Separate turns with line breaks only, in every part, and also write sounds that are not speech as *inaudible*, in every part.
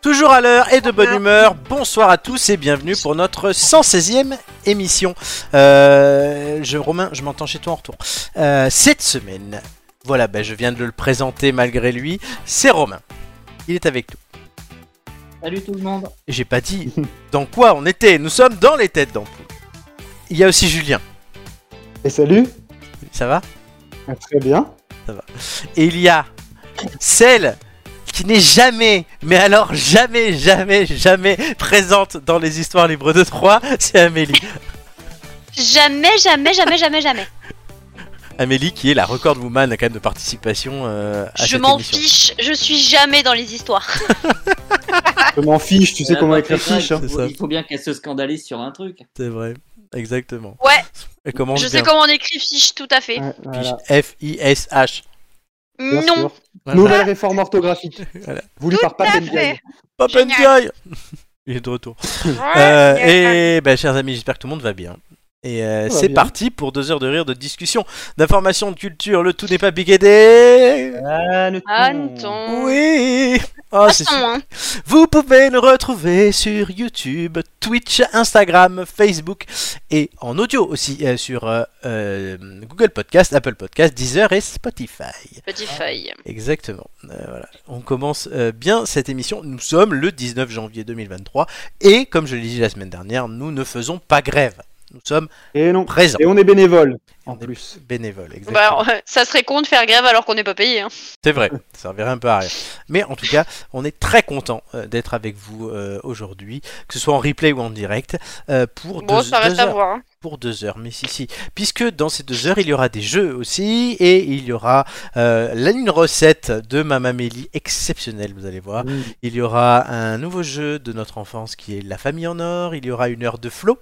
toujours à l'heure et de bonne humeur. Bonsoir à tous et bienvenue pour notre 116e émission. Euh, je, Romain, je m'entends chez toi en retour. Euh, cette semaine, voilà, ben, je viens de le présenter malgré lui, c'est Romain. Il est avec nous.
Salut tout le monde.
J'ai pas dit dans quoi on était, nous sommes dans les têtes d'ampoule. Il y a aussi Julien,
Et salut
ça va
Ah, Très bien.
Et il y a celle qui n'est jamais, mais alors jamais, jamais, jamais présente dans les histoires libres de 3, c'est Amélie.
Jamais, jamais, jamais, jamais, jamais.
Amélie qui est la record woman quand même de participation euh, à
Je
cette
m'en
émission.
fiche, je suis jamais dans les histoires.
Je m'en fiche, tu sais
Euh,
comment
bah,
écrire
c'est vrai,
fiche. hein.
il faut-
C'est ça.
Il faut bien qu'elle se scandalise sur un truc.
C'est vrai, exactement.
Ouais.
Elle commence
Je sais
bien.
comment on écrit fiche, tout à fait.
Ouais, voilà,
F-I-S-H.
bien
Non,
sûr.
Voilà.
Nouvelle réforme orthographique.
Voilà.
Voulue par
tout à
Papendiaï.
fait.
Pop and
Génial.
Guy *laughs* Il est de retour. Euh, et bah, chers amis, j'espère que tout le monde va bien. Et euh,
Ça va
c'est
bien.
parti pour deux heures de rire, de discussion, d'information, de culture. Le tout n'est pas bigédé.
Ah, le ton.
Anton.
Oui. Oh, c'est
Mm. Passons, hein.
Vous pouvez nous retrouver sur YouTube, Twitch, Instagram, Facebook et en audio aussi euh, sur euh, euh, Google Podcast, Apple Podcast, Deezer et Spotify.
Petite feuille.
Exactement. Euh, voilà. On commence euh, bien cette émission. Nous sommes le 19 janvier 2023 et comme je l'ai dit la semaine dernière, nous ne faisons pas grève. Nous sommes
Et non.
présents.
Et on est bénévole. En
On est
plus.
bénévoles. Exactement.
Bah, alors, euh, ça serait con de faire grève alors qu'on n'est pas payé. hein.
C'est vrai, ça servirait un peu à rien. Mais en tout cas, on est très content euh, d'être avec vous euh, aujourd'hui, que ce soit en replay ou en direct, euh, pour,
Bon,
deux,
ça
deux
reste à
heures,
voir. hein.
pour deux heures. Mais si, si. Puisque dans ces deux heures, il y aura des jeux aussi, et il y aura euh, la une recette de Mamamélie exceptionnelle, vous allez voir.
Mm.
Il y aura un nouveau jeu de notre enfance qui est La famille en or, il y aura une heure de flow,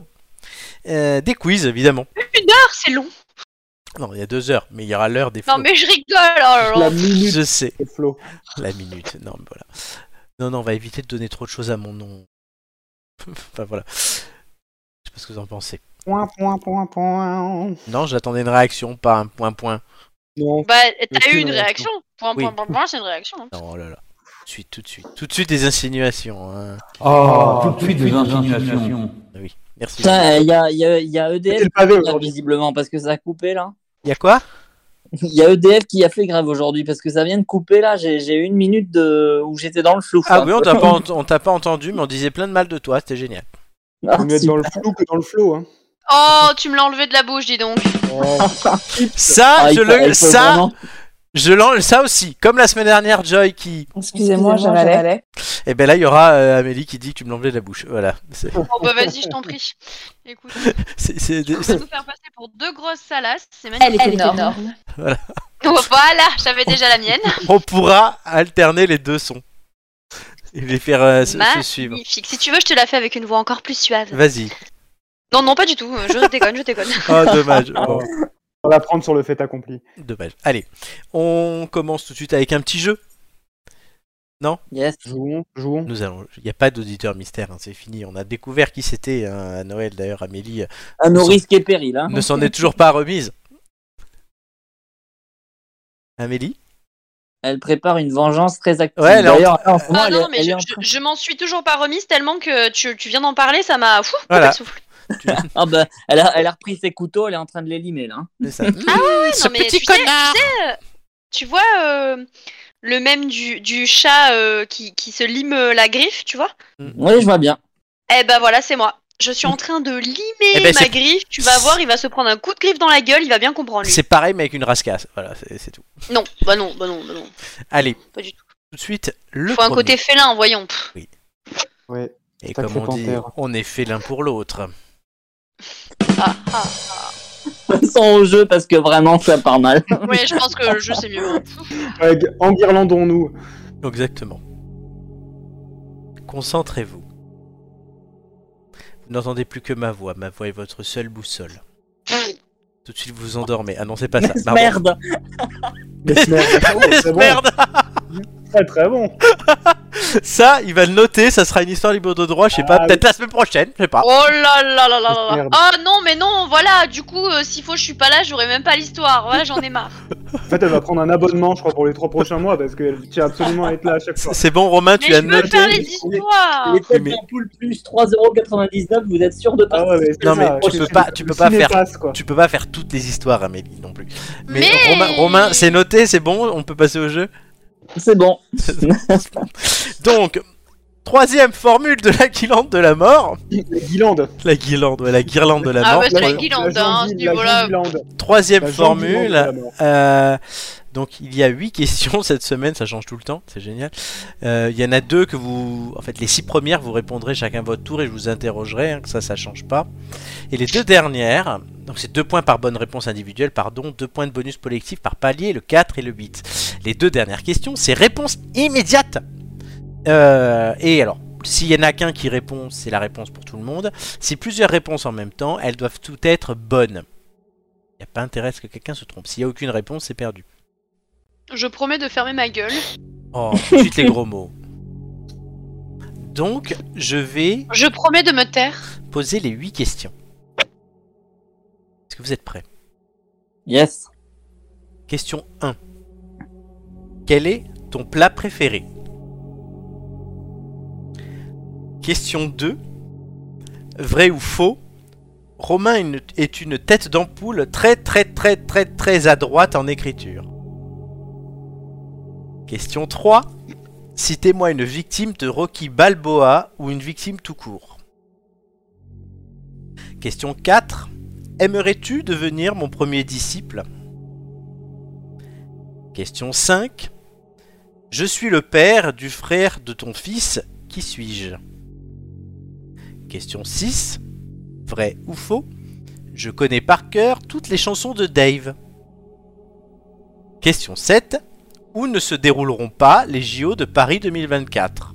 euh, des quiz évidemment.
Ah, c'est long.
Non, il y a deux heures, mais il y aura l'heure des flots.
Non, mais je rigole. oh là là.
La minute
Je sais.
de Flo.
La minute, non, mais voilà. Non, non, on va éviter de donner trop de choses à mon nom. *laughs* enfin, voilà. Je sais pas ce que vous en pensez.
Point, point, point, point.
Non, j'attendais une réaction, pas un point, point.
Non.
Bah, t'as
Aucune
eu une réaction.
réaction.
Point,
Oui.
point, point, point, c'est une réaction. hein.
Non, oh là là. Tout de suite, tout de suite. Tout de suite des insinuations. hein.
Oh, tout de suite des insinuations.
Merci.
Putain, il y a, y, a, y a E
C'était
EDF
le pavé
là,
aujourd'hui.
visiblement parce que ça a coupé là.
Il y a quoi
Il y a EDF qui a fait grève aujourd'hui parce que ça vient de couper là. J'ai j'ai eu une minute de... où j'étais dans le flou.
Ah
quoi.
oui, on t'a pas, ent- on t'a pas entendu, mais on disait plein de mal de toi, c'était génial.
Ah,
Vaut mieux être
si.
dans le flou que dans le flow. Hein.
Oh, tu me l'as enlevé de la bouche, dis donc.
Oh, Ça,
Ah, il
je
faut-
le,
il faut
ça,
vraiment-
je l'en- ça aussi. Comme la semaine dernière, Joy qui.
Excusez-moi, j'avalais.
Et ben là, il y aura euh, Amélie qui dit que tu me l'enlevais de la bouche. Voilà. C'est,
Oh, bah, vas-y, je t'en prie. Écoute,
c'est- c'est-
on va
c'est-
nous faire passer pour deux grosses salaces. C'est magnifique.
Elle est énorme.
Voilà, j'avais déjà la mienne.
on pourra alterner les deux sons et les faire euh, se, se suivre.
Magnifique. Si tu veux, je te la fais avec une voix encore plus suave.
Vas-y.
Non, non, pas du tout. euh,
*laughs*
Je déconne, je déconne.
Oh, dommage. Bon,
On va prendre sur le fait accompli.
dommage. Allez, on commence tout de suite avec un petit jeu.
Yes.
Jouons, jouons.
Nous allons. Il n'y a pas d'auditeur mystère, hein, c'est fini. On a découvert qui c'était hein, à Noël. D'ailleurs, Amélie euh,
À nos risques et périls. Hein.
ne s'en est toujours pas remise. Amélie
Elle prépare une vengeance très active.
Ouais, elle est en-
D'ailleurs, là, en ce moment,
Ah
elle
non,
est-
mais
elle
je,
est en
je- je m'en suis toujours pas remise tellement que tu, tu viens d'en parler, ça m'a fou coupé
Voilà.
le souffle.
Ah bah, elle a, elle a repris ses couteaux, elle est en train de les limer là.
C'est
*laughs*
ça.
Ouais,
Ce
non, mais
petit
tu sais-
connard
tu sais, euh, tu vois euh, le même du, du chat euh, qui, qui se lime euh, la griffe, tu vois
Oui, je vois bien.
Eh ben voilà, c'est moi. Je suis en train de limer
Mm. Eh ben,
ma
c'est-
griffe. Tu vas voir, il va se prendre un coup de griffe dans la gueule, il va bien comprendre lui.
C'est pareil, mais avec une rascasse. Voilà, c'est c'est tout.
Non, bah non, bah non, bah non.
Allez,
Pas du tout.
tout de suite, le
Faut un
premier.
côté félin, voyons. Pff,
Ouais.
Et
Sacré
comme on dit,
panthère.
on est fait l'un pour l'autre.
Ah, ah.
*laughs*
*laughs* Passons au jeu parce que vraiment, ça part mal.
Ouais, je pense que je sais mieux. hein.
Ouais,
*laughs*
Enguirlandons-nous.
Exactement. Concentrez-vous. Vous n'entendez plus que ma voix. Ma voix est votre seule boussole. Tout de suite, vous vous endormez. Ah non, c'est pas ça. Pardon. *laughs*
Merde.
Mesmer, c'est bon.
Merde
Très très bon.
Ça, il va le noter. Ça sera une histoire libre de droit. Je sais pas.
Ah,
Peut-être la semaine prochaine. Je sais pas.
Oh là là là là là là.
Merde.
*laughs*
Ah non mais non, voilà, du coup euh, s'il faut je suis pas là, j'aurai même pas l'histoire. Voilà, j'en ai marre.
En fait, elle va prendre un abonnement, je crois, pour les trois prochains mois parce qu'elle tient absolument à être là à chaque fois.
C'est bon, Romain, Ah, tu
Mais
as
je veux
noté.
faire les histoires
Les têtes
mais-
d'un poule plus 3,99€, vous êtes sûr de pas
Ah ouais, mais c'est
Non,
ça,
mais
c'est-
tu peux
c'est-
pas- tu
le
peux pas faire-
ciné-passe, quoi.
Tu peux pas faire toutes les histoires, Amélie, non plus. Mais,
Mais-
Romain, Romain, c'est noté, c'est bon, on peut passer au
*laughs*
jeu. *laughs*
C'est bon.
Donc, troisième formule de la guirlande de la mort.
La guilande.
La guirlande, ouais, la guirlande de la
Ah
mort.
bah c'est
Trois-
la guilande, hein, à ce
gentille-
niveau-là.
gentille
troisième
guilande.
formule.
La gentille guilande de la mort.
Euh, donc il y a 8 questions *laughs* cette semaine, ça change tout le temps, c'est génial. Euh, il y en a deux que vous... En fait, les 6 premières, vous répondrez chacun votre tour et je vous interrogerai, hein, que ça, ça change pas. Et les deux dernières, donc c'est 2 points par bonne réponse individuelle, pardon, 2 points de bonus collectif par palier, le 4 et le 8. Les deux dernières questions, c'est réponse immédiate. Euh, et alors, s'il y en a qu'un qui répond, c'est la réponse pour tout le monde. Si plusieurs réponses en même temps, elles doivent toutes être bonnes. Il n'y a pas intérêt à ce que quelqu'un se trompe. S'il n'y a aucune réponse, c'est perdu.
Je promets de fermer ma gueule.
*laughs* Oh, tout de suite les gros mots. Donc, je vais
Je promets de me taire.
poser les 8 questions. Est-ce que vous êtes prêts
Yes.
Question 1. Quel est ton plat préféré Question 2. Vrai ou faux Romain une- est une tête d'ampoule très très très très très à droite en écriture. Question 3. Citez-moi une victime de Rocky Balboa ou une victime tout court. Question 4. Aimerais-tu devenir mon premier disciple Question 5. Je suis le père du frère de ton fils, qui suis-je Question 6. Vrai ou faux Je connais par cœur toutes les chansons de Dave. Question 7. Où ne se dérouleront pas les JO de Paris 2024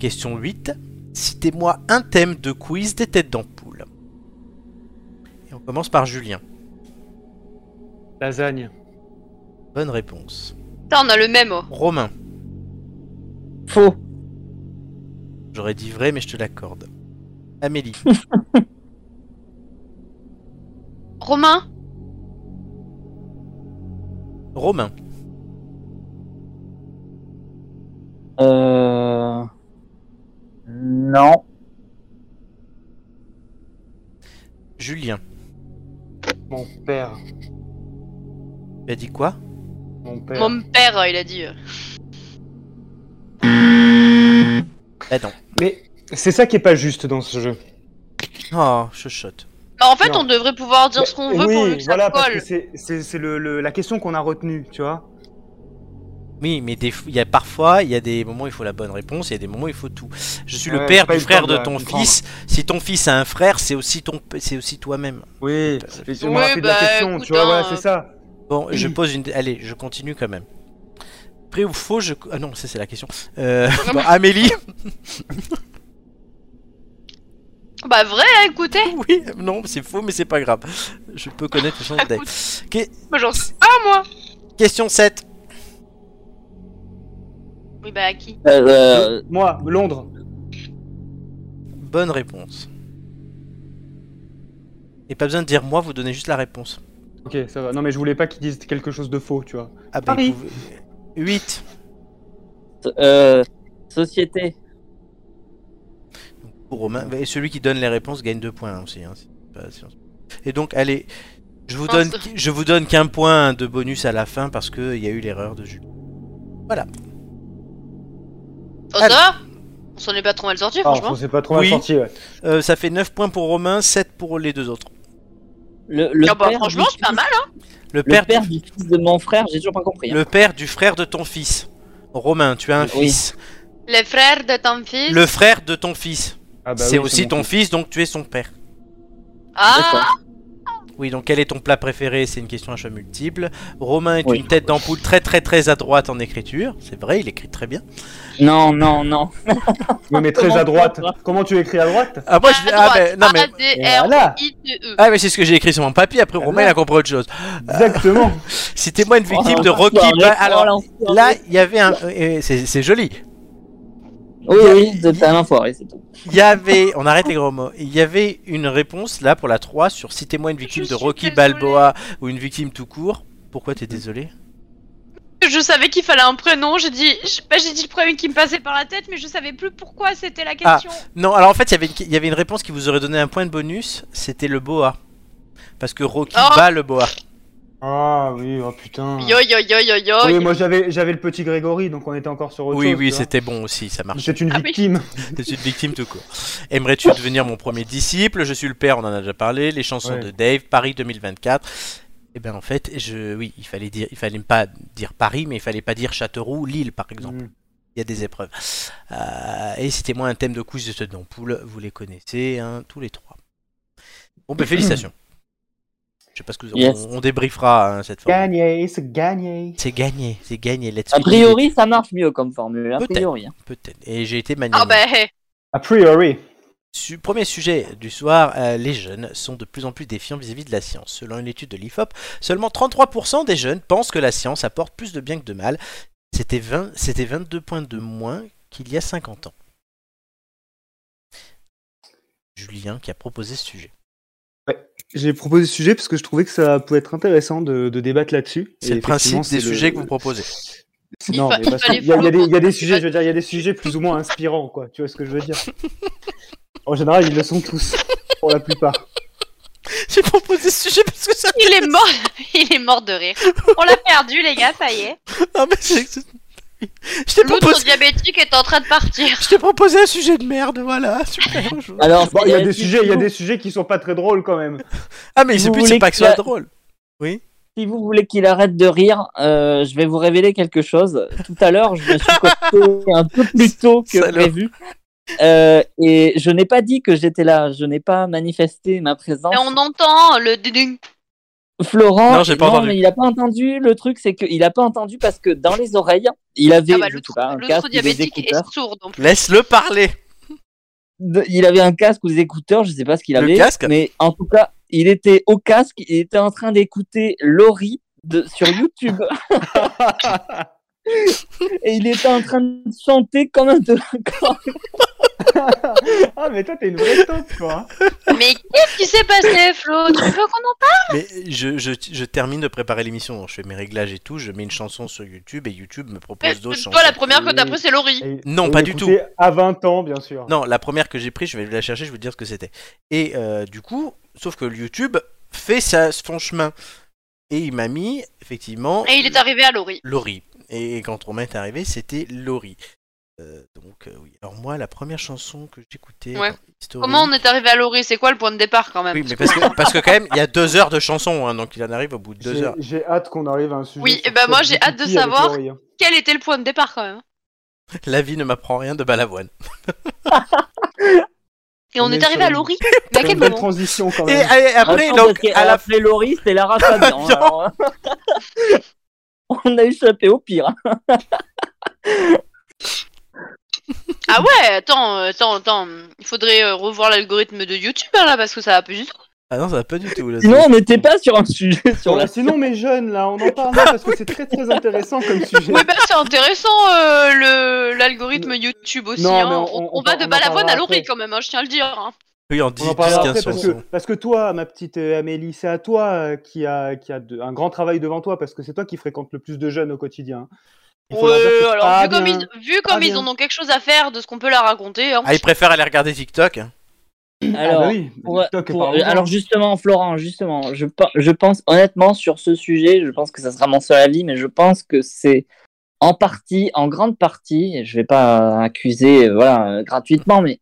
Question 8. Citez-moi un thème de quiz des têtes d'ampoule. Et on commence par Julien.
Lasagne.
Bonne réponse.
Putain, on a le même. oh.
Romain.
Faux.
J'aurais dit vrai, mais je te l'accorde. Amélie.
Romain,
Romain.
Euh... Non.
Julien.
Mon père.
Tu as dit quoi
Mon père.
mon père, il a dit. euh.
Bah non.
Mais c'est ça qui est pas juste dans ce jeu.
Oh, chuchote.
Bah, en fait,
Non.
on devrait pouvoir dire ce qu'on veut
oui,
pour que ça
voilà, parce que
colle.
c'est- c'est c'est le, le- la question qu'on a retenue, tu vois.
Oui, mais des f- il y a parfois, il y a des moments où il faut la bonne réponse, il y a des moments où il faut tout. Je suis le
Ouais,
père
j'ai pas
du
eu le
frère
temps
de
de
ton
comprendre.
fils. Si ton fils a un frère, c'est aussi ton, p- c'est aussi toi-même.
Oui,
Oui,
on m'a fait de la
bah,
question,
écoute,
tu vois, voilà,
hein,
c'est ça.
Bon, je pose une. Allez, je continue quand même. Vrai ou faux Je. Ah non, ça c'est la question. Euh,
Non,
bon, Amélie. *laughs*
Bah, vrai, hein, écoutez.
Oui, non, c'est faux, mais c'est pas grave. Je peux connaître le sens de
Écoute.
Que-
Moi, j'en sais pas, moi.
Question 7.
Oui, bah, à qui
Euh, euh,
Moi, Londres.
Bonne réponse. Et pas besoin de dire moi, vous donnez juste la réponse.
Ok, ça va. Non, mais je voulais pas qu'ils disent quelque chose de faux, tu vois.
Ah bah,
Paris.
8.
euh, société.
Pour Romain. Et celui qui donne les réponses gagne 2 points aussi. hein. C'est pas- c'est- Et donc, allez, je vous donne,
Mince.
je vous donne qu'un point de bonus à la fin parce qu'il y a eu l'erreur de Jules.
Oh,
Allez.
ça va On s'en est pas trop mal sorti,
Ah,
franchement.
c'est pas trop
Oui.
mal sorti, ouais.
Euh, ça fait 9 points pour Romain, 7 pour les deux autres.
Le, le
Ah bah,
père
franchement,
du
c'est pas
fils-
mal.
Le
Le
père,
père du fils de mon frère, j'ai toujours pas compris. hein.
le père du frère de ton fils. Romain, tu as un
Oui.
fils.
Les frères de ton fils.
Le frère de ton fils.
Ah bah
c'est
oui,
aussi
mon
ton
fils.
fils, donc tu es son père.
Ah,
D'accord.
Oui, donc quel est ton plat préféré C'est une question à choix multiple. Romain est
Oui.
une tête d'ampoule très très très à droite en écriture. C'est vrai, il écrit très bien.
Non, non, non.
Oui, mais très
Comment
à droite.
ça,
Comment tu écris à droite
Ah moi je ah, ben, non mais
Voilà,
A-D-R-I-T-E.
ah mais c'est ce que j'ai écrit sur mon papier. Après Romain il a compris autre chose.
exactement.
Citez-moi une victime
Oh,
de Rocky.
on va
Ba-
se
bah, Alors
relancer.
là il y avait un euh, c'est c'est joli.
Oui, oui, t'es un enfoiré, c'est tout.
Il y avait, on arrête les gros mots. Il y avait une réponse là pour la 3 sur citez-moi une victime
Je
de
suis
Rocky
désolée.
Balboa ou une victime tout court. Pourquoi t'es désolé
Ah, Je savais qu'il fallait un prénom, j'ai dit, je- bah, j'ai dit le premier qui me passait par la tête, mais je savais plus pourquoi c'était la question.
Non, alors en fait, il y avait une, il y avait une réponse qui vous aurait donné un point de bonus. C'était le boa. Parce que Rocky
Oh.
bat le boa.
Ah oui, oh putain.
Yo yo yo yo yo.
Oui,
yo.
moi j'avais j'avais le petit Grégory, donc on était encore sur autre
Ah Oui,
chose,
oui,
tu vois.
c'était bon aussi, ça marche.
C'est une
Ah oui.
victime.
C'est une victime tout court. Aimerais-tu devenir mon premier disciple Je suis le père, on en a déjà parlé. Les chansons
Ouais.
de Dave, Paris 2024. Et ben en fait, je, oui, il fallait dire, il fallait pas dire Paris, mais il fallait pas dire Châteauroux, Lille par exemple.
Mm.
Il y a des épreuves. Euh, et c'était moi un thème de couche de ce d'ampoule. Vous les connaissez, hein, tous les trois. Bon, ben félicitations. Je sais pas ce que vous
Yes.
on, on débriefera hein, cette fois.
Gagné, c'est gagné.
C'est gagné, c'est gagné. Let's
A
be it,
priori, ça marche mieux comme formule. A
Peut-être.
priori. hein.
peut-être. Et j'ai été
Ah
magnanime.
bah, hey.
A priori.
Su- Premier sujet du soir, euh, les jeunes sont de plus en plus défiants vis-à-vis de la science. Selon une étude de l'IFOP, seulement 33% des jeunes pensent que la science apporte plus de bien que de mal. C'était 20 c'était 22 points de moins qu'il y a 50 ans. Julien qui a proposé ce sujet.
J'ai proposé ce sujet parce que je trouvais que ça pouvait être intéressant de, de débattre là-dessus.
C'est
Et
le principe
effectivement,
des
c'est le- *laughs*
sujets que vous proposez.
Il
Non,
fa-
mais
il
parce
fallait
qu'il y, a- il y a des- il y a des sujets,
fallait-
je veux dire, il y a des sujets plus ou moins inspirants, quoi. Tu vois ce que je
*laughs*
veux dire En général, ils le sont tous, pour la
*laughs*
plupart.
*laughs* J'ai proposé ce sujet parce que ça.
il est mort, *laughs* il est mort de rire. On l'a perdu les gars, ça y est.
Ah, mais c'est- c'est- Je t'ai
L'autre
proposé...
diabétique est en train de partir.
je t'ai proposé un sujet de merde, voilà. Super. je-
Alors,
Bon, il y a
c'est-
des sujets, il y a des sujets qui sont pas très drôles quand
*laughs*
même.
Ah, mais
Vous
c'est plus
voulez
c'est pas que
que
ce soit
la-
drôle.
Si vous voulez qu'il arrête de rire, euh, je vais vous révéler quelque chose. Tout à l'heure, je me suis
*laughs*
connecté un peu plus tôt que
Salaud.
prévu. Euh, et je n'ai pas dit que j'étais là, je n'ai pas manifesté ma présence.
Et on entend le ding. Ah,
Florent,
Non, j'ai pas entendu.
mais il n'a pas entendu. Le truc, c'est qu'il n'a pas entendu parce que dans les oreilles, il avait
Ah bah,
je sais
l'autre
pas, un
l'autre
casque, ou des
diabétique
écouteurs.
est sourd. Donc.
Laisse-le parler.
de- il avait un casque ou des écouteurs, je sais pas ce qu'il
Le
avait.
casque
Mais en tout cas, il était au casque, il était en train d'écouter Laurie de,
*laughs*
sur YouTube. *laughs* Et il était en train de chanter comme un délinquant.
Ah, mais toi, t'es une vraie taupe, quoi.
Mais qu'est-ce qui s'est passé, Flo Tu veux qu'on en
Mais je, je, je termine de préparer l'émission, donc je fais mes réglages et tout, je mets une chanson sur YouTube et YouTube me propose d'autres
parle
chansons.
Toi, la première que t'as pris, c'est Laurie.
Et-
Non,
et
pas du
l'écouter À 20 ans, bien sûr.
Non, la première que j'ai prise, je vais la chercher, je vais vous dire ce que c'était. Et euh, du coup, sauf que YouTube fait sa, son chemin. Et il m'a mis, effectivement,
Et il est arrivé à Laurie.
Laurie. Et quand Romain est arrivé, c'était Laurie. Euh, donc, euh, oui. Alors, moi, la première chanson que j'écoutais.
Ouais.
alors, historique-
Comment on est arrivé à Laurie C'est quoi le point de départ quand même
Oui, mais parce que, parce que quand même, il y a deux heures de chansons, hein, donc il en arrive au bout de deux
J'ai
heures.
j'ai hâte qu'on arrive à un sujet.
Oui,
sur
eh ben, moi,
Call of
j'ai hâte de
Duty avec
savoir.
Laurie, hein.
Quel était le point de départ quand même hein.
La vie ne m'apprend rien de Balavoine.
Et on
Mais
est arrivé
ça-
à Laurie Mais à
C'est
quel
une belle
moment
transition quand
Et,
même.
et après,
Attends,
donc,
Ah, parce qu'elle
à
a
la
appelé Laurie, c'est Lara
*laughs*
Fabian. alors, hein. *laughs* On a échappé au pire. hein.
Ah ouais, attends, euh, attends, attends. Il faudrait euh, revoir l'algorithme de YouTube hein, là parce que ça va plus du tout.
Ah non, ça va pas du tout. Là,
Sinon, on n'était pas sur un sujet sur
Ouais,
la
Sinon, mes jeunes, là, on en parle parce que c'est très très intéressant comme sujet.
Oui, bah c'est intéressant euh, le l'algorithme YouTube aussi.
Non,
hein.
mais on-
on,
on-
on va
on
de
en
Balavoine
parlera
à Laurie
après.
quand même, hein, je tiens à le dire. hein.
Oui, en
On en
10,
parlera
15
après parce que,
chansons.
parce que toi, ma petite euh, Amélie, c'est à toi euh, qui a, qui a de- un grand travail devant toi parce que c'est toi qui fréquentes le plus de jeunes au quotidien. Il faut leur dire que Ah,
Ouais,
c'est
alors
pas
vu comme,
bien.
ils, vu comme ils
bien.
en ont quelque chose à faire de ce qu'on peut leur raconter. hein.
Ah, il préfère aller regarder TikTok. hein.
Alors,
bah oui,
pour-
TikTok,
pour-
parlons-en.
alors justement, Florent, justement, je, pe- je pense honnêtement sur ce sujet, je pense que ça sera mon seul avis, mais je pense que c'est en partie, en grande partie, et je vais pas accuser, euh, voilà, euh, gratuitement, mais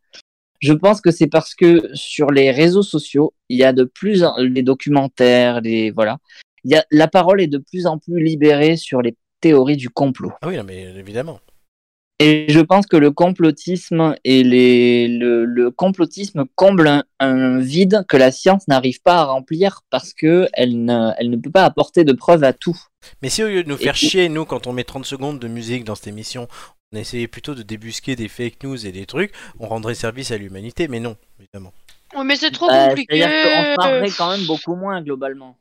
je pense que c'est parce que sur les réseaux sociaux, il y a de plus en les documentaires, les voilà, il y a, la parole est de plus en plus libérée sur les théories du complot.
Ah oui, non, mais évidemment.
Et je pense que le complotisme et les, le, le complotisme comble un, un vide que la science n'arrive pas à remplir parce que elle ne, elle ne peut pas apporter de preuves à tout.
Mais si au lieu de nous
Et-
faire chier, nous, quand on met 30 secondes de musique dans cette émission, on essayait plutôt de débusquer des fake news et des trucs, on rendrait service à l'humanité, mais non, évidemment.
Ouais, mais c'est trop
Euh,
compliqué.
C'est-à-dire qu'on parlerait quand même beaucoup moins globalement.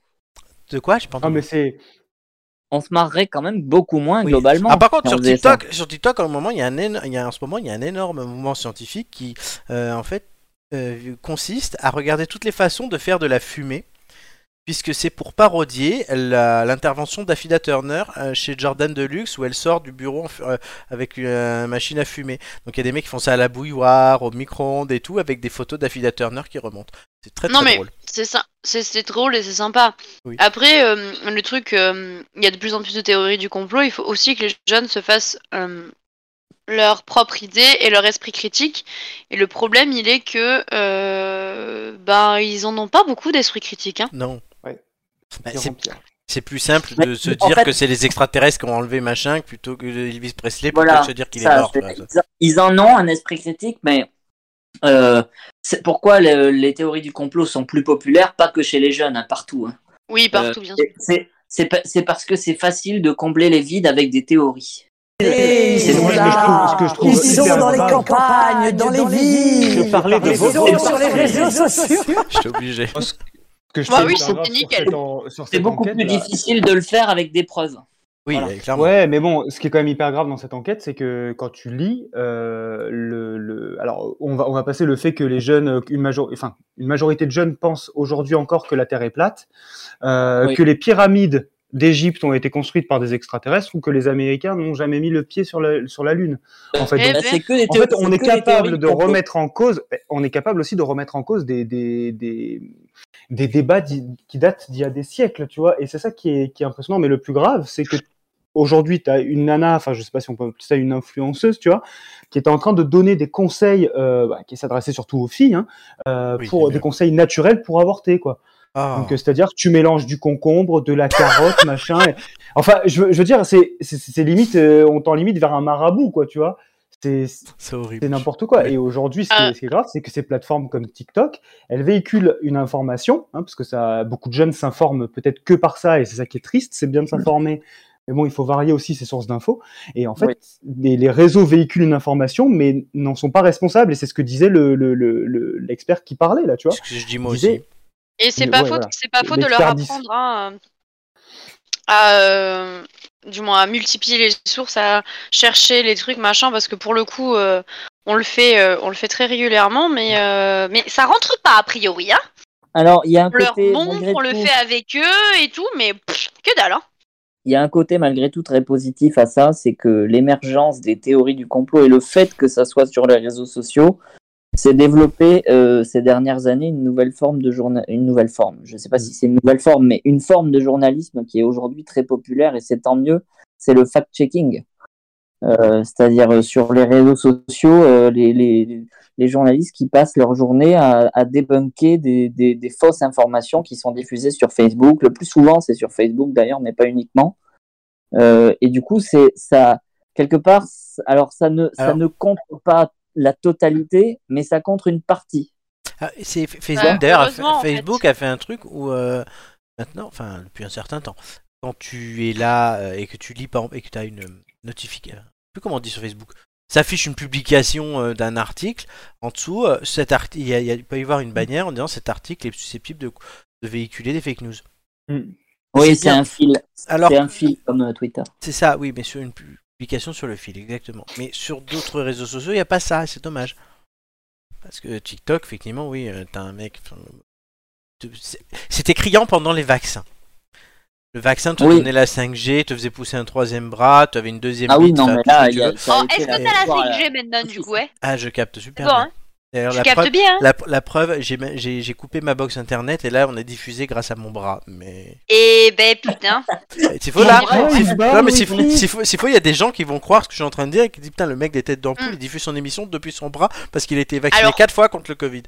De quoi je pense
Ah, mais c'est.
on se marrerait quand même beaucoup moins
Oui.
globalement.
Ah, par contre,
si on
sur
faisait ça.
TikTok, sur TikTok, en, moment, il y a un éno- il y a- en ce moment, il y a un énorme mouvement scientifique qui, euh, en fait, euh, consiste à regarder toutes les façons de faire de la fumée, puisque c'est pour parodier la- l'intervention d'Affida Turner euh, chez Jordan Deluxe, où elle sort du bureau en fu- euh, avec une euh, machine à fumer. Donc, il y a des mecs qui font ça à la bouilloire, au micro-ondes et tout, avec des photos d'Affida Turner qui remontent. C'est très, très
Non, mais-
drôle.
C'est sy- c'est c'est drôle et c'est sympa.
Oui.
Après, euh, le truc, euh, il y a de plus en plus de théories du complot. Il faut aussi que les jeunes se fassent euh, leur propre idée et leur esprit critique. Et le problème, il est que euh, ben, ils en ont pas beaucoup d'esprit critique. hein.
Non.
Ouais.
Bah,
Qui
c'est
remplit.
C'est plus simple
Mais-
de se
mais en
dire
fait-
que c'est les extraterrestres qui ont enlevé machin plutôt que Elvis Presley plutôt
Voilà,
que de se dire qu'il
Ça,
est mort.
c'est-
quoi.
*laughs* ils en- Ils en ont un esprit critique, mais euh, c'est pourquoi le- les théories du complot sont plus populaires, pas que chez les jeunes, hein, partout. hein.
Oui, partout,
Euh,
bien sûr.
c'est- c'est- C'est pa- c'est parce que c'est facile de combler les vides avec des théories.
Et ils
Eh, C'est
sont
moi, ce que je trouve- ce
là
que je trouve
Ils sont
hyper
dans les
grave.
campagnes, dans les villes
Je parlais de
Ils
vos
sont sur les réseaux sociaux
J'étais obligé.
Que je
Bah
trouve
oui,
hyper
c'est
grave sur
nickel.
cette en- sur
C'est
cette
beaucoup
enquête, bah,
plus
là.
difficile de le faire avec des preuves.
Oui,
Voilà.
clairement.
Ouais, mais bon, ce qui est quand même hyper grave dans cette enquête, c'est que quand tu lis, euh, le, le- alors on va, on va passer le fait que les jeunes, euh, une, major- enfin, une majorité de jeunes pensent aujourd'hui encore que la Terre est plate, euh,
Oui.
que les pyramides d'Égypte ont été construites par des extraterrestres ou que les Américains n'ont jamais mis le pied sur la, sur la Lune. En fait,
Eh
donc,
Bah,
ben,
c'est que des
en
théo-
fait, on
c'est
est
que des
capable
théories
de
du complot.
remettre en cause, on est capable aussi de remettre en cause des, des, des, des débats d'il- qui datent d'il y a des siècles, tu vois. Et c'est ça qui est, qui est impressionnant. Mais le plus grave, c'est que aujourd'hui, tu as une nana, enfin, je sais pas si on peut appeler ça une influenceuse, tu vois, qui est en train de donner des conseils, euh, bah, qui s'adressait surtout aux filles, hein, euh,
Oui,
pour
mais-
des conseils naturels pour avorter, quoi.
Ah.
Donc, euh, c'est-à-dire, tu mélanges du concombre, de la carotte, *laughs* machin. et- Enfin, je veux, je veux dire, c'est, c'est, c'est limite, euh, on t'en limite vers un marabout, quoi, tu vois. C'est,
c'est horrible.
c'est n'importe quoi.
Oui.
Et aujourd'hui, ce, qui est-
Euh.
ce qui est grave, c'est que ces plateformes comme TikTok, elles véhiculent une information, hein, parce que ça, beaucoup de jeunes s'informent peut-être que par ça, et c'est ça qui est triste, c'est bien de s'informer. Mais bon, il faut varier aussi ses sources d'infos. Et en fait, les, les réseaux véhiculent une information, mais n'en sont pas responsables. Et c'est ce que disait le- le- le- le- l'expert qui parlait, là, tu vois.
Ce que je dis moi
Disais-
aussi.
Et c'est
Mais
pas
ouais,
faute,
voilà.
c'est pas faute de leur
L'expertise.
apprendre hein, à, euh, du moins à multiplier les sources, à chercher les trucs machin, parce que pour le coup, euh, on le fait, euh, on le fait très régulièrement, mais euh, mais ça rentre pas a priori. Hein.
Alors, il y a un
On leur
côté,
montre,
malgré
on le
tout-
fait avec eux et tout, mais pff, que dalle. Hein.
il y a un côté malgré tout très positif à ça, c'est que l'émergence des théories du complot et le fait que ça soit sur les réseaux sociaux, c'est développé euh, ces dernières années une nouvelle forme de journal, une nouvelle forme. Je ne sais pas si c'est une nouvelle forme, mais une forme de journalisme qui est aujourd'hui très populaire et c'est tant mieux. C'est le fact-checking, Euh, c'est-à-dire euh, sur les réseaux sociaux, euh, les, les, les journalistes qui passent leur journée à, à débunker des, des, des fausses informations qui sont diffusées sur Facebook. Le plus souvent, c'est sur Facebook d'ailleurs, mais pas uniquement. Euh, et du coup, c'est ça quelque part. c- Alors ça ne ça
Alors.
ne contre pas la totalité, mais ça contre une partie.
Ah, c'est F- Facebook.
Bah,
D'ailleurs, a fait-
heureusement, en fait.
Facebook a fait un truc où euh, maintenant, enfin depuis un certain temps, quand tu es là euh, et que tu lis par exemple, et que tu as une euh, notification, plus comment on dit sur Facebook, s'affiche une publication euh, d'un article. En dessous, euh, cet arti- il, y a, il y a- il peut y avoir une bannière en disant cet article est susceptible de, de véhiculer des fake news. C'est
Oui, c'est
bien.
un fil.
Alors
C'est un fil comme euh, Twitter.
C'est ça, oui, mais sur une publication sur le fil, exactement. Mais sur d'autres réseaux sociaux, il n'y a pas ça, et c'est dommage. Parce que TikTok, effectivement, oui, euh, t'as un mec. enfin, te- c'est- C'était criant pendant les vaccins. Le vaccin te
Oui.
donnait la 5G, te faisait pousser un troisième bras, tu avais une deuxième
Ah oui,
bite,
non,
enfin,
mais
tout ce
là,
que tu
il y a.
veux.
ça a
Oh,
été
est-ce que
la
t'as la
victoire, là.
5G maintenant
*laughs*
du coup ouais
Ah, je capte super
C'est bon,
bien.
hein
D'ailleurs,
Tu
la,
captes
preuve,
bien. hein
la, la preuve, j'ai ma- j'ai j'ai coupé ma box internet et là, on est diffusé grâce à mon bras.
*laughs*
Mais
Et ben putain.
c'est faux là.
Ouais,
C'est-
il
Non mais c'est faux,
barre, il
c'est faux, c'est faux, il y a des gens qui vont croire ce que je suis en train de dire et qui disent putain le mec des têtes d'ampoule
Mm.
il diffuse son émission depuis son bras parce qu'il a été vacciné
Alors-
quatre fois contre le Covid.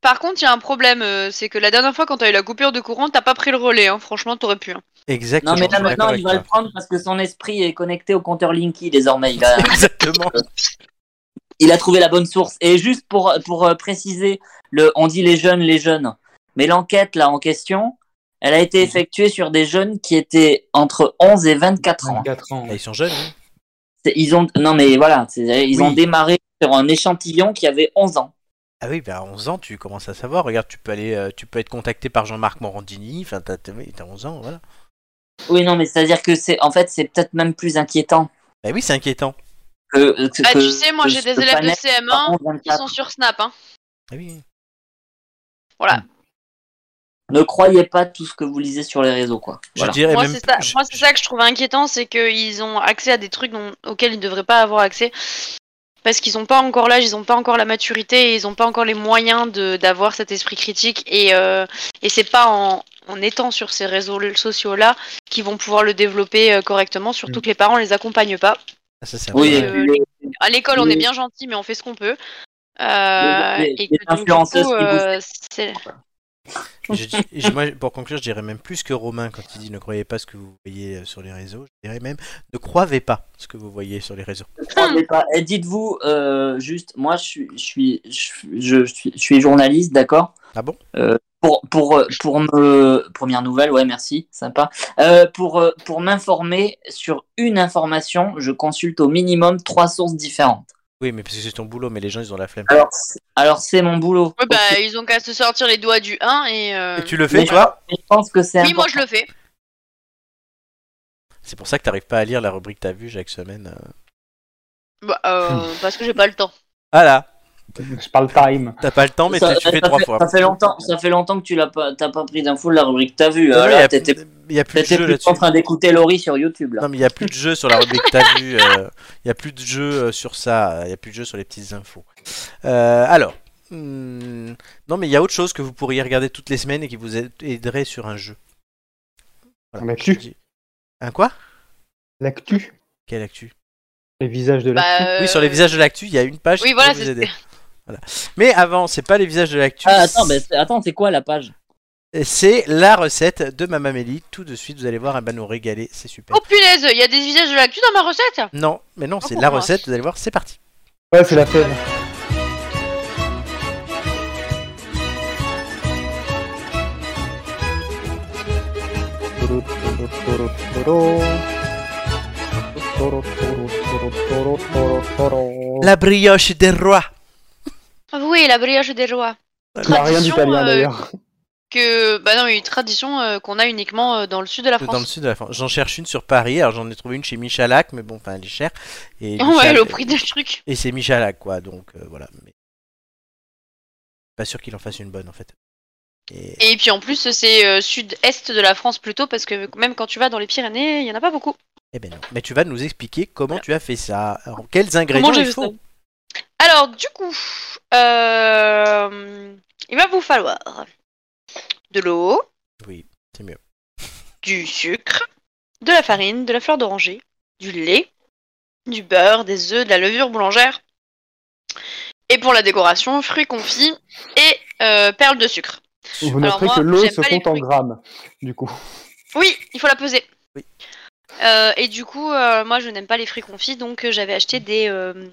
Par contre, il y a un problème, euh, c'est que la dernière fois quand t'as eu la coupure de courant, t'as pas pris le relais. Hein. Franchement, t'aurais pu. hein.
Exactement.
Non, mais
je
là
suis
maintenant,
d'accord
il va le
avec
prendre parce que son esprit est connecté au compteur Linky désormais. Il
toi.
a,
*laughs* Exactement.
il a trouvé la bonne source. Et juste pour, pour euh, préciser, le, on dit les jeunes, les jeunes. Mais l'enquête là en question, elle a
Mhm.
été effectuée sur des jeunes qui étaient entre 11 et 24 ans.
24 ans.
Ah, ils sont jeunes. hein.
C'est- Ils ont non mais voilà, c'est- ils ont
Oui.
démarré sur un échantillon qui avait 11 ans.
Ah oui, bah à 11 ans tu commences à savoir. Regarde, tu peux aller, euh, tu peux être contacté par Jean-Marc Morandini. Enfin, t'as t'as- oui, t'as 11 ans, voilà.
Oui, non, mais c'est-à-dire que c'est, en fait, c'est peut-être même plus inquiétant
Bah oui, c'est inquiétant.
que. que-
Ah, tu
que-
sais, moi
que
j'ai
ce
des élèves de
panel par
CM1
contre,
qui sont sur Snap. Hein.
Ah oui.
Ne croyez pas tout ce que vous lisez sur les réseaux, quoi.
Je
Voilà.
dirais
Moi,
Eh, même.
c'est ça,
je-
moi, c'est ça que je trouve inquiétant, c'est qu'ils ont accès à des trucs dont- auxquels ils ne devraient pas avoir accès. Parce qu'ils n'ont pas encore l'âge, ils n'ont pas encore la maturité, et ils n'ont pas encore les moyens de- d'avoir cet esprit critique. Et, euh, et c'est pas en, en étant sur ces réseaux sociaux-là qu'ils vont pouvoir le développer euh, correctement, surtout
Mm.
que les parents ne les accompagnent pas.
Ah, ça, c'est
Oui,
vrai.
et
Euh,
puis les,
À l'école, on
Mais-
est bien gentil, mais on fait ce qu'on peut. Euh,
Mais- mais-
et
mais
que donc, du
l'influenceuse
coup,
qui vous
euh, c'est-
Je- je- moi, pour conclure, je dirais même plus que Romain quand il dit ne croyez pas ce que vous voyez euh, sur les réseaux. Je dirais même ne croyez pas ce que vous voyez sur les réseaux.
croyez pas. Et dites-vous euh, juste, moi je suis, je suis, je, je suis, je suis journaliste, d'accord
Ah bon
Euh, Pour pour pour me première nouvelle, ouais, merci, sympa. Euh, pour euh, pour m'informer sur une information, je consulte au minimum trois sources différentes.
Oui, mais parce que c'est ton boulot, mais les gens ils ont la flemme.
Alors c'est- alors c'est mon boulot.
ouais, bah, ils ont qu'à se sortir les doigts du 1 et. euh,
Et tu le
Mais
fais, toi
je pense que c'est
Oui, moi
important.
je le fais.
C'est pour ça que t'arrives pas à lire la rubrique T'as vu chaque semaine. euh.
Bah, euh,
Hmm.
parce que j'ai pas le temps.
Ah là,
Je parle time.
t'as pas le temps, mais
ça,
tu fais
ça
trois
fait-
fois.
Ça fait longtemps, ça fait longtemps que tu l'as pas, t'as pas pris d'infos de la rubrique. T'as vu
Il
euh,
y a,
là, t'étais
y a plus de
t'étais
jeu
plus
là-dessus.
en train d'écouter Laurie sur YouTube là.
Non, mais il y a plus de jeu sur la rubrique T'as vu. euh, Il y a plus de jeu euh, sur ça. Il y a plus de jeu sur les petites infos. Euh, alors. hmm, non, mais il y a autre chose que vous pourriez regarder toutes les semaines et qui vous aiderait sur un jeu.
Un actu.
je dis- Un quoi
L'actu,
Quelle actu
les visages de l'actu.
Bah, euh,
Oui, sur les visages de l'actu, il y a une page
oui,
qui
voilà,
peut vous
c'est-
aider. Voilà. Mais avant, c'est pas les visages de l'actu.
Ah, attends, mais c'est- attends, c'est quoi la page
C'est la recette de ma Mamélie. Tout de suite, vous allez voir, elle va nous régaler. C'est super.
Oh punaise, il y a des visages de l'actu dans ma recette
Non, mais non, c'est
Oh,
la
moi.
recette. Vous allez voir, c'est parti.
Ouais, c'est la fève.
Oh.
La brioche des rois.
Oui, la brioche des rois.
Il n'a rien
tradition,
d'italien
euh,
d'ailleurs.
Que, bah non, une tradition euh, qu'on a uniquement euh, dans le sud de la
Dans le
France.
sud de la France. J'en cherche une sur Paris. Alors, j'en ai trouvé une chez Michalak, mais bon, enfin, elle est chère. Et
Oh, *laughs* ouais,
Michalak-
le prix des trucs.
Et c'est Michalak, quoi. Donc, euh, voilà. Mais... Pas sûr qu'il en fasse une bonne, en fait. Et-
Et puis en plus, c'est euh, sud-est de la France plutôt, parce que même quand tu vas dans les Pyrénées, il y en a pas beaucoup.
Eh ben non. Mais tu vas nous expliquer comment tu as fait ça. Alors, quels ingrédients
j'ai
il
fait
faut
Alors, du coup, euh, il va vous falloir de l'eau,
Oui, c'est mieux.
du sucre, de la farine, de la fleur d'oranger, du lait, du beurre, des œufs, de la levure boulangère. Et pour la décoration, fruits confits et euh, perles de sucre.
Vous
alors
noterez
moi,
que l'eau
j'aime
se
pas les
compte en
fruits.
grammes, du coup.
Oui, il faut la peser.
Oui.
Euh, et du coup, euh, moi je n'aime pas les fruits confits, donc euh, j'avais acheté des euh,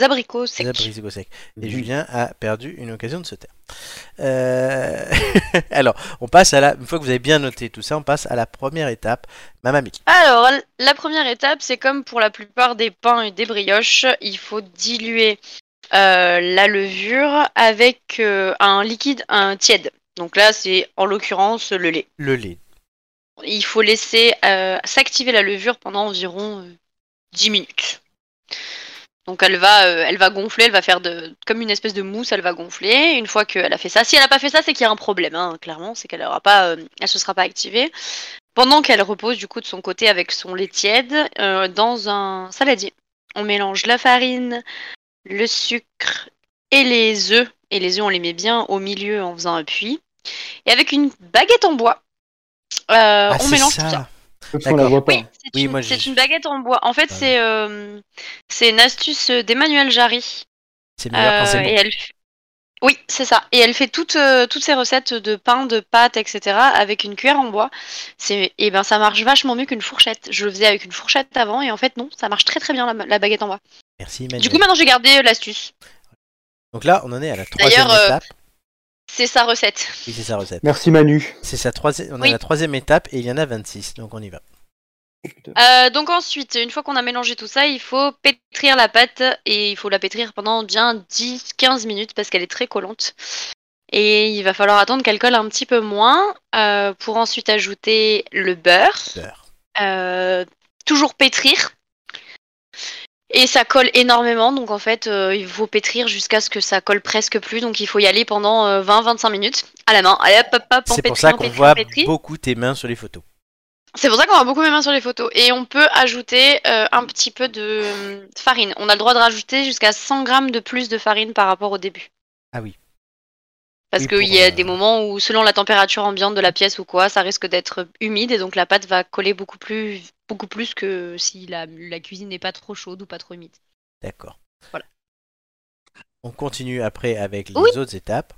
abricots
C'est
secs.
la brise au sec. Et Julien a perdu une occasion de se taire. Euh, *laughs* Alors, on passe à la. Une fois que vous avez bien noté tout ça, on passe à la première étape. Mamamie.
Alors, l- la première étape, c'est comme pour la plupart des pains et des brioches, il faut diluer euh, la levure avec euh, un liquide un tiède. Donc là, c'est en l'occurrence le lait.
Le lait.
Il faut laisser euh, s'activer la levure pendant environ euh, 10 minutes. Donc elle va, euh, elle va gonfler, elle va faire de, comme une espèce de mousse, elle va gonfler. Une fois qu'elle a fait ça, si elle n'a pas fait ça, c'est qu'il y a un problème, hein, clairement, c'est qu'elle aura pas, euh, elle se sera pas activée. Pendant qu'elle repose du coup de son côté avec son lait tiède euh, dans un saladier, on mélange la farine, le sucre et les œufs. Et les œufs, on les met bien au milieu en faisant un puits. Et avec une baguette en bois, euh,
Ah,
on
c'est
mélange tout ça.
Comme si on la
D'accord.
voit pas.
Oui, c'est
Oui,
une,
moi,
c'est
j'ai-
une baguette en bois. En fait,
Ah
c'est euh, c'est une astuce euh, d'Emmanuel Jarry.
C'est meilleur quand c'est
Euh,
bon.
et elle... f- Oui, c'est ça. Et elle fait toutes, euh, toutes ses recettes de pain, de pâtes, etc. avec une cuillère en bois. C'est- Et ben, ça marche vachement mieux qu'une fourchette. Je le faisais avec une fourchette avant et en fait, non, ça marche très très bien la, la baguette en bois.
Merci, Emmanuel.
Du coup, maintenant, j'ai gardé euh, l'astuce.
Donc là, on en est à la troisième
D'ailleurs, euh,
étape.
C'est sa recette.
Oui, c'est sa recette.
Merci Manu.
C'est sa troisième. On est
Oui.
à la troisième étape et il y en a 26. Donc on y va.
Euh, donc ensuite, une fois qu'on a mélangé tout ça, il faut pétrir la pâte et il faut la pétrir pendant bien 10-15 minutes parce qu'elle est très collante. Et il va falloir attendre qu'elle colle un petit peu moins euh, pour ensuite ajouter le beurre.
Beurre.
Euh, toujours pétrir. Et ça colle énormément, donc en fait, euh, il faut pétrir jusqu'à ce que ça colle presque plus. Donc il faut y aller pendant euh, 20-25 minutes à la main. Allez, hop, hop, hop, on
C'est pour
pétrit,
ça
on
qu'on
pétrit,
voit
on pétrit.
beaucoup tes mains sur les photos.
C'est pour ça qu'on a beaucoup mes mains sur les photos. Et on peut ajouter euh, un petit peu de euh, farine. On a le droit de rajouter jusqu'à 100 grammes de plus de farine par rapport au début.
Ah oui.
Parce
Oui,
qu'il
pour,
y a
euh,
des moments où, selon la température ambiante de la pièce ou quoi, ça risque d'être humide et donc la pâte va coller beaucoup plus, beaucoup plus que si la, la cuisine n'est pas trop chaude ou pas trop humide.
D'accord.
Voilà.
On continue après avec les
Oui.
autres étapes.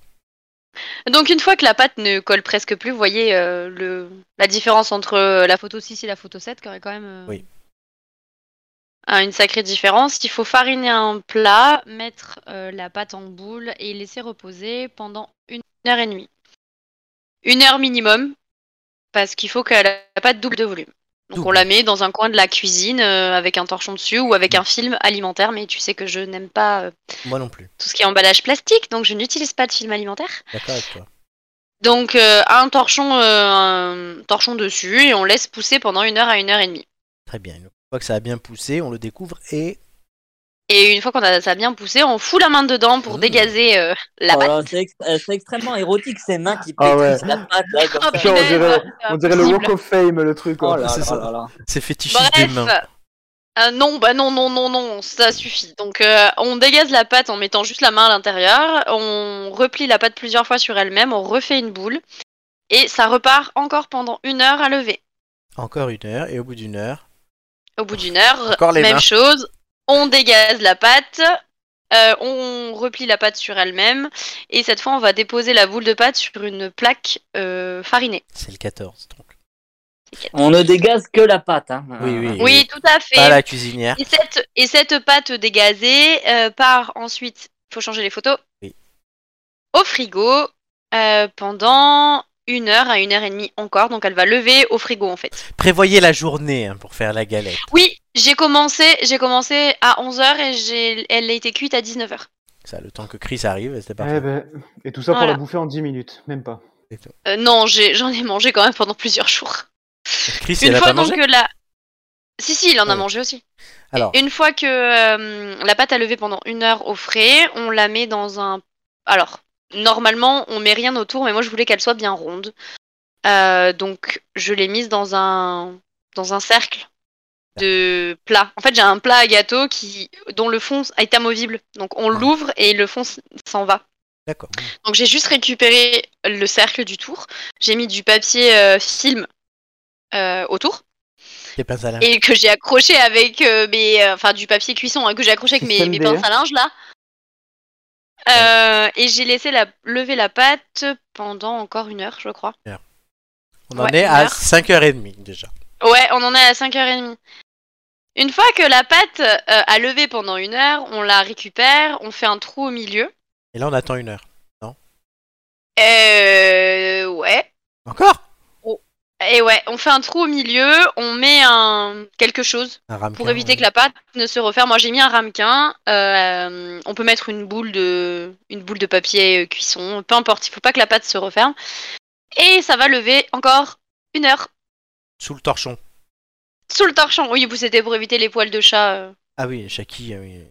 Donc une fois que la pâte ne colle presque plus, vous voyez euh, le, la différence entre euh, la photo 6 et la photo 7 qui aurait quand même euh,
Oui.
un- une sacrée différence. Il faut fariner un plat, mettre euh, la pâte en boule et laisser reposer pendant une heure et demie. Une heure minimum, parce qu'il faut que la la pâte double de volume. Donc on
Double.
la met dans un coin de la cuisine euh, avec un torchon dessus ou
Mm.
avec un film alimentaire, mais tu sais que je n'aime pas euh,
Moi non plus.
tout ce qui est emballage plastique, donc je n'utilise pas de film alimentaire.
D'accord avec toi.
Donc euh, un torchon, euh, un torchon dessus et on laisse pousser pendant une heure à une heure et demie.
Très bien. Une fois que ça a bien poussé, on le découvre et
Et une fois qu'on a ça bien poussé, on fout la main dedans pour
Mmh.
dégazer euh, la
Oh
pâte.
là, c'est ex- euh, c'est extrêmement érotique ces mains qui
Ah ouais.
pétrissent la pâte. Là, comme
Oh,
ça.
Genre, on dirait-
punaise,
On dirait le
impossible.
Walk of Fame, le truc.
Oh
quoi.
*laughs*
là
C'est
là
ça.
là là.
c'est fétichisme des mains.
Bref, euh, non, bah non, non, non, non, ça suffit. Donc euh, on dégaze la pâte en mettant juste la main à l'intérieur, on replie la pâte plusieurs fois sur elle-même, on refait une boule et ça repart encore pendant une heure à lever.
Encore une heure et au bout d'une heure.
Au bout d'une heure,
Encore les
même
mains.
chose. On dégaze la pâte, euh, on replie la pâte sur elle-même, et cette fois, on va déposer la boule de pâte sur une plaque euh, farinée.
C'est le 14 donc.
On ne dégaze que la pâte. Hein.
Oui, oui. Et
oui, tout à fait.
Ah. Pas la cuisinière.
Et, cette, et cette pâte dégazée euh, part ensuite, faut changer les photos,
Oui.
au frigo euh, pendant une heure à une heure et demie encore. Donc, elle va lever au frigo, en fait.
Prévoyez la journée hein, pour faire la galette.
Oui, j'ai commencé, j'ai commencé à 11h et j'ai- elle a été cuite à 19h.
Ça, le temps que Chris arrive, c'est
Eh
parfait.
ben, et tout ça pour
Voilà.
la bouffer en 10 minutes, même pas.
Euh, non, j'ai- j'en ai, mangé quand même pendant plusieurs jours.
Chris,
une
elle a
fois
pas
donc
mangé.
que la. Si, si, il en a
Oui.
mangé aussi.
Alors,
Une fois que euh, la pâte a levé pendant une heure au frais, on la met dans un. Alors, normalement, on met rien autour, mais moi je voulais qu'elle soit bien ronde. Euh, donc, je l'ai mise dans un dans un cercle de plat. En fait, j'ai un plat à gâteau qui dont le fond est amovible. Donc, on l'ouvre et le fond s- s'en va.
d'accord.
Donc j'ai juste récupéré le cercle du tour, j'ai mis du papier euh, film euh, autour
Des pinces à linge.
et que j'ai accroché avec euh, mes, euh, enfin du papier cuisson hein, que j'ai accroché avec mes,
Système
mes
D,
pinces à linge là. Euh, et j'ai laissé la, lever la pâte pendant encore une heure, je crois.
On en
ouais,
est
une
à
heure.
5h30 déjà.
Ouais, on en est à 5h30. Une fois que la pâte euh, a levé pendant une heure, on la récupère, on fait un trou au milieu.
Et là, on attend une heure.
Euh, ouais.
Encore
Et ouais, on fait un trou au milieu, on met un quelque chose
Un ramequin. euh,
pour éviter que la pâte ne se referme. Moi, j'ai mis un ramequin. euh, on peut mettre une boule de une boule de papier euh, cuisson, peu importe. Il faut pas que la pâte se referme. Et ça va lever encore une heure
Sous le torchon.
sous le torchon. Oui, vous c'était pour éviter les poils de chat. euh,
Ah oui, Shaki, ah oui.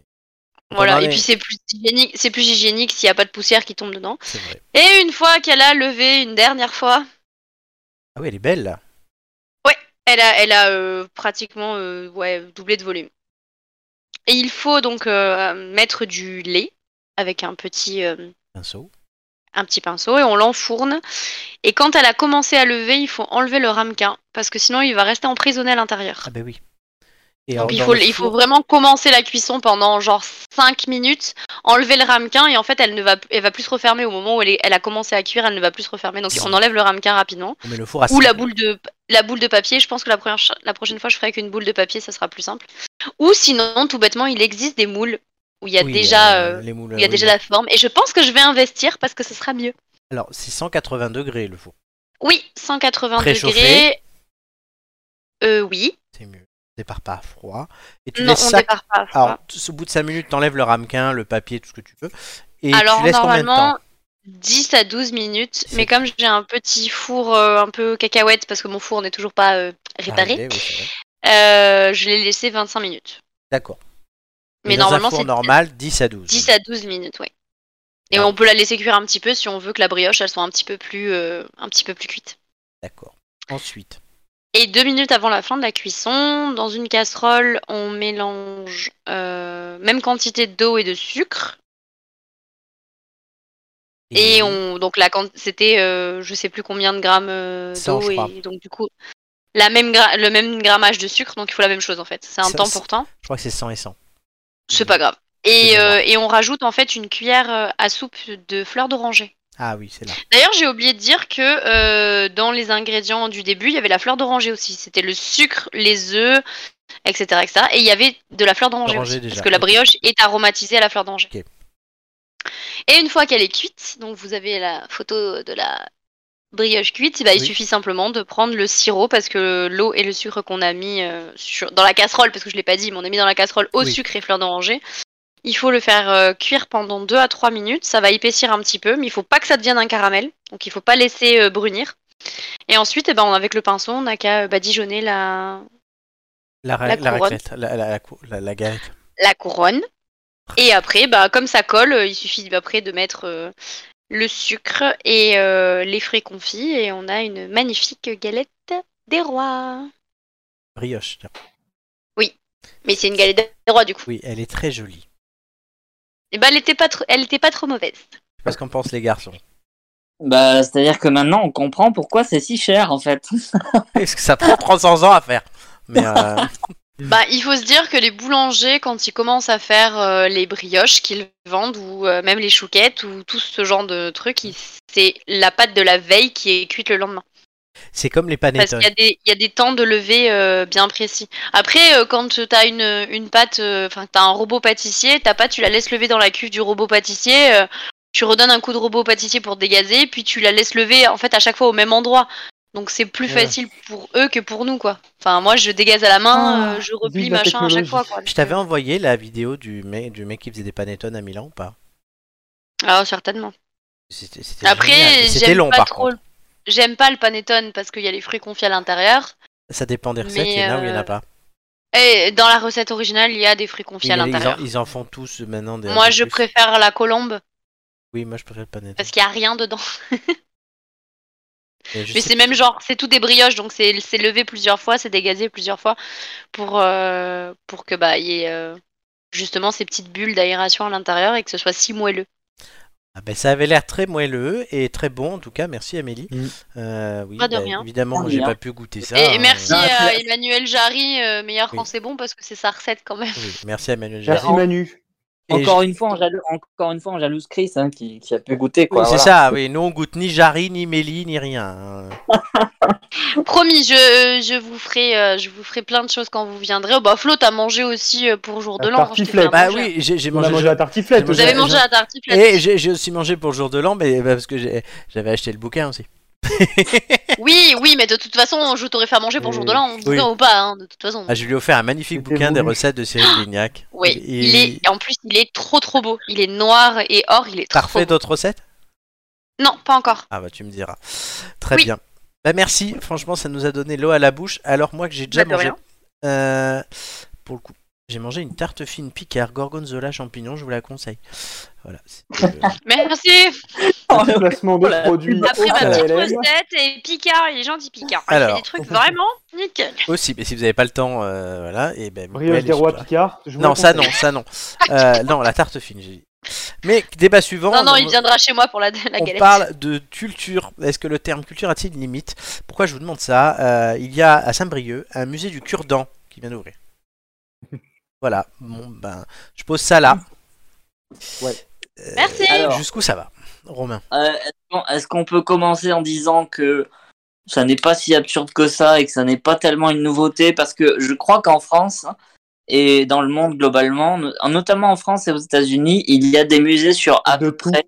On en
voilà. Et
est-
puis c'est plus hygiénique. C'est plus hygiénique s'il y a pas de poussière qui tombe dedans.
C'est vrai.
Et une fois qu'elle a levé une dernière fois,
Ah oui, elle est belle là.
Elle a, elle a euh, pratiquement euh, ouais, doublé de volume. Et il faut donc euh, mettre du lait avec un petit, euh,
Pinceau.
un petit pinceau et on l'enfourne. Et quand elle a commencé à lever, il faut enlever le ramequin parce que sinon il va rester emprisonné à l'intérieur.
Ah ben oui. Et alors,
Donc il
dans
faut,
le
il faut
four-
vraiment commencer la cuisson pendant genre 5 minutes, enlever le ramequin et en fait elle ne va, elle va plus se refermer au moment où elle, est- elle a commencé à cuire, elle ne va plus se refermer. Donc on enlève le ramequin rapidement.
On met le four à
Ou la
100.
boule de la boule de papier. Je pense que la, première, ch- la prochaine fois, je ferai avec une boule de papier, ça sera plus simple. Ou sinon, tout bêtement, il existe des moules où il y a
Oui,
déjà,
euh,
euh,
les moules,
il y a
oui.
déjà la forme. Et je pense que je vais investir parce que ce sera mieux.
Alors, c'est 180 degrés le four.
Oui, 180
Préchauffé.
degrés. Euh, oui.
C'est mieux. On départ pas à froid. Et tu
non,
laisses
on
ça. Ah,
départ pas. à froid.
Alors, t- au bout de 5 minutes, t'enlèves le ramequin, le papier, tout ce que tu veux. Et
Alors,
tu laisses combien de
normalement,
temps
10 à 12 minutes. Mais comme j'ai un petit four euh, un peu cacahuète, parce que mon four n'est toujours pas euh, réparé,
Arrivé, oui, c'est vrai.
euh, je l'ai laissé 25 minutes.
D'accord.
Mais
dans
normalement,
un four
c'est
normal, 10 à 12.
10 à 12 minutes, ouais. Et
Ouais.
on peut la laisser cuire un petit peu si on veut que la brioche elle soit un petit peu plus, euh, un petit peu plus cuite.
D'accord. Ensuite,
Et deux minutes avant la fin de la cuisson, dans une casserole, on mélange euh, même quantité d'eau et de sucre. Et on donc la quanti- c'était euh, je sais plus combien de grammes euh,
Cent,
d'eau
je crois.
et donc du coup la même gra- le même grammage de sucre donc il faut la même chose en fait c'est un
Ça,
temps
c'est- Mm.
pour temps
je crois que c'est 100 et 100.
c'est pas grave
C'est
et,
pas
euh, et on rajoute en fait une cuillère euh, à soupe de fleurs d'oranger
Ah oui, c'est là.
D'ailleurs, j'ai oublié de dire que euh, dans les ingrédients du début, il y avait la fleur d'oranger aussi. C'était le sucre, les œufs, etc., etc. Et il y avait de la fleur d'oranger
D'oranger
aussi,
déjà,
parce que la
ok.
brioche est aromatisée à la fleur d'oranger.
Ok.
Et une fois qu'elle est cuite, donc vous avez la photo de la brioche cuite, bah, il
Oui.
suffit simplement de prendre le sirop parce que l'eau et le sucre qu'on a mis euh, sur, dans la casserole, parce que je l'ai pas dit, mais on a mis dans la casserole au
Oui.
sucre et fleur d'oranger. Il faut le faire euh, cuire pendant 2 à 3 minutes. Ça va épaissir un petit peu, mais il faut pas que ça devienne un caramel. Donc il faut pas laisser euh, brunir. Et ensuite, eh ben, on- avec le pinceau, on n'a qu'à euh, badigeonner la,
La, ra-
La
la
couronne.
raclette, la, la, la, cou- la- la galette.
la couronne. Et après, bah, comme ça colle, euh, il suffit après de mettre euh, le sucre et euh, les frais confits. Et on a une magnifique galette des rois.
Brioche, tiens.
Mais c'est une galette des rois du coup.
oui, elle est très jolie.
Et bah, elle n'était pas, trop- elle était pas trop mauvaise.
Je sais pas ce qu'en pensent les garçons. *laughs*
Bah, c'est-à-dire que maintenant, on comprend pourquoi c'est si cher, en fait.
Parce que ça prend 300 ans à faire. Mais euh,
Bah, il faut se dire que les boulangers, quand ils commencent à faire euh, les brioches qu'ils vendent, ou euh, même les chouquettes, ou tout ce genre de trucs, ils- c'est la pâte de la veille qui est cuite le lendemain.
c'est comme les
Parce
panettone.
qu'il y, a des- il y a des temps de lever euh, bien précis. Après, euh, quand tu as une, une pâte, euh, enfin, tu as un robot pâtissier, ta pâte, tu la laisses lever dans la cuve du robot pâtissier, euh, tu redonnes un coup de robot pâtissier pour dégazer, puis tu la laisses lever, en fait, à chaque fois au même endroit. Donc c'est plus
Ouais.
facile pour eux que pour nous, quoi. Enfin, moi, je dégaze à la main,
Ah,
euh, je replie
vive la
machin à chaque
technologie.
fois, quoi.
Je t'avais envoyé la vidéo du mec, du mec qui faisait des panettones à Milan ou pas
Ah, certainement.
C'était c'était génial.
Après,
Et c'était
j'aime
long
pas
par
trop.
contre.
le- J'aime pas le panettone parce qu'il y a les fruits confits à l'intérieur.
Ça dépend des
Mais,
recettes, il y en a ou il y en a
euh,
pas.
Et dans la recette originale, il y a des fruits confits
Il y
à
en a- ils, en,
l'intérieur.
ils en font tous euh, maintenant des.
Moi,
des
je
plus.
préfère la colombe
Oui, moi je préfère le panettone.
parce qu'il y a rien dedans.
Mais je
Mais
sais
c'est même genre, c'est tout des brioches, donc c'est c'est levé plusieurs fois, c'est dégazé plusieurs fois pour euh, pour que bah il y ait euh, justement ces petites bulles d'aération à l'intérieur et que ce soit si moelleux.
Ah ben, ça avait l'air très moelleux et très bon en tout cas. Merci Amélie.
Mm.
Euh, oui,
Pas de
bah,
rien.
Évidemment,
Pas de
j'ai
rien.
pas pu goûter ça.
et
hein.
merci
Ah,
à
puis-
Emmanuel Jarry, euh, meilleur
Oui.
quand c'est bon parce que c'est sa recette quand même. *laughs*
Oui, merci Emmanuel
Merci
Jarry.
Manu.
Et
Encore une fois, on jalouse, encore une fois, on jalouse Chris, hein, qui, qui a pu goûter, quoi.
Oui, c'est
voilà.
ça, oui, nous on goûte ni Jarry, ni Mélie, ni rien. hein.
Promis, je, je vous ferai euh, je vous ferai plein de choses quand vous viendrez. Bah Flo, t'as mangé aussi euh, pour jour
La
de l'an. hein, je t'ai fait
tartiflette.
à
Bah
manger.
oui, j'ai j'ai
On a
mangé.
mangé la tartiflette.
j'ai
Vous avez
je-
mangé la tartiflette.
Et j'ai j'ai aussi mangé pour le jour de l'an, mais bah, parce que j'ai- j'avais acheté le bouquin aussi.
Oui, oui, mais de toute façon, je t'aurais fait à manger pour jour de l'an, on
Oui.
ou pas, hein, de toute façon.
Ah, je lui ai offert un magnifique
C'était
bouquin des
voulu.
recettes de Cyril Lignac.
Ah, Oui,
Et-
il est et en plus il est trop trop beau. Il est noir et or, il est trop
Parfait
beau.
d'autres recettes
Non, pas encore.
Ah bah tu me diras. Très
Oui.
bien. Bah merci, franchement ça nous a donné l'eau à la bouche. Alors moi que j'ai déjà
Bah, de
mangé.
rien.
Euh, pour le coup, j'ai mangé une tarte fine Picard gorgonzola champignon, je vous la conseille. Voilà. c'était euh,
*laughs*
le-
Merci.
*laughs*
Un
Oh
placement de
Voilà.
produits.
Après ma
Ah,
petite
LM.
recette et Picard, il est gentil Picard.
Alors.
Il fait des trucs vraiment nickel.
Aussi, mais si vous n'avez pas le temps, euh, voilà. Et ben, vous pouvez
Brioche
aller
des rois
sur-
Picard. je vous
Non,
le
ça non,
conseille.
ça non. Euh, non, la tarte fine, j'ai dit. Mais débat suivant.
Non non,
on-
il viendra chez moi pour la, la
On
galette.
parle de culture. Est-ce que le terme culture a-t-il une limite Pourquoi je vous demande ça Euh, Il y a à Saint-Brieuc un musée du cure-dent qui vient d'ouvrir. voilà. Bon, ben, je pose ça là.
Ouais.
Euh,
Merci.
Alors.
Jusqu'où ça va Romain.
Euh, est-ce qu'on- Est-ce qu'on peut commencer en disant que ça n'est pas si absurde que ça et que ça n'est pas tellement une nouveauté Parce que je crois qu'en France et dans le monde globalement, no- notamment en France et aux États-Unis, il y a des musées sur à
De
peu
tout.
près.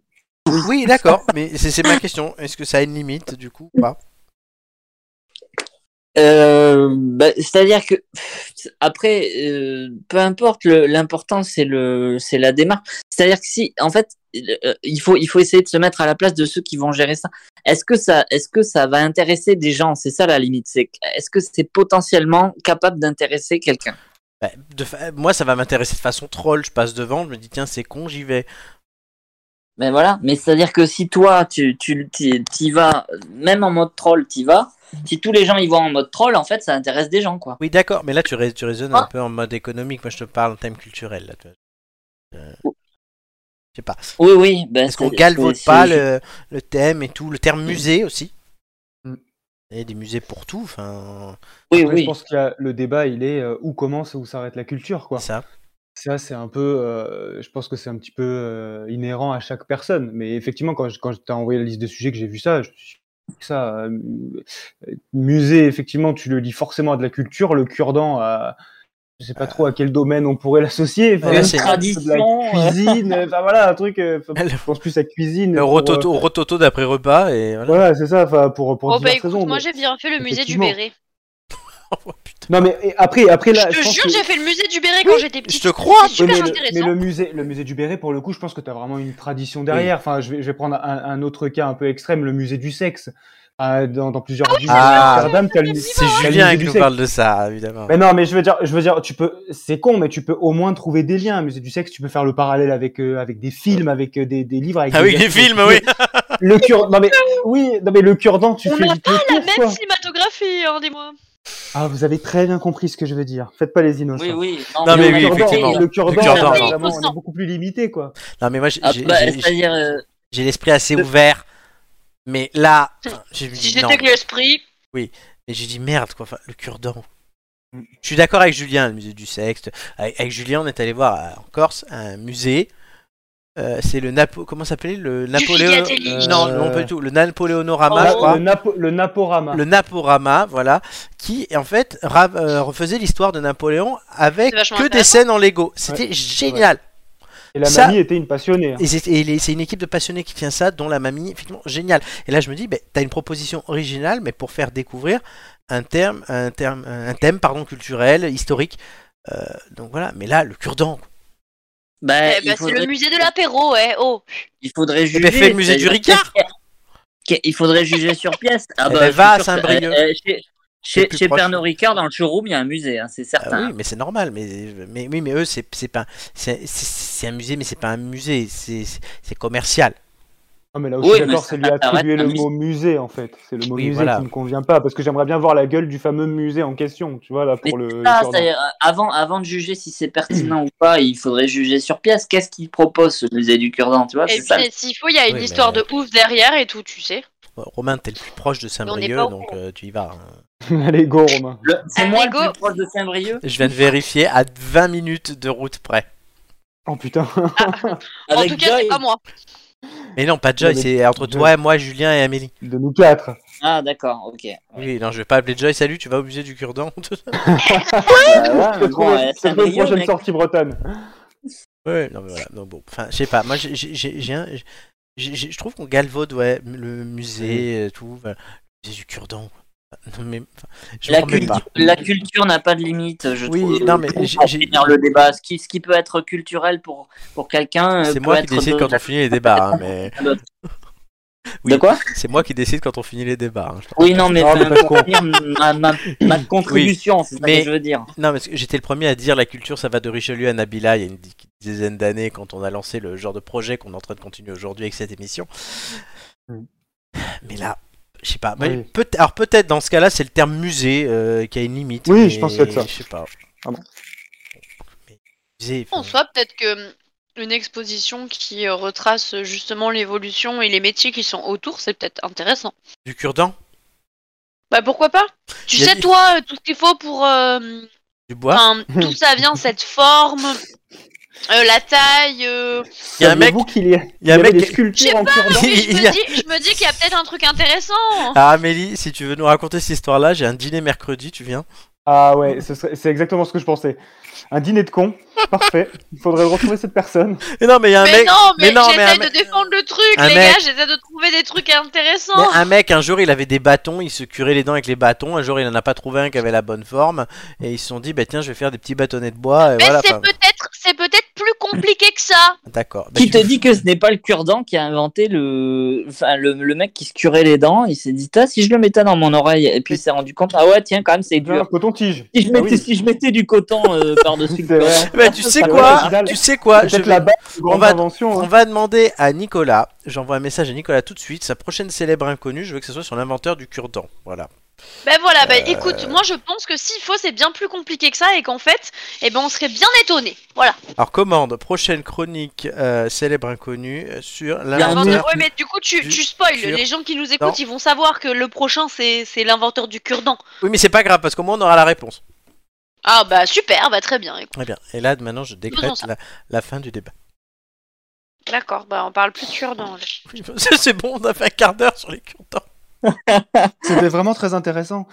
Oui, d'accord, mais c'est c'est ma question. Est-ce que ça a une limite du coup ou pas
Euh, bah, c'est-à-dire que pff, après, euh, peu importe, le- l'important c'est le, c'est la démarche. C'est-à-dire que si, en fait, il euh, il faut, il faut essayer de se mettre à la place de ceux qui vont gérer ça. Est-ce que ça, est-ce que ça va intéresser des gens C'est ça la limite. C'est, que- est-ce que c'est potentiellement capable d'intéresser quelqu'un
Bah, de fa- Moi, ça va m'intéresser de façon troll. Je passe devant, je me dis, tiens, c'est con, j'y vais.
Mais Ben voilà. Mais c'est-à-dire que si toi, tu, tu, t'y t'y vas, même en mode troll, t'y vas. Si tous les gens y vont en mode troll, en fait, ça intéresse des gens, quoi.
Oui, d'accord, mais là, tu, rais- tu raisonnes un
Oh.
Ah.
peu en mode économique. Moi, je te parle en thème culturel. Là, tu vois. Euh, Je sais pas.
Oui, oui. Ben,
Est-ce qu'on
c'est-
galvaude
c'est-
pas
c'est-
le, le thème et tout Le terme musée aussi
Mm.
Et des musées pour tout, enfin,
Oui,
Après, Je
oui.
pense que le débat, il est euh, où commence, où s'arrête la culture, quoi.
ça.
Ça, c'est un peu, euh, je pense que c'est un petit peu euh, inhérent à chaque personne. Mais effectivement, quand je, quand je t'ai envoyé la liste des sujets que j'ai vu ça, je me suis dit que ça, euh, euh, musée, effectivement, tu le lis forcément à de la culture, le cure-dent à, je sais pas trop à quel domaine on pourrait l'associer. Enfin,
Ouais,
un
c'est-
peu de
Tradition,
la cuisine, euh, enfin voilà, un truc, euh,
*laughs*
Ah bah,
enfin,
Le-
je pense plus à cuisine.
Le
euh,
pour,
rototo, rototo d'après repas et
euh,
voilà.
voilà, c'est ça, enfin, pour, pour
Oh bah
diverses
écoute,
raisons,
moi
mais-
j'ai bien fait le musée du
Effectivement.
Béret.
Oh, putain.
Non, mais et après, après là.
je te
pense
jure,
que-
j'ai fait le musée du Béret quand j'étais
Je
petite.
te crois.
C'est super
Oui, mais, le, mais
intéressant.
le musée, le musée du Béret, pour le coup, je pense que tu as vraiment une tradition derrière. Enfin, je vais, je vais prendre un, un autre cas un peu extrême, le musée du sexe. Euh, dans, dans plusieurs villes
Ah.
d'Amsterdam, t'as le-
C'est
hein.
t'as le
Julien
musée
qui
du
nous
sexe.
parle de ça, évidemment.
Mais non, mais je veux dire, je veux dire, tu peux, c'est con, mais tu peux au moins trouver des liens. Musée du sexe, tu peux faire le parallèle avec euh, avec des films, avec euh, des, des livres, avec
Ah oui, les
versions.
films, oui.
Le cure, non mais oui, non mais le cure-dent, tu
On
fais
n'a
vite le
La
tour, quoi.
même cinématographie, hein, dis-moi.
Ah, vous avez très bien compris ce que je veux dire. Faites pas les innocents.
Oui, oui.
Non, mais
le
oui,
cure-dent,
effectivement.
Le cure-dent,
cure-dent,
euh,
non.
vraiment, on est beaucoup plus limité, quoi.
Non, mais moi, j'ai
Ah,
j'ai-
bah,
j'ai-
C'est-à-dire, euh,
j'ai l'esprit assez ouvert. Mais là, enfin, j'ai
Si
dit
j'étais
non.
avec l'esprit,
Et j'ai dit merde, quoi. Enfin, le cure-dent. Je suis d'accord avec Julien, le musée du sexe. Avec, avec Julien, on est allé voir euh, en Corse un musée. Euh, c'est le Napo. Comment ça s'appelait Le Napoléon. Euh,
Figatelli.
Non, non, pas du tout. Le Napoléonorama,
Oh.
je crois.
Le, napo- le Naporama.
le Naporama, voilà, qui en fait ra- euh, refaisait l'histoire de Napoléon avec
C'est vachement
que des
intéressant.
scènes en Lego. C'était génial.
Et la
Ça-
mamie était une passionnée. hein.
Et c'est et les- c'est une équipe de passionnés qui tient ça, dont la mamie, effectivement, génial. Et là, je me dis, ben, t'as une proposition originale, mais pour faire découvrir un terme, un terme, un thème, pardon, culturel, historique. Euh, donc voilà. Mais là, le cure-dent.
bah,
eh ben,
il,
c'est le
faudrait,
musée de l'apéro, ouais. Oh,
il faudrait
Eh
juger.
ben, fais le musée du
c'est-à-dire-
Ricard.
Ok, Il faudrait juger sur pièce. Ah
Eh
bah,
ben,
je suis
va à
sûr que-
Saint-Brieuc.
euh, euh,
C'est
chez chez,
plus
chez
proche.
Pernod Ricard, dans le showroom, il y a un musée, hein, c'est
Ah
certain.
oui, mais c'est normal. Mais, mais oui, mais eux, c'est c'est pas, c'est c'est- c'est un musée, mais c'est pas un musée. C'est c'est- c'est commercial.
Non, mais là aussi,
Oui, mais
d'accord,
ça
c'est lui
apparaît
attribuer
un
le
musée.
mot musée, en fait. C'est le mot
Oui,
musée
voilà.
qui ne convient pas, parce que j'aimerais bien voir la gueule du fameux musée en question, tu vois, là,
Mais
pour le.
c'est
le
ça,
cordon.
c'est-à-dire, euh, avant, avant de juger si c'est pertinent ou pas, il faudrait juger sur pièce. Qu'est-ce qu'il propose ce musée du cure-dent Tu vois,
et
Ah, c'est ça.
puis s'il faut, il y a une
Oui,
histoire
mais-
de ouf derrière et tout, tu sais.
Ouais, Romain, t'es le plus proche de Saint-Brieuc,
pas au
donc euh, tu y vas. hein.
*laughs* Allez, go, Romain.
Le- C'est
Un
moi le
Lego.
plus proche de Saint-Brieuc.
Je viens de vérifier à 20 minutes de route près.
Oh putain. *laughs*
En
Avec
tout cas,
Joy.
c'est pas moi.
Mais non, pas Joyce,
mais-
c'est entre toi, moi, Julien et Amélie.
De nous quatre.
Ah, d'accord, ok.
Oui, non, je vais pas appeler Joyce. Salut, tu vas au musée du cure-dent *laughs*
Bah,
Ah,
ouais,
*laughs* Je te
mais
trouve
bon, euh,
je te trouve une
Saint-Brieuc,
prochaine
mec.
sortie bretonne.
Ouais, non, mais voilà. Non, bon, enfin, je sais pas. Moi, j'ai- j'ai- j'ai j'ai un- j'ai- j'ai- Je trouve qu'on galvaude, ouais, le musée, euh, tout. voilà. Le musée du cure-dent. quoi. Non, mais enfin, je
La
comprends même pas.
culture, la culture n'a pas de limite, je
Oui,
trouve.
non, mais
pour-
j'ai-
pour
j'ai-
finir le débat, ce qui, ce qui peut être culturel pour, pour quelqu'un. euh,
C'est
peut
moi qui
être
décide
de-
quand on finit les débats. hein, mais oui.
De quoi
c'est moi qui décide quand on finit les débats. hein, je
Oui, non, mais
Non, mais
enfin,
parce
pour
qu'on-
finir, ma, ma- ma contribution, c'est ça
mais- bah,
que je veux dire.
Non, mais j'étais le premier à dire la culture, ça va de Richelieu à Nabila il y a une di- dizaine d'années quand on a lancé le genre de projet qu'on est en train de continuer aujourd'hui avec cette émission.
Mm.
Mais là, je sais pas. mais
Oui.
peut- alors peut-être dans ce cas-là, c'est le terme musée euh, qui a une limite.
Oui,
mais
je pense qu'il y a de ça.
Je sais pas.
Ah bon
Mais musée,
En
enfin,
soi, peut-être que hum, une exposition qui euh, retrace euh, justement l'évolution et les métiers qui sont autour, c'est peut-être intéressant.
du cure-dent,
Bah pourquoi pas Tu
Il y a
sais,
des- Ah.
toi, euh, tout ce qu'il faut pour. euh,
du bois.
Enfin, d'où ça
*laughs*
vient cette forme, euh, la taille. euh,
Il y a un mec.
Saviez-vous qu'il y a,
Il y a un mec.
des
qui-
sculptures en cure
Non, mais
*laughs*
je,
Il y a-
me dis, je me dis qu'il y a peut-être un truc intéressant.
Ah, Amélie, si tu veux nous raconter cette histoire-là, j'ai un dîner mercredi, tu viens
Ah ouais, ce serait- c'est exactement ce que je pensais. Un dîner de cons, parfait. Il faudrait retrouver cette personne.
Mais non, mais il y a un
mais,
mec.
non, mais,
mais non, mais
j'essaie
un mec-
de défendre le truc,
un
les
mec-
gars, j'essaie de trouver des trucs
Mais
intéressants.
un mec, un jour, il avait des bâtons, il se curait les dents avec les bâtons. Un jour, il en a pas trouvé un qui avait la bonne forme. Et ils se sont dit, bah tiens, je vais faire des petits bâtonnets de bois. Et
Mais
voilà,
c'est
enfin,
peut-être, c'est peut-être plus compliqué que ça.
d'accord. Bah, tu-
Qui te dit que ce n'est pas le cure-dent qui a inventé le... Enfin, le, le mec qui se curait les dents Il s'est dit, ah, si je le mettais dans mon oreille, et puis il s'est rendu compte, ah ouais, tiens, quand même, c'est
Un
dur.
coton-tige.
Si je,
Ah
mettais,
oui.
si je mettais du coton
*laughs*
euh, par-dessus
C'est
le
vrai.
cure-dent.
Bah, tu sais
Ah, ouais,
quoi
Vidal,
Tu sais
Bah,
quoi je
Peut-être
vais-
la base de grande
on va-
invention.
On
hein.
va demander à Nicolas, j'envoie un message à Nicolas tout de suite, sa prochaine célèbre inconnue, je veux que ce soit sur l'inventeur du cure-dent. Voilà.
Ben voilà, ben
Euh,
écoute, moi je pense que s'il faut, c'est bien plus compliqué que ça et qu'en fait, eh ben on serait bien étonné. Voilà.
Alors commande, prochaine chronique euh, célèbre inconnue euh, sur
L'inventeur-
l'inventeur.
Ouais, mais du coup, tu,
du
tu spoil.
cure-
Les gens qui nous
Non.
écoutent, ils vont savoir que le prochain, c'est c'est l'inventeur du cure-dent.
Oui, mais c'est pas grave parce qu'au moins on aura la réponse.
Ah bah super, bah très bien. écoute.
Très bien. Et là, maintenant, je
Faisons
décrète
ça.
la, la fin du débat. *laughs*
D'accord, bah on parle plus de cure-dent. là.
Oui, C'est bon, on a fait un quart d'heure sur les cure-dents.
C'était vraiment très intéressant.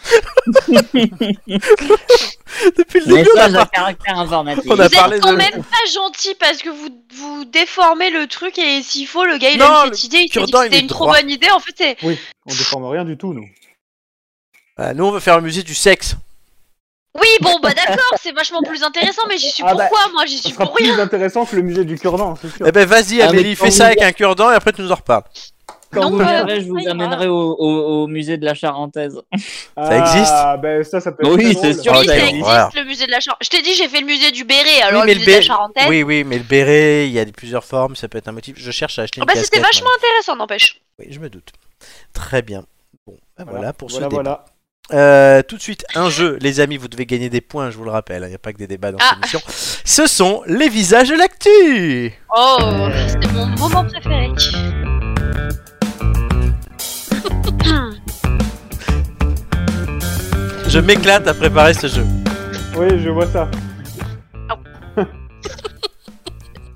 Depuis le début, on a
Message à
pas-
caractère informatique.
On a
vous
parlé
êtes quand
de-
même pas gentil parce que vous vous déformez le truc et s'il faut, le gars il
Non,
a eu cette idée, il s'est dit
cure-dent,
que
il est
c'était une trop
droit.
bonne idée. En fait, c'est.
On déforme rien du tout, nous.
Euh, nous, on veut faire le musée du sexe.
Oui, bon, bah d'accord, c'est vachement plus intéressant, mais j'y suis
Ah
pour
bah,
quoi moi J'y
Ce
suis
sera
pour rien.
plus intéressant que le musée du cure-dent, hein. c'est sûr.
Eh ben, vas-y,
Ah, mais
Amélie,
quand
fais ça
vous-
avec un cure-dent et après, tu nous en reparles.
Quand
Non,
vous
bah,
viendrez, je vous
ça ira.
amènerai au, au- au musée de la Charentaise.
Ça existe
Ah, ben ça, ça peut être
Oui,
très
c'est
drôle.
sûr.
Oh,
oui, ça
d'accord,
existe,
voilà.
le musée de la Charente. Je t'ai dit, j'ai fait le musée du Béret, alors
mais le
le musée de la
Bé-
Charentaise.
Oui, oui, mais le béret, il y a plusieurs formes, ça peut être un motif. Je cherche à acheter une
Ah bah c'était
casquette, moi.
vachement intéressant, n'empêche.
Oui, je me doute. Très bien. Bon, ben voilà, pour ce
voilà,
débat.
voilà.
Euh, tout de suite, un jeu, les amis, vous devez gagner des points, je vous le rappelle, il n'y a pas que des débats dans
Ah.
cette émission. Ce sont les visages de l'actu
Oh,
Euh.
c'était mon moment préféré.
Je m'éclate à préparer ce jeu.
Oui, je vois ça.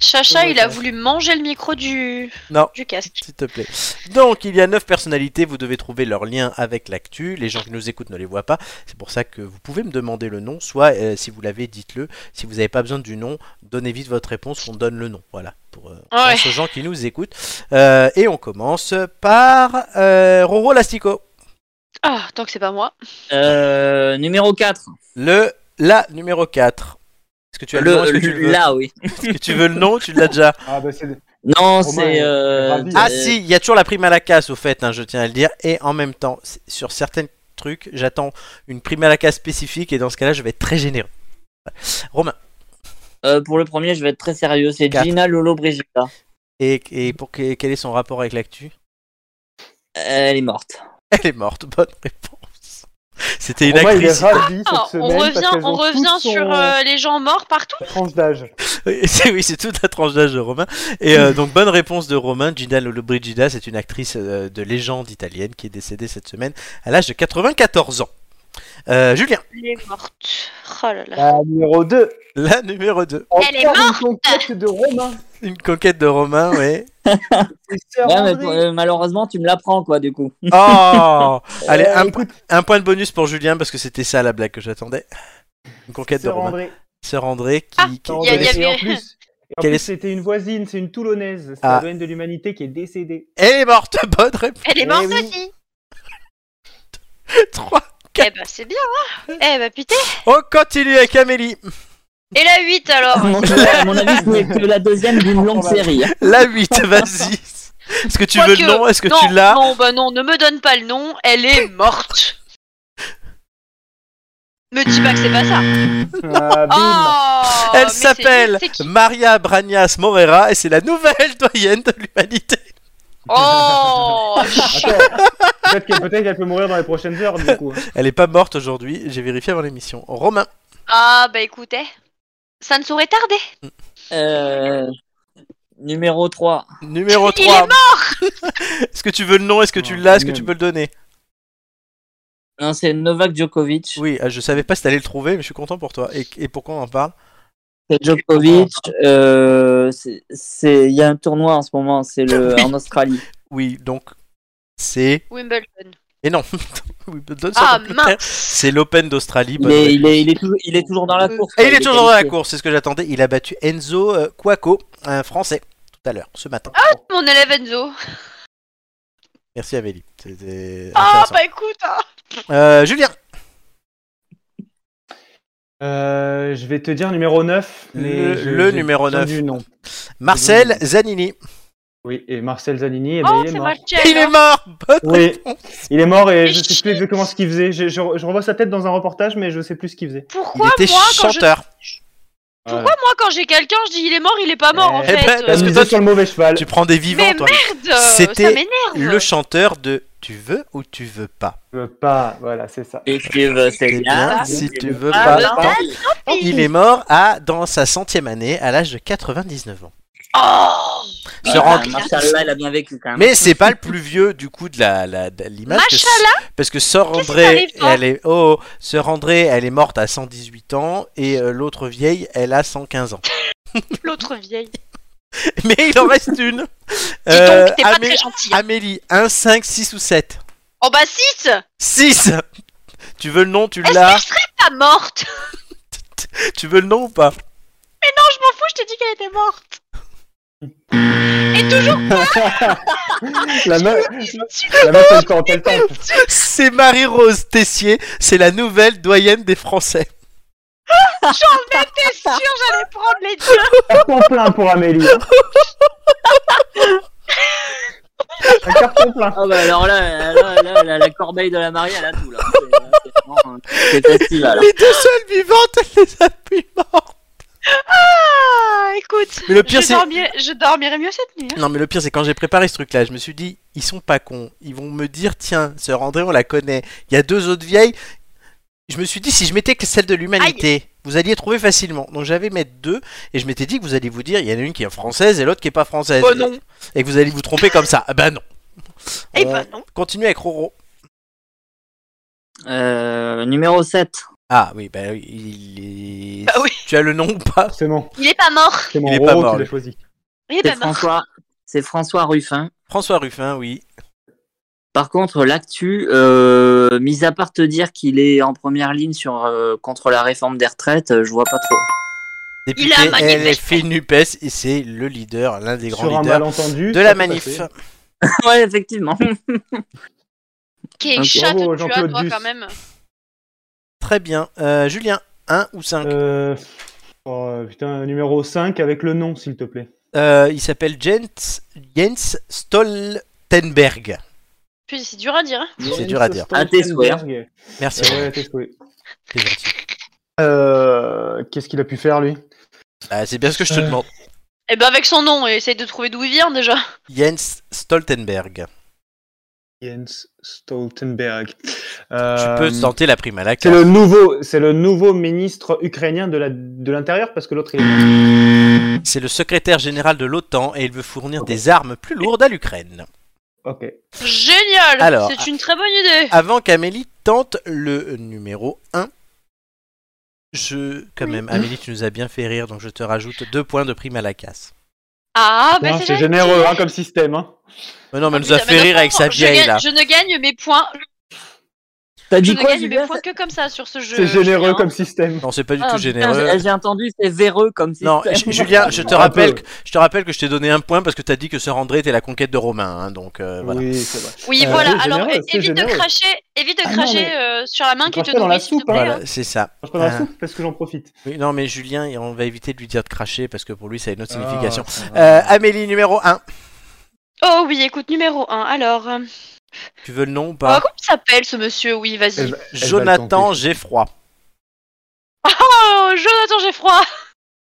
Chacha,
Ouais,
il a
ouais.
voulu manger le micro du,
bah. Non.
du casque.
S'il te plaît. Donc, il y a 9 personnalités, vous devez trouver leur lien avec l'actu. Les gens qui nous écoutent ne les voient pas, c'est pour ça que vous pouvez me demander le nom, soit euh, si vous l'avez, dites-le. Si vous n'avez pas besoin du nom, donnez vite votre réponse, on donne le nom. Voilà, pour euh, on
Ouais.
pense aux gens qui nous écoutent. Euh, et on commence par euh, Roro Lastico.
Ah, tant que c'est pas moi.
Euh, numéro 4.
Le la numéro 4. Est-ce que tu as le, nom Est-ce que tu le veux
là, oui.
Est-ce que tu veux le nom Tu l'as déjà
Ah, ben c'est.
Non,
Romain
c'est.
est
euh,
ravi.
Ah
euh,
si, il y a toujours la prime à la casse au fait, hein, je tiens à le dire. Et en même temps, c- sur certains trucs, j'attends une prime à la casse spécifique et dans ce cas-là, je vais être très généreux. Voilà. Romain.
euh, pour le premier, je vais être très sérieux. C'est
Quatre.
Gina Lolo Brigitta.
Et, et pour que- quel est son rapport avec l'actu
Elle est morte.
Elle est morte, bonne réponse. C'était une
Romain, il
actrice.
est ravi
Ah,
cette semaine.
on revient,
parce qu'elles
on
ont
revient
toutes
sur
son-
euh, les gens morts partout.
sa tranche d'âge.
Oui, c'est oui, c'est toute la tranche d'âge de Romain. Et euh, donc, bonne réponse de Romain. Gina Lollobrigida, c'est une actrice euh, de légende italienne qui est décédée cette semaine à l'âge de 94 ans. Euh, Julien,
Les mortes. Oh là là.
La numéro 2.
la numéro 2.
Elle est
une conquête de Romain.
Une conquête de Romain,
*laughs*
oui.
C'est Sœur
Ouais, mais
André.
pour- euh, malheureusement, tu me l'apprends, quoi, du coup.
Oh Allez,
Euh,
un,
écoute,
un point de bonus pour Julien parce que c'était ça la blague que j'attendais. Une conquête de
Sœur
Romain.
André.
Sœur André qui.
Ah,
qui-
Sœur
Il y a- il y
André.
avait-
Et en plus, et en
Quelle
plus,
est-
c'était une voisine, c'est une Toulonnaise. C'est
Ah.
la doyenne de l'humanité qui est décédée.
*laughs*
Elle est morte *laughs* Bonne réponse
Elle est
Eh
morte
oui.
aussi.
3
Eh bah c'est bien, hein. Eh bah putain.
On continue avec Amélie
Et la 8
*laughs*
alors.
À mon, à mon avis, c'est que la deuxième d'une longue série.
La
*laughs*
8, vas-y Est-ce que *laughs* tu veux
Quoique,
le nom Est-ce que
non,
tu l'as
Non, bah non, ne me donne pas le nom, elle
*laughs*
est morte. me dis pas que c'est pas ça.
Ah, bim.
Oh,
Elle
mais c'est-
s'appelle
c'est qui
Maria Bragnas Morera et c'est la nouvelle *laughs* doyenne de l'humanité. *laughs*
Oh
Attends, peut-être qu'elle peut-être qu'elle peut mourir dans les prochaines heures, du coup.
Elle est pas morte aujourd'hui, j'ai vérifié avant l'émission. Romain.
Ah bah écoutez, ça ne saurait tarder.
Euh, numéro 3.
Numéro
Il
3.
est
mort *laughs* Est-ce que tu veux le nom Est-ce que tu
Oh,
l'as Est-ce que
quand
tu
même.
peux le donner
Non, c'est Novak Djokovic.
Oui, euh, je savais pas si t'allais le trouver, mais je suis content pour toi. Et, et pourquoi on en parle
C'est Djokovic. euh, c'est- c'est- Il y a un tournoi en ce moment, c'est le
*laughs* Oui.
en Australie.
Oui, donc c'est.
Wimbledon.
*laughs* Mais non Wimbledon, ça
Ah
va plus tard.
mince
C'est l'Open d'Australie.
Il
bonne
est,
nouvelle.
il, est, il, est toujours, il est toujours dans la
Et
course.
Et il est toujours dans la
qualifié.
course, c'est ce que j'attendais. Il a battu Enzo euh, Cuoco, un Français, tout à l'heure, ce matin.
Mon élève Enzo
Merci Amélie. C'était
Ah
intéressant.
bah écoute hein.
Euh, Julien,
*laughs* Euh, je vais te dire numéro 9.
Le-
Mais je-
le
j'ai
numéro
besoin
9.
Du nom.
Marcel Zanini.
Oui, et Marcel Zanini, eh ben,
Oh
il est
c'est
mort.
ma
Il est mort Bonne
*laughs*
Oui,
réponse.
il est mort et je
Et
sais plus
shit.
exactement ce qu'il faisait. Je, je, je revois sa tête dans un reportage, mais je sais plus ce qu'il faisait.
Il
Pourquoi
était
moi quand je...
chanteur.
Pourquoi moi quand j'ai quelqu'un je dis il est mort il est pas mort en
Eh
fait
ben,
Parce
Parce que
que
toi,
sur le mauvais cheval.
Tu prends des vivants,
Mais
toi.
merde euh,
C'était
ça m'énerve
Le chanteur de Tu veux ou tu veux pas
Je veux pas, voilà,
*laughs*
c'est ça.
Et tu veux, c'est
Eh
bien.
bien, si tu veux
Ah,
pas,
bah,
tant
tant
pis. il est mort à, dans sa centième année, à l'âge de 99 ans.
Oh
Se
Voilà,
rendre-
Machallah, il a bien vécu quand même.
Mais c'est pas le plus vieux du coup de la la- de l'image. que-
Machallah
Parce que Sœur
Qu'est-ce qui
André,
t'arrive, toi
elle est oh, Sœur André, elle est morte à 118 ans et euh, l'autre vieille, elle a 115 ans. *laughs*
l'autre vieille
Mais il en reste une.
Dis
Euh,
donc t'es pas
Amé-
très hein. gentil
Amélie, 1, 5, 6 ou 7
Oh bah 6
6 *laughs* Tu veux le nom, tu
Est-ce
l'as
que je serais pas morte
Tu veux le nom ou pas
Je m'en fous je t'ai dit qu'elle était morte
La meuf, la meuf elle tente, elle tente.
C'est Marie-Rose Tessier, c'est la nouvelle doyenne des Français.
T'es sûr j'allais prendre les deux
Un carton plein pour Amélie. Un carton plein.
Ah bah alors là, là, là, là, la corbeille de la mariée, elle a tout là. C'est- là, c'est vraiment, euh, C'est festival.
Les deux seules vivantes, elle les a plus mortes.
Ah écoute
Mais le pire,
je,
c'est-
dormirais, je dormirais mieux cette nuit hein.
Non, mais le pire, c'est quand j'ai préparé ce truc-là, je me suis dit, ils sont pas cons. Ils vont me dire, tiens, Sœur André, on la connaît. Il y a deux autres vieilles. Je me suis dit, si je mettais que celle de l'humanité, vous alliez trouver facilement. Donc j'avais mettre deux, et je m'étais dit que vous alliez vous dire, il y en a une qui est française et l'autre qui est pas française.
Oh non
Et que vous allez vous tromper comme ça. Ah bah non.
Eh
On
bah non
Continue avec Roro.
Euh, numéro 7.
Ah oui, bah oui, il est...
Bah oui.
Tu as le nom ou pas
C'est bon,
Il est pas mort
c'est mon
Il est
Roro
pas mort,
qui l'a
lui.
choisi.
Il est
C'est
pas mort
François, c'est François Ruffin.
François Ruffin, oui.
Par contre, l'actu, euh, mis à part te dire qu'il est en première ligne sur euh, contre la réforme des retraites, euh, je vois pas trop. *laughs*
Député
a manifesté.
LFI NUPES E et c'est le leader, l'un des grands
Sur un
leaders
malentendu.
de
ça
la
peut
manif.
passer.
ouais, effectivement.
Quel
Ok,
chat
bravo,
tu as
Jean-Claude
toi
Duss.
quand même
Très bien. Euh, Julien, 1 ou 5
Euh, oh, putain, numéro 5 avec le nom, s'il te plaît.
Euh, Il s'appelle Jens, Jens Stoltenberg.
Puis c'est dur à dire hein.
C'est dur à dire.
À tes souhaits.
Euh, Ouais,
Merci.
à tes souhaits.
C'est gentil.
Euh, Qu'est-ce qu'il a pu faire, lui
Ah, c'est bien ce que je te
Euh.
demande.
Eh ben avec son nom essaye de trouver d'où il vient déjà
Jens Stoltenberg.
Jens Stoltenberg.
Tu
Euh,
peux tenter la prime à la
C'est le nouveau, c'est le nouveau ministre ukrainien de la de l'intérieur parce que l'autre il est.
C'est le secrétaire général de l'OTAN et il veut fournir des armes plus lourdes à l'Ukraine.
Ok.
Génial
Alors,
C'est une très bonne idée
Avant qu'Amélie tente le numéro 1, je. Quand même, Amélie, tu nous as bien fait rire, donc je te rajoute deux points de prime à la casse.
Ah
Hein,
bah
c'est
c'est
généreux hein, comme système. Hein.
Mais non, mais elle nous
Putain,
a
Ah, mais
fait rire
non,
avec sa
je gagne-
vieille là.
Je ne gagne mes points,
T'as
je
dit
ne
quoi
gagne
Julien
mes points que comme ça sur ce jeu.
C'est généreux
Julien.
comme système.
Non, c'est pas du
Ah,
tout
putain,
généreux.
J'ai j'ai entendu, c'est véreux comme si.
Non, Ju- *laughs* Julien, je te rappelle,
Un peu.
que, je te rappelle que je t'ai donné un point parce que t'as dit que Sœur André était la conquête de Romain, hein, donc euh, voilà.
Oui, c'est vrai.
Oui,
Euh,
voilà.
c'est
Alors
généreux,
é-
c'est
évite de
généreux.
cracher, évite de
Ah non,
cracher
mais-
euh, sur la main qui te
Cracher dans
nourrit,
la
s'il te
soupe,
plaît.
Voilà,
hein.
c'est ça.
Je prends la
Ah.
soupe parce que j'en profite.
Oui, non, mais Julien, on va éviter de lui dire de cracher parce que pour lui, ça a une autre signification.
Ah, ça va.
Euh, Amélie, numéro 1.
Oh oui, écoute numéro 1. Alors, euh,
Tu veux le nom ou
oh,
pas
comment il s'appelle ce monsieur Oui,
Elle
vas-y.
va- elle va le
Jonathan
tenter.
Geffroy.
Oh, Jonathan Geffroy.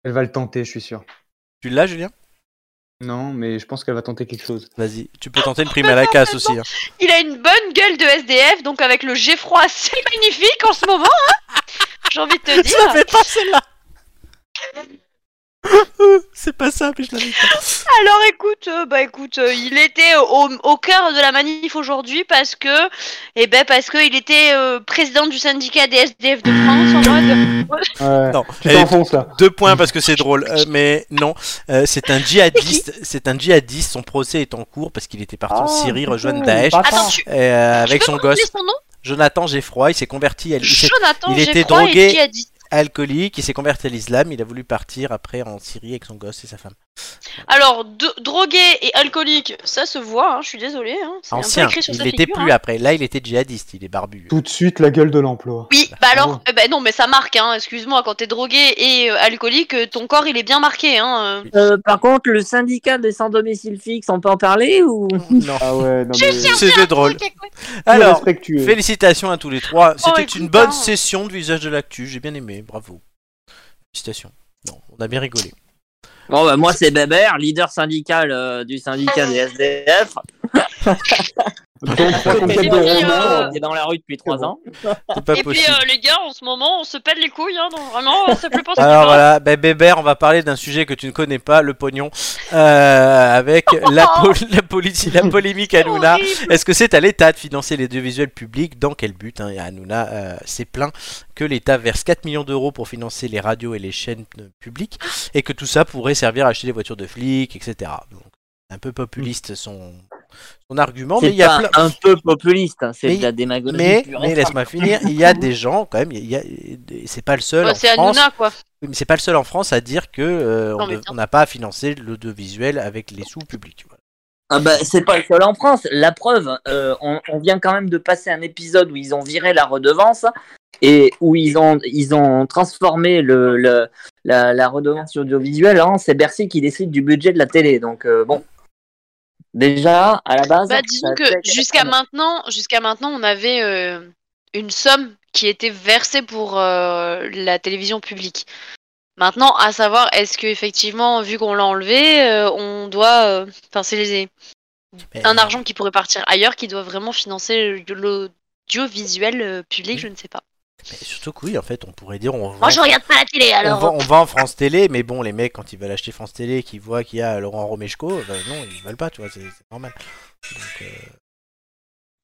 Elle va le tenter, je suis sûr.
Tu l'as, Julien
Non, mais je pense qu'elle va tenter quelque chose.
Vas-y, tu peux tenter une prime à la casse aussi. hein.
Il a une bonne gueule de SDF, donc avec le Geffroy, *laughs* c'est magnifique en ce moment. hein. J'ai envie de te
Je l'avais
dire.
pas celle-là *laughs* C'est pas ça, mais je l'avais pas.
Alors écoute, euh, bah écoute, euh, il était au, au cœur de la manif aujourd'hui parce que, eh ben parce que il était euh, président du syndicat des SDF de France en mode.
Ouais.
Non,
Tu
elle est-
t'enfonces là.
deux points parce que c'est drôle, euh, mais non, Euh, c'est un djihadiste, c'est un djihadadiste, son procès Ah, est en cours parce qu'il était parti en Syrie rejoindre Daesh
Attends,
Attends, tu,
euh,
tu
avec
peux
son
me rappeler
gosse.
son nom
Jonathan Geffroy, il s'est converti à il s'est
Jonathan,
il
j'ai
était
crois,
drogué.
et djihadiste.
alcoolique, il s'est converti à l'islam, il a voulu partir après en Syrie avec son gosse et sa femme.
Alors, de- drogué et alcoolique, ça se voit, hein, je suis désolée. Hein, c'est un peu
Ancien,
écrit sur
il
sa
n'était
figure,
plus
hein.
après. Là, il était djihadiste, il est barbu.
Tout de suite, la gueule de l'emploi.
Oui, bah alors,
bon.
eh ben non, mais ça marque, hein, excuse-moi, quand t'es drogué et euh, alcoolique, euh, ton corps il est bien marqué. Hein, euh.
Euh, par contre, le syndicat des sans domicile fixe, on peut en parler ou
Non,
Ah ouais, non mais.
c'était drôle.
Alors,
Alors, félicitations à tous les trois. C'était
et
une
putain.
bonne session de visage de l'actu, j'ai bien aimé, bravo. Félicitations. Non, on a bien rigolé.
Bon, bah, moi, c'est Bébert, leader syndical euh, du syndicat des SDF.
puis, euh,
Il est dans la rue depuis trois ans.
C'est pas
et
possible.
puis euh, les gars, en ce moment, on se pète les couilles, hein, donc vraiment, euh, c'est plus possible.
Alors voilà, ben Bébert, on va parler d'un sujet que tu ne connais pas, le pognon, euh, avec
*laughs*
la, po- la, police- la polémique Hanouna.
Horrible.
Est-ce que c'est à l'État de financer les visuels publics Dans quel but hein Et Hanouna euh, s'est plaint que l'État verse 4 millions d'euros pour financer les radios et les chaînes euh, publiques et que tout ça pourrait servir à acheter des voitures de flics, etc. Donc, un peu populiste son, son argument, mais
C'est
il y a
pas
plein.
un peu populiste, hein, c'est
Mais-
de la démagogie.
Mais,
pure
mais
et simple.
laisse-moi finir, il y a des gens quand même, il y a, c'est pas le seul.
Ouais,
en
Bah, c'est
France,
Hanouna, quoi.
oui, mais c'est pas le seul en France à dire que euh,
Non,
on
mais
dev-
bien.
on n'a pas à financer l'audiovisuel avec les sous publics. voilà.
Ah bah, c'est pas le seul en France. La preuve, euh, on, on vient quand même de passer un épisode où ils ont viré la redevance et où ils ont, ils ont transformé le, le- la, la redevance audiovisuelle en c'est Bercy qui décide du budget de la télé. Donc euh, bon, déjà à la base.
Bah, disons
ça
que
fait-
jusqu'à maintenant, jusqu'à maintenant, on avait euh, une somme qui était versée pour euh, la télévision publique. Maintenant, à savoir, est-ce que effectivement, vu qu'on l'a enlevé, euh, on doit, euh, enfin, c'est les-
Mais-
un argent qui pourrait partir ailleurs, qui doit vraiment financer l'audiovisuel euh, public, je ne sais pas.
mais surtout que oui, en fait, on pourrait dire on vend,
Moi, je regarde pas la télé,
on,
alors. hein.
vend, on vend France Télé, mais bon, les mecs quand ils veulent acheter France Télé, qu'ils voient qu'il y a Laurent Romeshko, ben non, ils veulent pas, tu vois, c'est c'est normal. Donc, euh,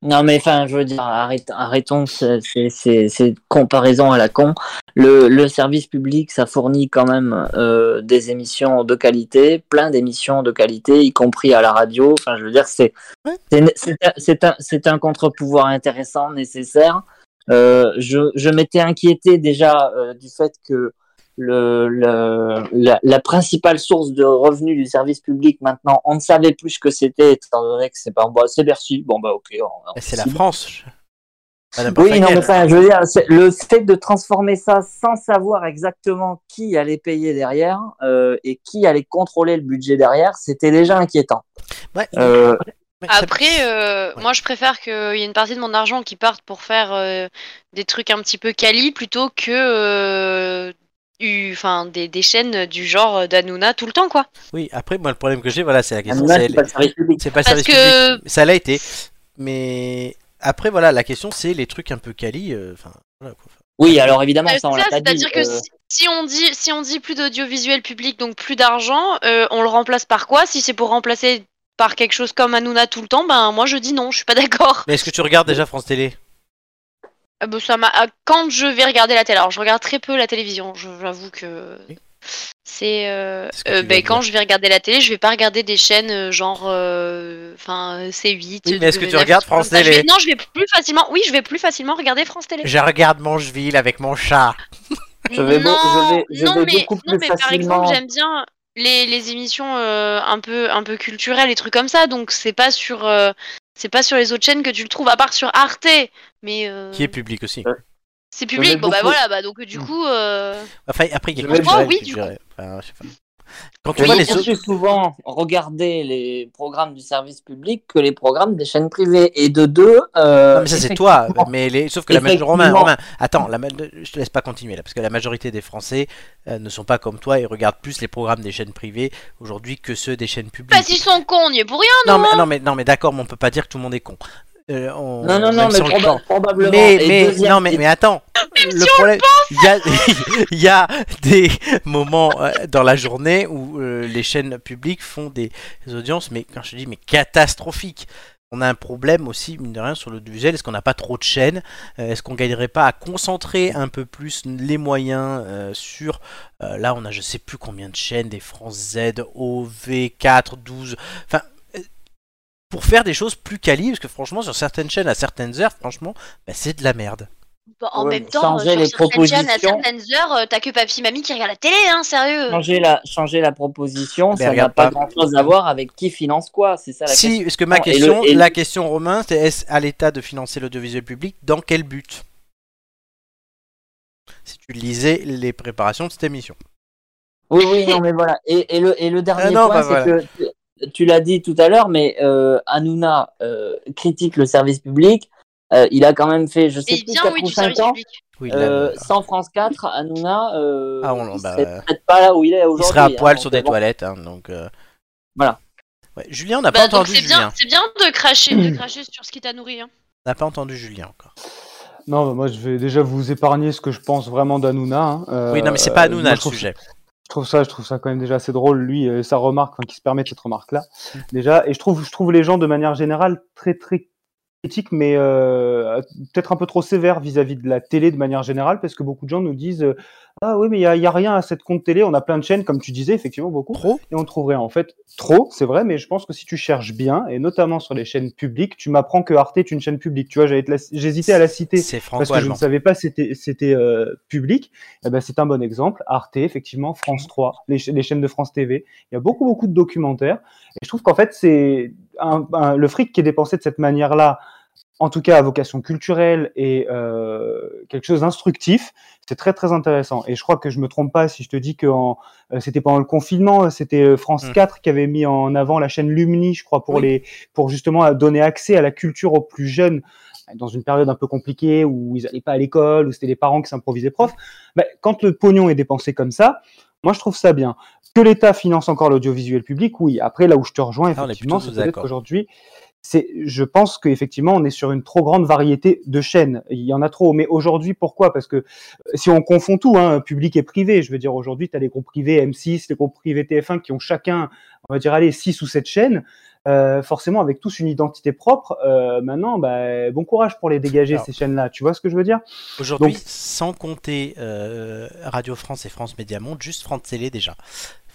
Non mais enfin, je veux dire, arrête- arrêtons ce- ces, ces- ces comparaisons à la con. Le, le service public, ça fournit quand même euh, des émissions de qualité, plein d'émissions de qualité, y compris à la radio. Enfin, je veux dire, c'est
Ouais.
c'est une- c'est un- c'est un, c'est un contre-pouvoir intéressant, nécessaire. Euh, je je m'étais inquiété déjà euh, du fait que le, le- la, la principale source de revenus du service public maintenant, on ne savait plus ce que c'était, étant donné que c'est pas bah, c'est Bercy. Bon bah ok. on- on
c'est la
décide.
France. je- Pas n'importe
Oui, non, mais
laquelle.
enfin, je veux dire, c'est- le fait de transformer ça sans savoir exactement qui allait payer derrière euh, et qui allait contrôler le budget derrière, c'était déjà inquiétant.
Ouais.
Euh,
Ouais, ça-
Après, euh,
Ouais.
moi je préfère qu'il y ait une partie de mon argent qui parte pour faire euh, des trucs un petit peu quali plutôt que euh, eu- 'fin, des, des chaînes du genre euh, d'Hanouna tout le temps quoi.
oui, après moi le problème que j'ai, voilà, c'est la question.
Hanouna,
c'est
c'est pas le service public.
C'est pas le
Parce
service
que-
public, mais ça l'a été. Mais après, voilà, la question c'est les trucs un peu quali. euh, Enfin, voilà, quoi.
Oui, alors évidemment,
Euh,
ça, on
c'est
l'a
ça,
pas dit.
C'est-à-dire que
euh,
si, si on dit, si on dit plus d'audiovisuel public, donc plus d'argent, euh, on le remplace par quoi Si c'est pour remplacer par quelque chose comme Hanouna tout le temps, ben moi je dis non, je suis pas d'accord.
Mais est-ce que tu regardes déjà France Télé
Ah bah, ça m'a- ah, Quand je vais regarder la télé, alors je regarde très peu la télévision, je- j'avoue que.
Oui.
C'est. euh,
C'est ce que
euh,
tu
bah,
viens de
quand
dire.
je vais regarder la télé, je vais pas regarder des chaînes euh, genre. euh, Enfin, euh, C8.
Oui, mais est-ce que tu
W9,
regardes
comme
France
ça. Bah, Je vais-
Télé
Non, je vais plus facilement. Oui, je vais plus facilement regarder France Télé.
Je regarde Mangeville avec mon chat.
Je vais
non,
beau- je vais- je
non,
vais
mais,
beaucoup
non,
plus
mais par exemple,
facilement-
j'aime bien les, les émissions euh, un, peu, un peu culturelles et trucs comme ça, donc c'est pas sur. euh, c'est pas sur les autres chaînes que tu le trouves, à part sur Arte, mais euh,
Qui est public aussi.
Je
c'est public.
vais
Bon bah
beaucoup-
voilà, bah donc
Hmm.
du coup, euh,
Enfin, après, il y a
Je
quelque
vais- Ah
chose
Oh, oui,
qui
du
dirait. Enfin, je sais pas. Quand tu
Je
vois
vais
les autres.
beaucoup plus souvent regarder les programmes du service public que les programmes des chaînes privées. Et de deux, euh,
Non, mais ça c'est toi, mais les... sauf que la majorité. Romain,
Effectivement.
Romain, attends, la ma- je te laisse pas continuer là, parce que la majorité des Français euh, ne sont pas comme toi et regardent plus les programmes des chaînes privées aujourd'hui que ceux des chaînes publiques.
Bah, s'ils sont cons, on y est pour rien.
non, mais, non, mais, non, mais d'accord, mais on peut pas dire que tout le monde est con. Euh, on-
non, non, non,
même si
mais
on le
proba-
pense.
probablement.
Mais,
Et
mais-
deuxième-
non, mais, mais attends, le problème, il y a, *laughs* il y a des moments euh, dans la journée où euh, les chaînes publiques font des, des audiences, mais quand je dis mais catastrophiques. On a un problème aussi, mine de rien, sur le visuel. Est-ce qu'on n'a pas trop de chaînes Euh, Est-ce qu'on gagnerait pas à concentrer un peu plus les moyens euh, sur... euh, là, on a je sais plus combien de chaînes, des France Z, O, V, 4, 12... Enfin, euh, pour faire des choses plus quali, parce que franchement, sur certaines chaînes, à certaines heures, franchement, bah, c'est de la merde.
Bah, en
Ouais,
même
mais
temps,
changer
euh,
les
sur certaines chaînes, à
propositions.
certaines heures, euh, t'as que papy mamie qui regarde la télé, hein, sérieux.
Changer la, changer la proposition,
Mais
ça n'a
regarde
pas,
pas.
grand chose à voir avec qui finance quoi. C'est ça Ah, la question.
Si, parce que ma
Et le-
question,
et le-
la question, Romain, c'est est-ce à l'État de financer l'audiovisuel public Dans quel but Si tu lisais les préparations de cette émission.
Oui, oui, non, mais voilà. Et, et le, et le dernier
Ah non,
point,
bah
c'est
voilà.
que tu, tu l'as dit tout à l'heure, mais euh, Hanouna euh, critique le service public. Euh, il a quand même fait, je sais
Et il
plus,
vient,
4
oui,
ou
du
5
service
ans.
public.
Oui, là,
Euh,
là.
sans France 4, Hanouna, euh,
Ah, on-
il
bah,
serait
euh,
peut-être pas là où il est
il
aujourd'hui.
serait à poil
hein,
sur
donc
des
bon.
toilettes, hein, donc. euh.
Voilà.
Ouais, Julien, on n'a
Bah,
pas
donc
entendu
c'est bien,
Julien.
c'est bien de
*clears throat*
cracher, de cracher sur ce qui t'a nourri. hein.
On n'a pas entendu Julien encore.
Non, bah, moi je vais déjà vous épargner ce que je pense vraiment d'Anouna. hein. Euh,
Oui, non, mais c'est pas
moi,
Hanouna
je
le
trouve-
sujet.
Je trouve ça, je trouve ça quand même déjà assez drôle, lui, euh, sa remarque, enfin, qui se permet de cette remarque-là, déjà. Et je trouve, je trouve les gens de manière générale très, très critiques, mais euh, peut-être un peu trop sévères vis-à-vis de la télé de manière générale, parce que beaucoup de gens nous disent euh, Ah oui, mais il n'y a, il y a rien à cette compte télé, on a plein de chaînes, comme tu disais, effectivement, beaucoup.
Trop
Et on trouverait en fait trop, c'est vrai, mais je pense que si tu cherches bien, et notamment sur les chaînes publiques, tu m'apprends que Arte est une chaîne publique. Tu vois, j'allais te la- j'hésitais à la citer
C'est
parce que je ne
franco-allemand.
savais pas c'était c'était euh, public. Eh ben, c'est un bon exemple. Arte, effectivement, France 3, les, cha- les chaînes de France TV. Il y a beaucoup beaucoup de documentaires. Et je trouve qu'en fait, c'est un- un- le fric qui est dépensé de cette manière-là, en tout cas à vocation culturelle et euh, quelque chose d'instructif, c'est très très intéressant. Et je crois que je me trompe pas si je te dis que en- euh, c'était pendant le confinement, euh, c'était euh, France
Mm.
4 qui avait mis en avant la chaîne Lumni, je crois, pour
Oui.
les pour justement euh, donner accès à la culture aux plus jeunes euh, dans une période un peu compliquée où ils n'allaient pas à l'école, où c'était les parents qui s'improvisaient profs. Bah, quand le pognon est dépensé comme ça, moi je trouve ça bien. Que l'État finance encore l'audiovisuel public, oui. Après, là où je te rejoins,
Ah, on est
effectivement,
plutôt
c'est
tous
peut-être
d'accord.
qu'aujourd'hui, c'est, je pense qu'effectivement, on est sur une trop grande variété de chaînes. Il y en a trop. Mais aujourd'hui, pourquoi Parce que euh, si on confond tout, hein, public et privé, je veux dire, aujourd'hui, tu as les groupes privés M6, les groupes privés TF1 qui ont chacun, on va dire, allez, 6 ou 7 chaînes. Euh, forcément avec tous une identité propre. Euh, maintenant, bah, bon courage pour les dégager
Alors.
ces chaînes-là. Tu vois ce que je veux dire
Aujourd'hui,
Donc-
sans compter euh, Radio France et France Média Monde, juste France Télé déjà.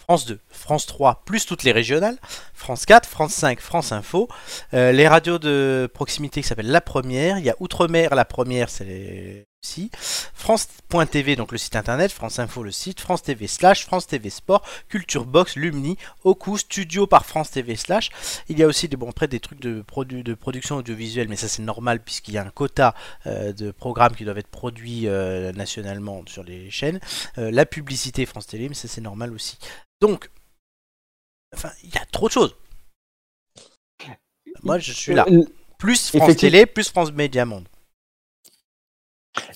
France 2, France 3, plus toutes les régionales, France 4, France 5, France Info, euh, les radios de proximité qui s'appellent La Première, il y a Outre-mer, La Première, c'est les- aussi, France.tv, donc le site internet, France Info, le site, France TV slash, France TV Sport, Culture Box, Lumni, Oku, Studio par France TV slash. Il y a aussi, des- bon, après, des trucs de, produ- de production audiovisuelle, mais ça c'est normal puisqu'il y a un quota euh, de programmes qui doivent être produits euh, nationalement sur les chaînes. Euh, la publicité France Télé, mais ça c'est normal aussi. Donc, enfin, il y a trop de choses. Moi je suis là.
Euh,
Plus France
Effectivement.
Télé, plus France Média Monde.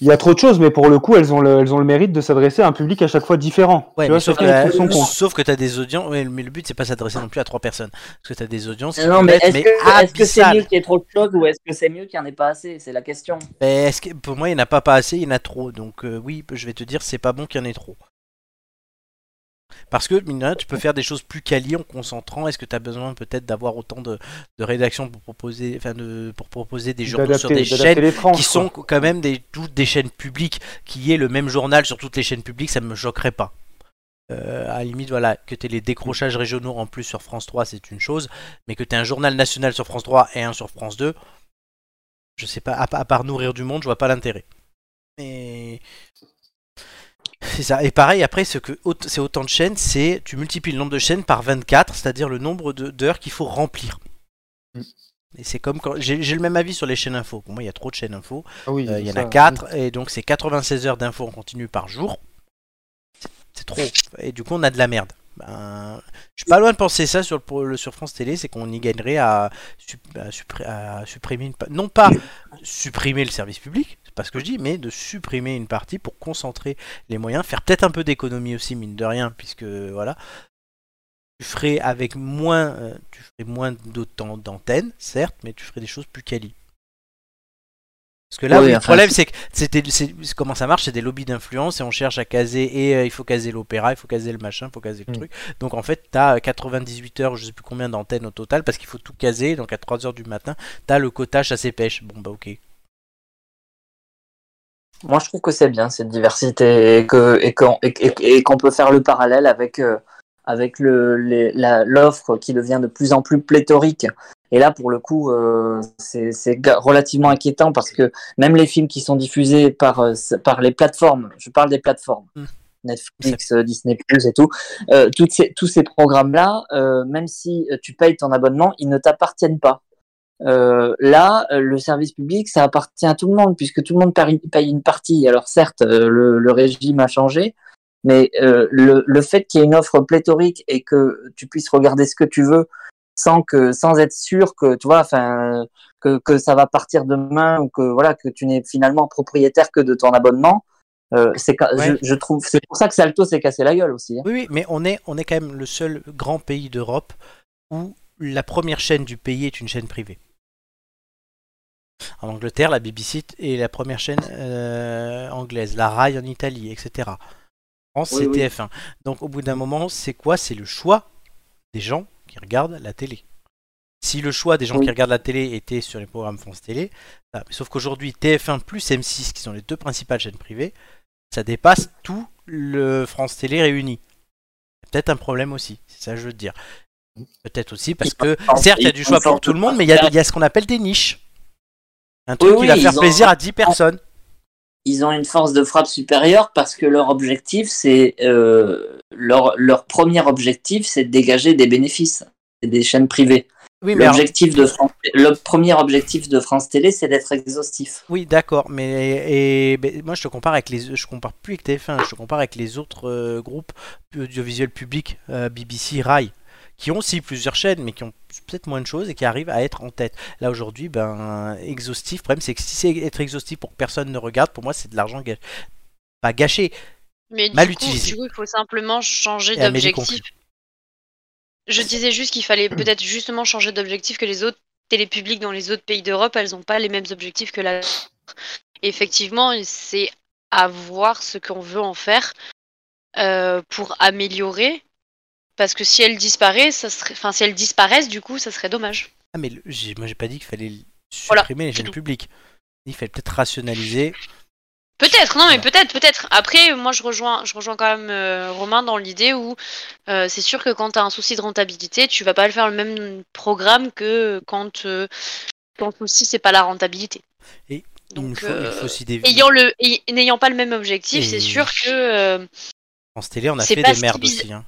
Il y a trop de choses, mais pour le coup, elles ont le, elles ont le mérite de s'adresser à un public à chaque fois différent.
Ouais,
tu vois,
mais sauf,
chacun y
que, euh,
trouve son compte.
sauf que t'as des audiences. ouais, mais le but c'est pas s'adresser non plus à trois personnes. Parce que t'as des audiences qui
Non,
peuvent
mais
être,
est-ce que est-ce que c'est
abyssales.
mieux qu'il y ait trop de choses ou est-ce que c'est mieux qu'il n'y en ait pas assez C'est la question.
Mais Ben, est-ce que- pour moi il n'y en a pas, pas assez, il y en a trop. Donc euh, oui, je vais te dire, c'est pas bon qu'il y en ait trop. Parce que, mine de rien, tu peux faire des choses plus qualies en concentrant. Est-ce que tu as besoin peut-être d'avoir autant de, de rédactions pour proposer, enfin de, pour proposer des journaux sur
D'adapter-
des
d'adapter
chaînes
les franges,
qui
quoi.
sont quand même des, toutes des chaînes publiques, qui est le même journal sur toutes les chaînes publiques, ça me choquerait pas. Euh, à la limite, voilà, que tu les décrochages régionaux en plus sur France 3, c'est une chose, mais que tu un journal national sur France 3 et un sur France 2, je sais pas, à, pa- à part nourrir du monde, je vois pas l'intérêt. Mais. C'est ça. Et pareil, après, ce que aut- c'est autant de chaînes, c'est tu multiplies le nombre de chaînes par 24, c'est-à-dire le nombre de- d'heures qu'il faut remplir.
Mm.
Et c'est comme quand. J'ai j'ai le même avis sur les chaînes info. Pour moi, il y a trop de chaînes info.
Ah oui,
Euh, Il y en
ça.
a 4 et donc c'est 96 heures d'infos en continu par jour. C'est- C'est trop. Et du coup, on a de la merde. Ben, je suis pas loin de penser ça sur, le, pro- le- sur France Télé, c'est qu'on y gagnerait à, sup- à suppré- à supprimer une pa- non pas supprimer le service public, c'est pas ce que je dis, mais de supprimer une partie pour concentrer les moyens, faire peut-être un peu d'économie aussi mine de rien, puisque voilà, tu ferais avec moins, euh, tu ferais moins d'autant d'antennes, certes, mais tu ferais des choses plus quali. Parce que là,
Oui,
oui, le
enfin,
problème, c'est que c'était, c'est- c'est- comment ça marche, c'est des lobbies d'influence et on cherche à caser, et euh, il faut caser l'opéra, il faut caser le machin, il faut caser le
Mm.
truc. Donc en fait, t'as euh, 98 heures, je sais plus combien d'antennes au total, parce qu'il faut tout caser. Donc à 3 heures du matin, t'as le quota chasse et pêche. Bon bah ok.
Moi, je trouve que c'est bien cette diversité et que et qu'on et- et- et qu'on peut faire le parallèle avec euh, avec le- les- la- l'offre qui devient de plus en plus pléthorique. Et là, pour le coup, euh, c'est c'est ga- relativement inquiétant parce que même les films qui sont diffusés par, euh, s- par les plateformes, je parle des plateformes,
Mm.
Netflix, euh, Disney Plus et tout, euh, toutes ces, tous ces programmes-là, euh, même si euh, tu payes ton abonnement, ils ne t'appartiennent pas. Euh, là, euh, le service public, ça appartient à tout le monde, puisque tout le monde parie- paye une partie. Alors certes, euh, le, le régime a changé, mais euh, le, le fait qu'il y ait une offre pléthorique et que tu puisses regarder ce que tu veux sans que sans être sûr que tu vois, enfin que, que ça va partir demain ou que voilà que tu n'es finalement propriétaire que de ton abonnement, euh, c'est ca-
Ouais.
je, je trouve c'est pour ça que Salto s'est cassé la gueule aussi. hein.
Oui, oui, mais on est, on est quand même le seul grand pays d'Europe où la première chaîne du pays est une chaîne privée. En Angleterre, la BBC est la première chaîne euh, anglaise, la RAI en Italie, etc. En France,
Oui,
c'est
oui.
TF1. Donc au bout d'un moment, c'est quoi C'est le choix des gens qui regardent la télé. Si le choix des gens
Oui.
qui regardent la télé était sur les programmes France Télé, ah, mais sauf qu'aujourd'hui, TF1 plus M6, qui sont les deux principales chaînes privées, ça dépasse tout le France Télé réuni. C'est peut-être un problème aussi, c'est ça que je veux te dire. Peut-être aussi parce que, certes, il y a du choix pour tout le monde, mais
Bah,
il y a, il y a ce qu'on appelle des niches. Un truc
Oui,
qui va
oui,
faire
ils ont-
plaisir à 10 personnes.
ils ont une force de frappe supérieure parce que leur objectif, c'est euh, leur, leur premier objectif, c'est de dégager des bénéfices C'est des chaînes privées.
Oui, mais alors-
L'objectif de France, le premier objectif de France Télé, c'est d'être exhaustif.
Oui, d'accord, mais et, ben, moi je te compare avec les, je compare plus avec TF1, je te compare avec les autres euh, groupes audiovisuels publics, euh, BBC, Rai, qui ont aussi plusieurs chaînes, mais qui ont peut-être moins de choses et qui arrivent à être en tête. Là aujourd'hui, ben exhaustif. Le problème, c'est que si c'est être exhaustif pour que personne ne regarde, pour moi, c'est de l'argent gâché. Pas gâché.
Mais du
Mal
coup,
utilisé.
du coup, il faut simplement changer
Et Amélie
d'objectif. Je disais juste
*clears throat*
qu'il fallait peut-être justement changer d'objectif que les autres télépublics dans les autres pays d'Europe, elles n'ont pas les mêmes objectifs que la nôtre. Effectivement, c'est à voir ce qu'on veut en faire euh, pour améliorer. Parce que si elles disparaissent, ça serait... enfin, si elles disparaissent, du coup, ça serait dommage.
Ah mais le- j'ai- moi j'ai pas dit qu'il fallait supprimer
Voilà,
les
c'est
chaînes
tout.
publiques. Il fallait peut-être rationaliser.
Peut-être, non, mais peut-être, peut-être. Après, moi, je rejoins, je rejoins quand même euh, Romain dans l'idée où euh, c'est sûr que quand tu as un souci de rentabilité, tu vas pas le faire le même programme que quand, euh, quand le souci, c'est pas la rentabilité.
Et Il nous
Donc,
faut, il
euh,
faut aussi des
ayant le, ay- n'ayant pas le même objectif,
Et-
c'est sûr que. euh,
France Télé, on a
c'est
fait
pas
des merdes
civilisé.
aussi. hein.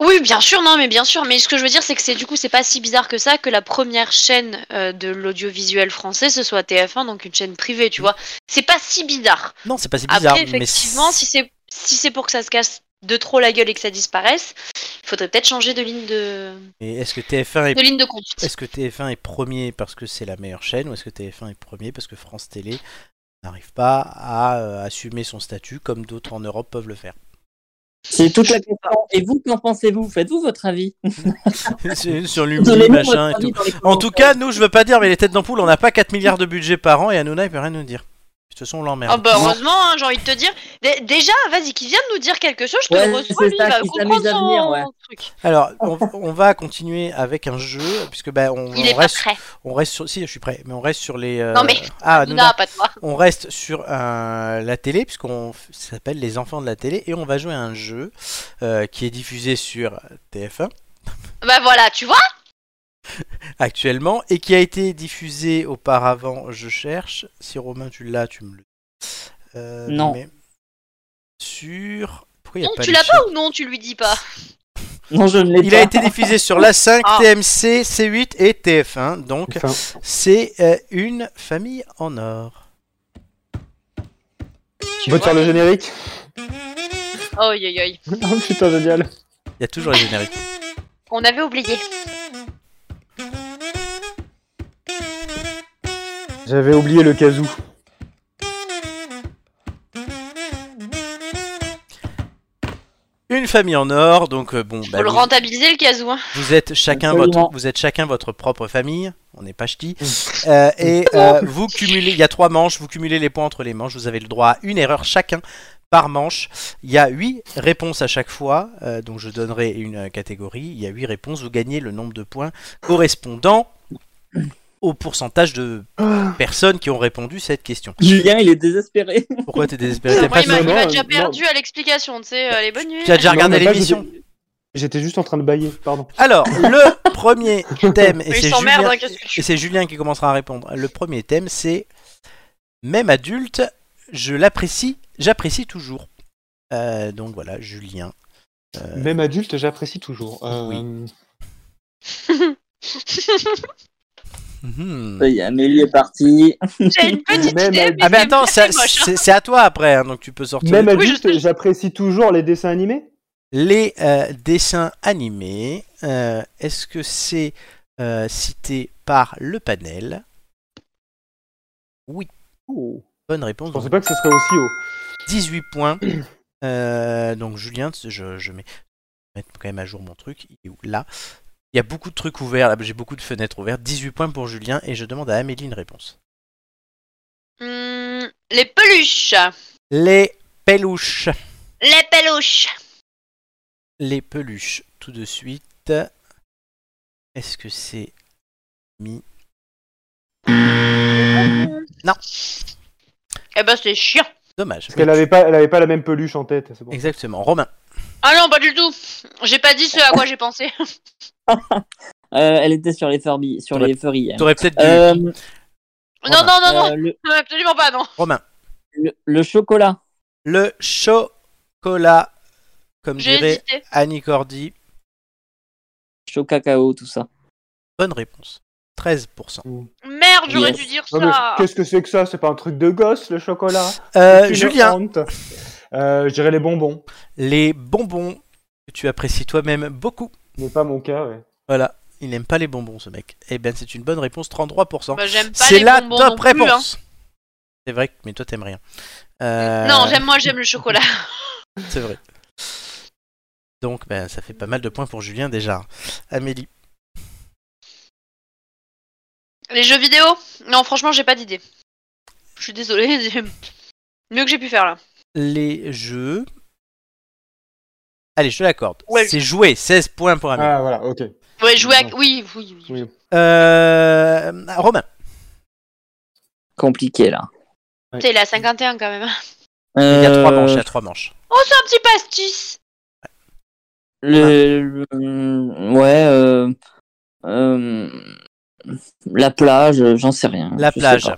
oui, bien sûr, non, mais bien sûr. Mais ce que je veux dire, c'est que c'est du coup, c'est pas si bizarre que ça que la première chaîne euh, de l'audiovisuel français, ce soit TF1, donc une chaîne privée,
Mm.
tu vois. C'est pas si bizarre.
Non, c'est pas si bizarre.
Après,
mais
effectivement, si c'est si c'est pour que ça se casse de trop la gueule et que ça disparaisse, il faudrait peut-être changer de ligne de,
Mais est-ce que TF1
de
est,
ligne de conduite.
est-ce que TF1 est premier parce que c'est la meilleure chaîne ou est-ce que TF1 est premier parce que France Télé n'arrive pas à euh, assumer son statut comme d'autres en Europe peuvent le faire
C'est toute la question. Et vous, qu'en pensez-vous Faites-vous votre avis
Sur- Sur l'Umi,
Donnez-nous votre
machin et
avis
tout.
dans les
En tout cas,
commentaires.
nous, je veux pas dire, mais les têtes d'ampoule, on n'a pas 4 milliards de budget par an et Hanouna, il peut rien nous dire. De toute façon, on l'emmerde.
Ah bah heureusement, hein, j'ai envie de te dire. Dé- déjà, vas-y, qu'il vienne nous dire quelque chose, je te
Ouais,
le reçois,
c'est
lui,
ça,
il va
qu'il
comprendre
s'amuse à
son
venir, ouais.
truc.
Alors, on, on va continuer avec un jeu, puisque bah, on,
Il est
on
pas
reste,
prêt.
on reste sur. Si, je suis prêt, mais on reste sur les. euh,
Non, mais-
Ah, Hanouna,
Non, pas toi.
On reste sur euh, la télé, puisqu'on f- ça s'appelle Les Enfants de la télé, et on va jouer à un jeu euh, qui est diffusé sur TF1
Bah voilà, tu vois
actuellement, et qui a été diffusé auparavant, je cherche. Si Romain, tu l'as, tu me le Euh,
Non.
mais Sur. Pourquoi il y a
Non,
pas
tu
les
l'as
chaînes
pas ou non, tu lui dis pas
non, je ne l'ai
Il
pas.
a été diffusé sur la 5,
Ah.
TMC, C8 et TF1, donc
Enfin,
c'est euh, une famille en or.
vote sur le générique. *laughs*
Oh, aïe, aïe, aïe.
Oh putain, génial.
Il y a toujours les génériques.
On avait oublié.
J'avais oublié le casou.
Une famille en or, donc euh, bon.
Faut
bah,
le
vous-
rentabiliser le casou. Hein.
Vous êtes chacun
Absolument.
votre, vous êtes chacun votre propre famille. On n'est pas ch'ti. Euh, et euh, vous cumulez, il y a trois manches. Vous cumulez les points entre les manches. Vous avez le droit à une erreur chacun par manche. Il y a huit réponses à chaque fois. euh, donc je donnerai une euh, catégorie. Il y a huit réponses. Vous gagnez le nombre de points correspondant au pourcentage de personnes qui ont répondu cette question.
Julien, il
*laughs*
est désespéré.
Pourquoi t'es désespéré T'as
Moi,
pas-
il m'a il
non,
m'a
non,
déjà
non.
perdu à l'explication, tu sais, euh, les bonnes nuits.
tu as déjà
Non,
regardé
mais là,
l'émission
J'étais juste en train de bailler, pardon.
Alors, le premier thème, et
Ils
c'est
s'emmerdent,
Julien,
hein, qu'est-ce que tu
et c'est Julien qui commencera à répondre. Le premier thème, c'est même adulte, je l'apprécie, j'apprécie toujours. Euh, donc voilà, Julien. Euh,
Même adulte, j'apprécie toujours. Euh,
mhm.
Euh,
Ça y est, Amélie est partie.
*laughs* J'ai une petite
Même
idée,
elle-
mais,
Ah mais
c'est
attends,
très
ça-
moche, hein.
c'est c'est à toi après, hein, donc tu peux sortir
Même
Oui,
adulte,
je sais.
j'apprécie toujours les dessins animés.
les euh, dessins animés. Euh, Est-ce que c'est euh, cité par le panel
Oh.
Bonne réponse.
Je pensais pas que ce serait aussi haut.
18 points. *clears throat* Euh, donc Julien, t- je, je mets je vais mettre quand même à jour mon truc. Il est où Là. Il y a beaucoup de trucs ouverts, là, j'ai beaucoup de fenêtres ouvertes. 18 points pour Julien et je demande à Amélie une réponse.
Hmm, les peluches.
Les peluches.
Les peluches.
Les peluches, tout de suite. Est-ce que c'est mis Non.
Eh ben, c'est chiant.
Dommage.
Parce qu'elle avait pas, elle avait pas la même peluche en tête. c'est bon.
Exactement. Romain.
Ah non, pas du tout. J'ai pas dit ce à quoi j'ai pensé. *laughs*
Euh, elle était sur les Furby, sur
T'aurais-
les furries. elle.
T'aurais peut-être dû.
Euh,
Non, non, non, non.
euh, le,
Non, Absolument pas, non.
Romain.
le- le chocolat.
Le chocolat, comme
J'ai
dirait
hésité.
Annie Cordy.
Chocacao, tout ça.
Bonne réponse. 13%.
Merde, j'aurais
Yes.
dû dire
Mm. Non, mais
ça.
Qu'est-ce que c'est que ça C'est pas un truc de gosse, le chocolat
Euh,
Aucune
Julien,
honte. Euh, Je dirais les bonbons.
les bonbons que tu apprécies toi-même beaucoup.
Mais pas mon cas, ouais.
Voilà, il n'aime pas les bonbons ce mec. Eh ben c'est une bonne réponse, 33%.
Bah, j'aime pas
c'est
les
la
bonbons
top
non plus, hein.
réponse. C'est vrai, que- mais toi t'aimes rien. Euh,
Non, j'aime moi, j'aime le chocolat. *laughs*
C'est vrai. Donc ben, ça fait pas mal de points pour Julien déjà. Amélie,
Les jeux vidéo Non, franchement, j'ai pas d'idée. Je suis désolée. *laughs* j'ai- Mieux que j'ai pu faire là.
les jeux. Allez, je te l'accorde.
Ouais.
C'est joué, 16 points pour Amélie.
Ah voilà, ok.
Ouais, jouer à.
Non.
Oui, oui, oui.
Oui.
Euh, Romain,
Compliqué, là.
Putain, il est à 51 quand même.
il y a trois
Euh,
manches, il y a trois manches.
Oh, c'est un petit pastis
Le,
Ah.
le- ouais, euh, euh, la plage, j'en sais rien.
La
je sais
plage.
pas.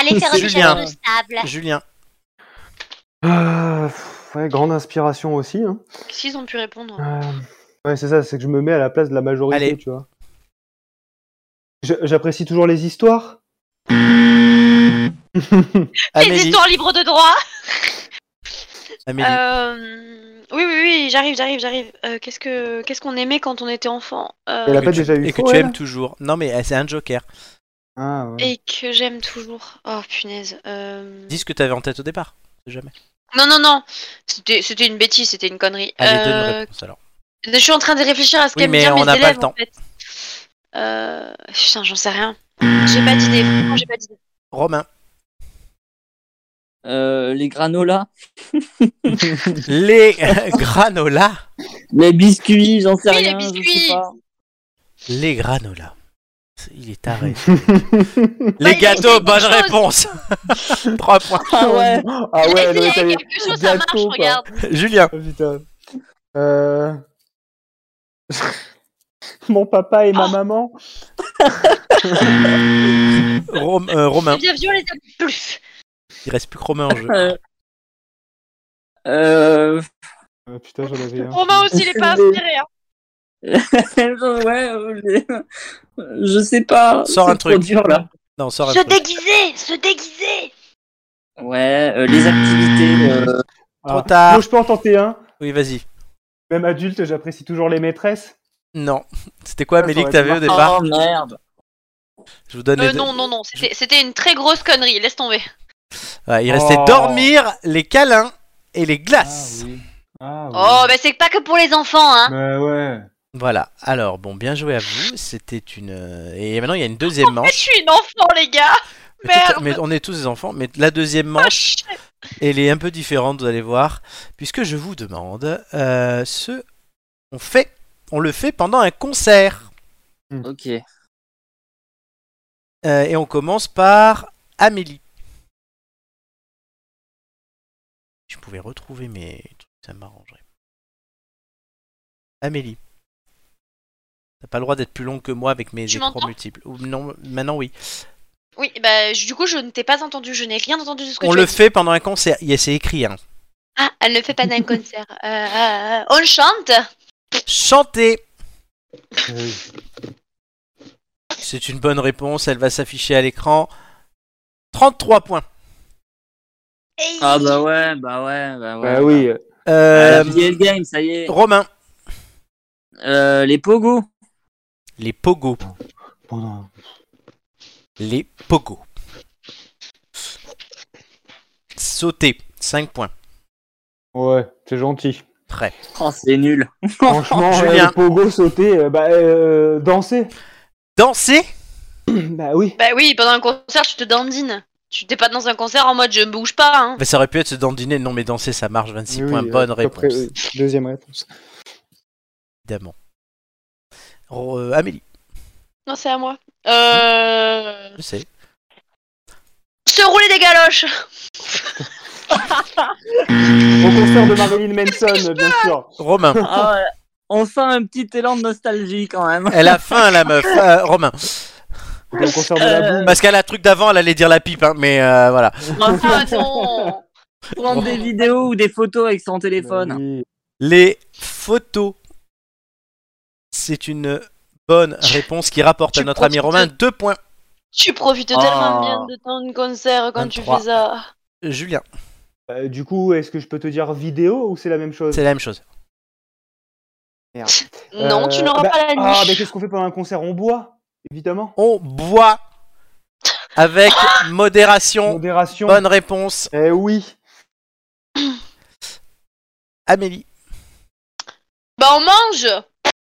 Allez
faire une Julien. chasse
sable.
Julien,
Euh, pff, ouais, grande inspiration aussi. Hein.
Qu'est-ce qu'ils ont pu répondre
Euh, ouais, c'est ça, c'est que je me mets à la place de la majorité,
Allez.
tu vois. Je- J'apprécie toujours les histoires.
Les
Amélie,
histoires libres de droit
Amélie.
Euh, Oui, oui, oui, j'arrive, j'arrive, j'arrive. Euh, Qu'est-ce que qu'est-ce qu'on aimait quand on était enfant Euh,
Elle a
que
pas
tu-
déjà eu
et que
faux,
tu
elle
aimes toujours. Non mais euh, c'est un joker.
Ah, ouais.
Et que j'aime toujours. Oh punaise. Euh,
Dis ce que tu avais en tête au départ. On sait Jamais.
Non, non, non. C'était c'était une bêtise, c'était une connerie.
Allez, donne
Euh,
une réponse alors.
Je suis en train de réfléchir à ce
Oui,
qu'elle me
mais
dit
on
mes
n'a pas
élèves
le temps.
en fait. Euh... Putain, j'en sais rien. J'ai pas d'idée. Franchement, j'ai pas d'idée.
*laughs*
Romain,
Euh, les granolas,
les *laughs* granolas,
les biscuits, j'en sais
Oui, les
rien. je sais
biscuits.
pas.
les granolas. Il est
*laughs*
taré.
Bah,
les
il a
gâteaux,
dit quelque
bonne
chose. *laughs*
réponse. *laughs* 3 points.
*laughs*
Ah ouais.
Ah ouais, elle
Essayez
aurait été-
quelque chose, ça marche,
gâteau, quoi.
regarde.
Julien,
Ah, putain. Euh... *laughs* Mon papa et ma
Ah.
maman.
Rom- euh,
C'est
Romain.
bien violet, ça pluf.
Il reste plus que Romain en
*laughs*
jeu.
Euh, euh, *laughs*
Ah, putain, j'en avais un.
Romain aussi, il est pas inspiré. Hein.
ouais, euh, les- je sais pas.
Sors
c'est
un truc.
trop dur là.
Non, sors un
Se
truc.
déguiser, se déguiser.
Ouais, euh,
Mmh.
les activités. euh,
Trop
Ah.
tard.
Bon, je peux en tenter un.
Oui, vas-y.
Même adulte, j'apprécie toujours les maîtresses.
Non. *laughs* C'était quoi,
Ah, ça
Amélie, que
aurait
t'avais
pu
au départ
Oh merde.
Je vous donne les
Euh,
deux.
non, non, non. C'était c'était une très grosse connerie. Laisse tomber.
Ouais, il restait
Oh.
dormir, les câlins et les glaces.
Ah, oui. Ah,
Oh, bah c'est pas que pour les enfants, hein.
Bah ouais.
Voilà. Alors, bon, bien joué à vous. C'était une. euh, Et maintenant, il y a une
*laughs*
deuxième
Mais
manche.
je suis une enfant, les gars.
Mais tout-
Merde.
mais on est tous des enfants, mais la deuxième
*laughs*
manche, elle est un peu différente, vous allez voir, puisque je vous demande euh, ce on fait, on le fait pendant un concert,
Ok.
Euh, et on commence par Amélie. Je pouvais retrouver mes trucs, ça m'arrangerait. Amélie. T'as pas le droit d'être plus long que moi avec mes
Tu
écrans
m'entends
multiples. Ou non, maintenant oui.
Oui, bah, je- du coup, je ne t'ai pas entendu, je n'ai rien entendu de ce que
On
tu
le
as dit.
fait pendant un concert. Il y a- C'est écrit. Hein.
Ah, elle ne fait pas d'un concert. Euh, euh, on chante
Chanter.
Oui.
C'est une bonne réponse. Elle va s'afficher à l'écran. 33 points.
Hey.
Ah bah ouais, bah ouais, bah ouais.
Bah oui. euh,
Elle
Euh,
a plié le game, ça y est.
Romain.
Euh, les pogos.
Les pogos.
pendant-
Les pogos. Sauter. 5 points.
Ouais,
*laughs*
c'est gentil.
Prêt.
Oh, c'est nul.
Franchement, euh,
Julien.
le pogo sauter, euh, bah euh, danser.
Danser.
bah oui.
Bah oui, pendant un concert, tu te dandines. Tu t'es pas dans un concert en mode je ne bouge pas. Hein.
Bah, ça aurait pu être se dandiner. Non, mais danser, ça marche. 26
Oui,
points.
euh,
Bonne
à peu
réponse.
près, oui. Deuxième réponse.
Évidemment. Ro- euh, Amélie.
Non, c'est à moi. Euh...
Je sais.
Se rouler des galoches
Au concert de Marilyn Manson, bien sûr.
*laughs* Romain.
Ah ouais, on sent un petit élan de nostalgie quand *laughs* même.
Elle a faim, la meuf. Euh, Romain.
Au concert de
Euh,
la boum.
Parce qu'elle a le truc d'avant, elle allait dire la pipe, hein, mais euh, voilà.
Ah non
Prendre des vidéos ou des photos avec son téléphone.
Oui.
Les photos. C'est une bonne réponse qui rapporte
Tu
à notre ami
profites
Romain
de-
deux points.
Tu profites
Ah.
tellement bien de ton concert quand tu
23.
fais ça.
Julien,
Euh, du coup, est-ce que je peux te dire vidéo ou c'est la même chose
c'est la même chose.
Non, tu
Euh,
n'auras
bah-
pas la
Ah, mais
niche.
qu'est-ce qu'on fait pendant un concert On boit, évidemment.
On boit
*laughs*
avec modération.
Modération.
Bonne réponse,
Eh oui.
Amélie.
Bah on mange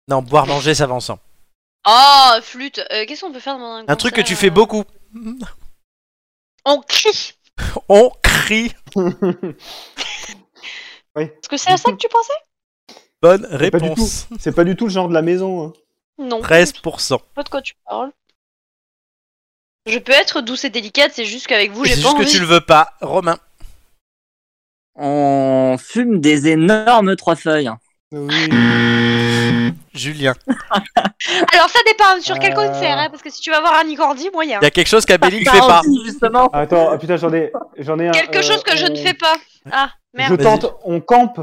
Non, boire, manger, ça va ensemble.
Oh, flûte Euh, Qu'est-ce qu'on peut faire dans un concert euh,
Un truc que tu fais beaucoup.
On crie
On crie.
Est-ce que c'est à ça que tu pensais
Bonne
pas du
réponse.
C'est pas du tout le genre de la maison. hein.
Non,
13%.
pas de quoi tu parles. Je peux être douce et délicate, c'est juste qu'avec vous,
C'est
j'ai pas
juste que
envie.
tu le veux pas. Romain,
On fume des énormes trois feuilles.
Oui.
Julien.
Alors ça dépend sur quel
Euh.
concert, hein, parce que si tu vas voir un Cordy, moyen.
Il y a quelque chose qu'Amélie ne fait pas.
aussi, justement.
Attends, ah, putain, j'en ai, j'en ai un.
Quelque
euh,
chose que je
on-
ne fais pas.
euh.
Ah,
Je
merde.
Vas-y.
tente, on campe.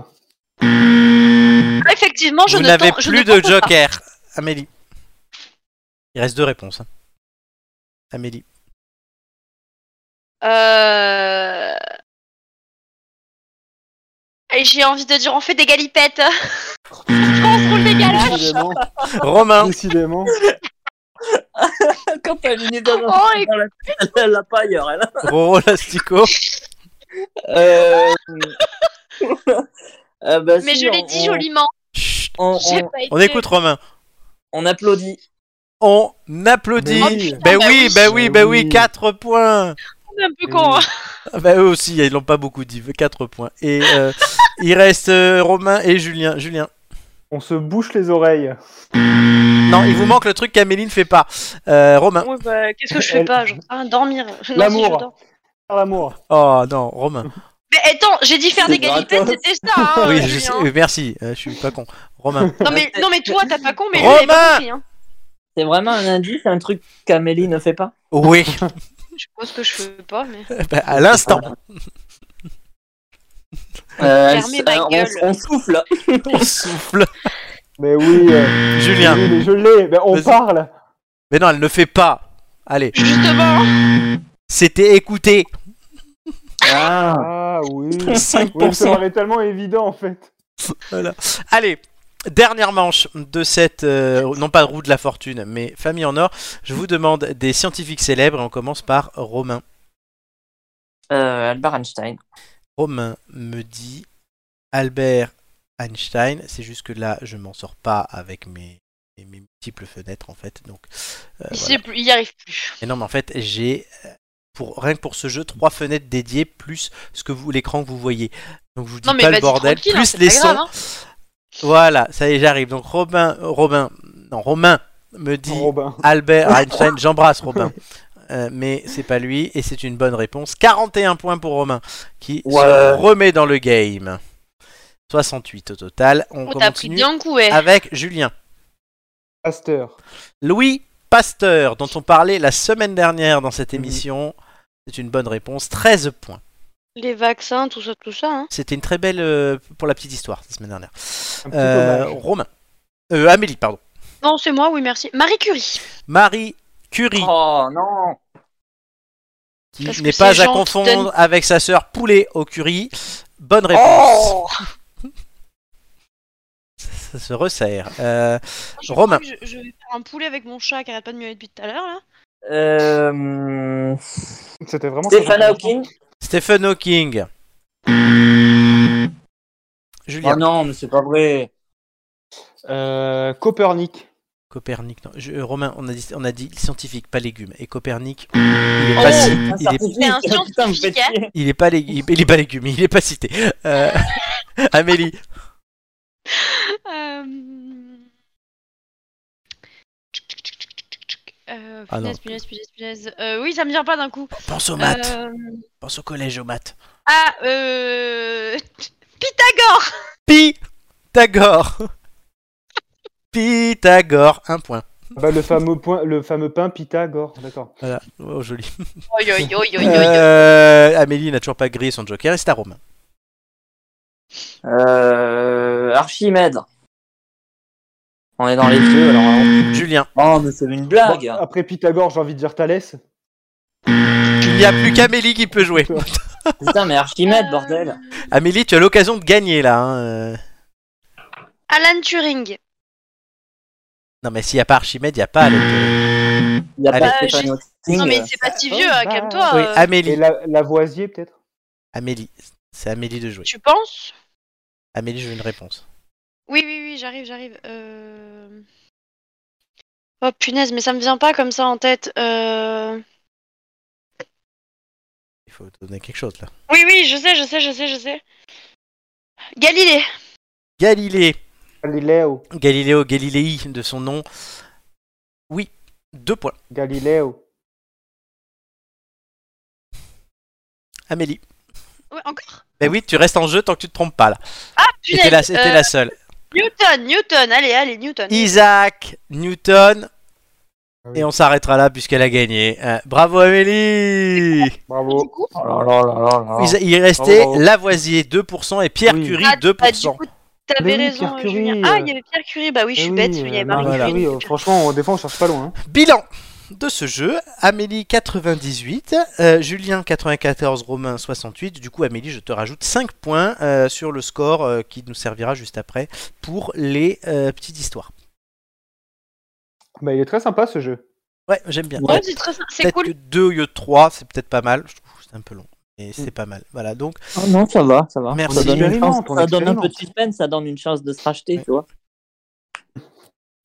Effectivement, je
Vous
ne
n'avez
tente- je
plus
ne
de
tente pas.
joker, Amélie. Il reste deux réponses. hein. Amélie.
Euh... et J'ai envie de dire on fait des galipettes. *laughs* on se roule des galoches.
Décidément,
Romain,
décidément.
*laughs* Quand t'as une idée dans
Oh, et-
*laughs* la- elle l'a pas ailleurs. Elle.
Roro Lastico.
Euh... *laughs* euh, bah,
Mais
si,
je l'ai
on-
dit joliment.
Chut,
On,
J'ai
on-
pas été-
on écoute Romain.
on applaudit.
On applaudit.
Mais
Ben
oui.
Oh, bah
oui,
oui.
ben oui,
Mais
ben oui,
oui.
4 points.
On est un peu con. hein.
Ah, Ben eux aussi, ils l'ont pas beaucoup dit, 4 points. Et euh, il reste euh, Romain et Julien. Julien.
On se bouche les oreilles.
Non, il vous manque le truc qu'Amélie ne fait pas. Euh, Romain.
Ouais, bah, Qu'est-ce que je fais
Elle-
pas genre Ah, Dormir. *laughs* Non, si, je
L'amour.
dors.
Faire l'amour.
Oh non, Romain.
Mais attends, j'ai dit faire
C'est
des galipettes,
gratos.
c'était ça. hein,
*laughs* Oui,
Julien.
je sais, oui, merci, euh, je suis pas con. Romain.
Non mais, non mais toi, t'as pas con, mais
Romain
lui, il a pas compris, hein.
C'est vraiment un indice, un truc qu'Amélie ne fait pas.
Oui, *laughs*
Je suppose que je fais pas, mais...
ben, à l'instant.
Euh, elle-
*laughs* Fermez ma
euh, on-
gueule.
on
*laughs*
souffle.
On souffle.
Mais oui. euh,
Julien.
oui, mais je l'ai. Mais on
Vas-y.
parle.
Mais non, elle ne fait pas. Allez,
Justement,
c'était écouté.
Ah.
Ah oui. Oui, ça
5%.
paraît tellement évident en fait.
Voilà. Allez, dernière manche de cette, euh, non pas roue de la fortune, mais famille en or. Je vous demande des scientifiques célèbres et on commence par Romain.
Euh, Albert Einstein.
Romain me dit Albert Einstein. C'est juste que là, je m'en sors pas avec mes, mes multiples fenêtres en fait. Donc, euh,
il,
voilà.
sait plus, il y arrive plus.
Et non, mais en fait, j'ai euh, pour rien que pour ce jeu trois fenêtres dédiées plus ce que vous l'écran que vous voyez. Donc je vous dis
Non mais
pas
vas-y
le bordel
tranquille, hein,
plus
c'est
les
pas
sons.
grave, hein.
Voilà, ça y est, j'arrive. Donc Robin Robin non, Romain me dit
Robin.
Albert
*laughs*
Einstein, j'embrasse Robin. Euh, mais c'est pas lui et c'est une bonne réponse. 41 points pour Romain qui
Ouais.
se remet dans le game. 68 au total. On
Oh, t'as pris
continue Ah.
bien coup, ouais.
avec Julien.
Pasteur.
Louis Pasteur, dont on parlait la semaine dernière dans
Mhm.
cette émission. C'est une bonne réponse. 13 points.
Les vaccins, tout ça, tout ça. Hein.
C'était une très belle euh, pour la petite histoire la semaine dernière.
Un petit
Euh,
hommage.
Romain. Euh, Amélie, pardon.
Non, c'est moi, oui, merci. Marie Curie.
Marie Curie,
Oh non
parce
qui
que
n'est
c'est
pas à
Jean qui
confondre
donne-
avec sa sœur Poulet au Curie. Bonne
Oh
réponse. Ça se resserre. Euh,
Je
Romain.
crois que Je, je vais faire un poulet avec mon chat qui arrête pas de miauler depuis tout à l'heure, là.
Euh,
C'était vraiment.
Stephen Hawking
Stephen Hawking. Julien.
Oh non, mais c'est pas vrai.
Euh, Copernic.
Copernic. non. Je- euh, Romain, on a, dit, on a dit scientifique, pas légume. Et Copernic, il est pas,
Oh,
ci- il est-
scientifique.
un scientifique,
Putain, vous faites
hein.
chier.
il est pas lég- il- il est pas légume, il est pas cité. Euh, *laughs* Amélie.
Euh... tchic, tchic, tchic, tchic, tchic, tchic. Euh,
Ah non. Oh,
punaise, punaise, punaise, punaise. Euh, oui, ça me vient pas d'un coup.
Pense aux maths.
Euh,
Pense au collège aux maths.
Ah, euh... *laughs* Pythagore
Pythagore. Pythagore. Un point.
Bah, le fameux point, le fameux pain Pythagore. D'accord.
Voilà. Oh, joli.
Oi, oi, oi, oi, oi, oi.
Euh, Amélie n'a toujours pas grillé son joker et c'est à Romain.
Euh, Archimède. On est dans
Hmm.
les dieux, alors. hein.
Julien.
Oh, mais c'est une blague.
Bon, après Pythagore, j'ai envie de dire Thalès.
Il n'y a plus qu'Amélie qui peut jouer.
Putain, mais
Euh,
Archimède, bordel.
Amélie, tu as l'occasion de gagner là. hein, euh.
Alan Turing.
Non, mais s'il n'y a pas Archimède, il n'y a pas. Alan Turing.
Il y a
Allez.
pas
Euh,
Stephen Hawking.
Non, mais c'est pas si vieux, hein,
bah.
calme-toi.
Oui,
euh,
Amélie.
Et la, Lavoisier, peut-être
Amélie. C'est Amélie de jouer.
Tu penses
Amélie, je veux une réponse.
Oui, oui, oui, j'arrive, j'arrive. Euh... Oh punaise, mais ça me vient pas comme ça en tête. Euh...
Il faut donner quelque chose là.
Oui, oui, je sais, je sais, je sais, je sais. Galilée.
Galilée.
Galiléo.
Galiléo Galilei de son nom. Oui, deux points.
Galiléo.
Amélie.
Ouais, encore
Ben oui, tu restes en jeu tant que tu te trompes pas là.
Ah
C'était
punaise.
la, c'était
euh,
la seule.
Newton, Newton, allez, allez, Newton.
Isaac Newton.
Ah oui.
Et on s'arrêtera là puisqu'elle a gagné. Euh, bravo Amélie
Bravo.
Oh là là là là là.
Ils- Il restait
Bravo.
Lavoisier 2% et Pierre
Oh. Oui.
Curie
Ah, Bah, du
2%.
coup,
Mais
t'avais
oui,
raison,
Pierre
euh,
Curie,
Julien. Ah,
euh.
il y avait Pierre Curie, bah oui, je suis
Eh
bête,
oui,
il y avait
euh,
Marie
voilà.
Curie.
oui, euh, franchement, on défend, on cherche pas loin. hein.
Bilan de ce jeu, Amélie 98, euh, Julien 94, Romain 68. Du coup, Amélie, je te rajoute 5 points euh, sur le score euh, qui nous servira juste après pour les euh, petites histoires.
Bah, il est très sympa ce jeu.
Ouais, j'aime bien.
Ouais, Oh, c'est très- c'est
peut-être
cool.
que 2 au lieu de 3, c'est peut-être pas mal. Je trouve que c'est un peu long,
Mm.
mais c'est pas mal. Voilà, donc
Oh non, ça va, ça va.
Merci.
Ça donne, une chance,
Expérimente, on
ça donne un peu de
expérimente.
suspense, ça donne une chance de se racheter, tu vois.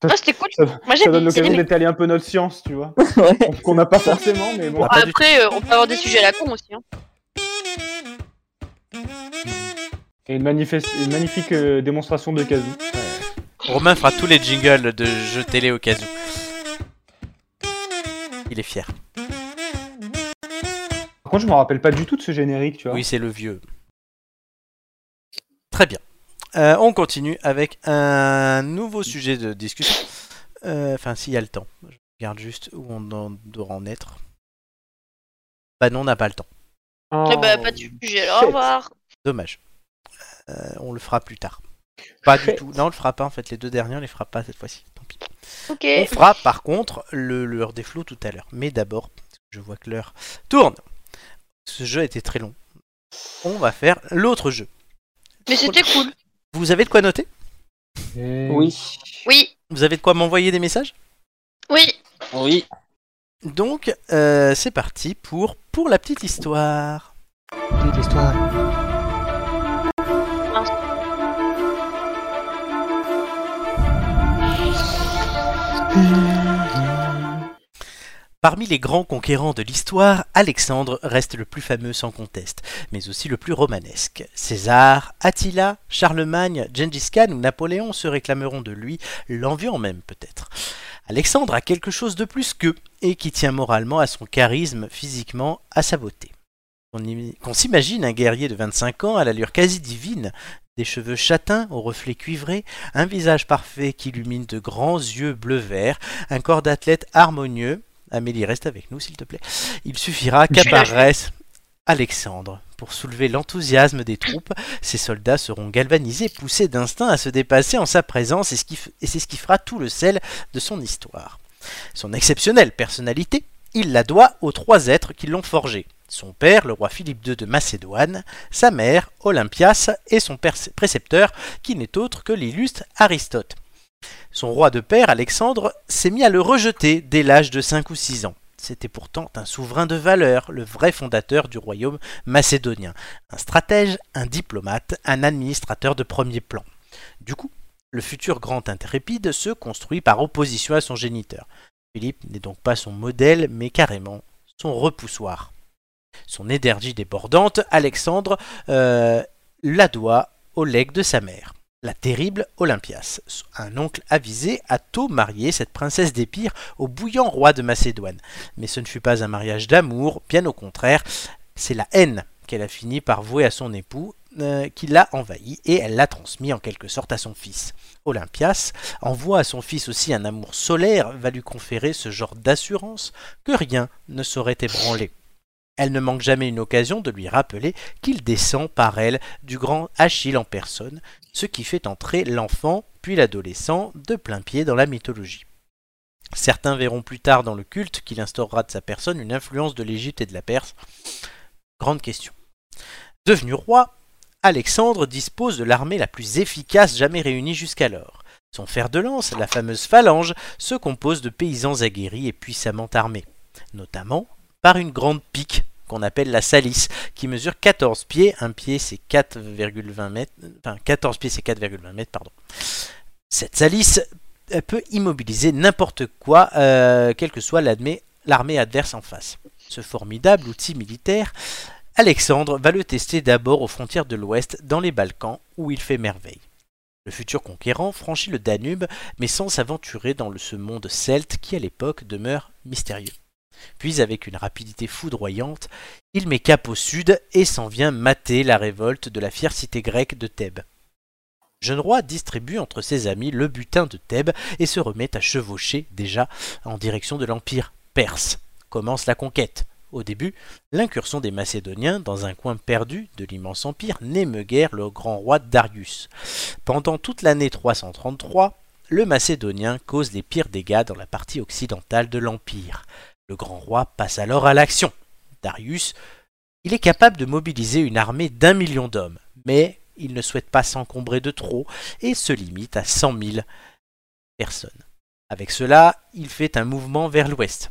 Ah, c'était cool.
Ça-
Moi, j'ai
Ça donne
bien
l'occasion
aimé.
d'étaler un peu notre science, tu vois.
*laughs* Ouais.
Qu'on n'a pas forcément, mais bon.
Ah, pas du
Après, euh, on peut avoir des sujets à la con aussi. hein.
Et une, manifeste- une magnifique euh, démonstration de Kazoo.
Romain fera tous les jingles de jeux télé au cas où. Il est fier.
Par contre, je me rappelle pas du tout de ce générique, tu vois.
Oui, c'est le vieux. Très bien. Euh, on continue avec un nouveau sujet de discussion. Euh, Enfin, s'il y a le temps. Je regarde juste où on en doit en être. Bah non, on n'a pas le temps.
Oh.
Eh bah, pas de sujet, alors au
shit.
revoir.
Dommage. Euh, on le fera plus tard. Pas du
Shit.
tout. Non, on le fera pas. En fait, les deux derniers, on les fera pas cette fois-ci. Tant pis.
Ok.
On fera par contre le, le heure des flots tout à l'heure. Mais d'abord, je vois que l'heure tourne. Ce jeu était très long. On va faire l'autre jeu.
Mais c'était cool.
Vous avez de quoi noter
Et-
Hmm.
Oui.
Oui,
Vous avez de quoi m'envoyer des messages
oui.
Oui.
Donc, euh, c'est parti pour pour la petite histoire.
Petite histoire.
Parmi les grands conquérants de l'histoire, Alexandre reste le plus fameux sans conteste, mais aussi le plus romanesque. César, Attila, Charlemagne, Gengis Khan ou Napoléon se réclameront de lui, l'enviant même peut-être. Alexandre a quelque chose de plus qu'eux, et qui tient moralement à son charisme, physiquement à sa beauté. On im- Qu'on s'imagine un guerrier de 25 ans à l'allure quasi divine, des cheveux châtains aux reflets cuivrés, un visage parfait qui illumine de grands yeux bleu-vert, un corps d'athlète harmonieux. Amélie, reste avec nous, s'il te plaît. Il suffira
Je suis là, je suis là.
qu'apparaisse Alexandre. Pour soulever l'enthousiasme des troupes, ces soldats seront galvanisés, poussés d'instinct à se dépasser en sa présence, et ce qui f- et c'est ce qui fera tout le sel de son histoire. Son exceptionnelle personnalité, il la doit aux trois êtres qui l'ont forgé. Son père, le roi Philippe II de Macédoine, sa mère, Olympias, et son perc- précepteur, qui n'est autre que l'illustre Aristote. Son roi de père, Alexandre, s'est mis à le rejeter dès l'âge de 5 ou 6 ans. C'était pourtant un souverain de valeur, le vrai fondateur du royaume macédonien, un stratège, un diplomate, un administrateur de premier plan. Du coup, le futur grand intrépide se construit par opposition à son géniteur. Philippe n'est donc pas son modèle, mais carrément son repoussoir. Son énergie débordante, Alexandre euh, la doit au legs de sa mère, la terrible Olympias, un oncle avisé a tôt marié cette princesse d'Épire au bouillant roi de Macédoine. Mais ce ne fut pas un mariage d'amour, bien au contraire, c'est la haine qu'elle a fini par vouer à son époux, euh, qui l'a envahi et elle l'a transmis en quelque sorte à son fils. Olympias envoie à son fils aussi un amour solaire, va lui conférer ce genre d'assurance que rien ne saurait ébranler. Elle ne manque jamais une occasion de lui rappeler qu'il descend par elle du grand Achille en personne, ce qui fait entrer l'enfant puis l'adolescent de plein pied dans la mythologie. Certains verront plus tard dans le culte qu'il instaurera de sa personne une influence de l'Égypte et de la Perse. Grande question. Devenu roi, Alexandre dispose de l'armée la plus efficace jamais réunie jusqu'alors. Son fer de lance, la fameuse phalange, se compose de paysans aguerris et puissamment armés, notamment par une grande pique qu'on appelle la salisse, qui mesure 14 pieds, un pied c'est 4,20 mètres, enfin 14 pieds c'est 4,20 mètres, pardon. Cette salisse elle peut immobiliser n'importe quoi, euh, quelle que soit l'admé- l'armée adverse en face. Ce formidable outil militaire, Alexandre va le tester d'abord aux frontières de l'Ouest, dans les Balkans, où il fait merveille. Le futur conquérant franchit le Danube, mais sans s'aventurer dans le- ce monde celte qui à l'époque demeure mystérieux. Puis, avec une rapidité foudroyante, il met cap au sud et s'en vient mater la révolte de la fière cité grecque de Thèbes. Jeune roi distribue entre ses amis le butin de Thèbes et se remet à chevaucher déjà en direction de l'empire perse. Commence la conquête. Au début, l'incursion des Macédoniens dans un coin perdu de l'immense empire n'émeut guère le grand roi Darius. Pendant toute l'année 333, le Macédonien cause les pires dégâts dans la partie occidentale de l'empire. Le grand roi passe alors à l'action. Darius, il est capable de mobiliser une armée d'un million d'hommes, mais il ne souhaite pas s'encombrer de trop et se limite à 100 000 personnes. Avec cela, il fait un mouvement vers l'ouest.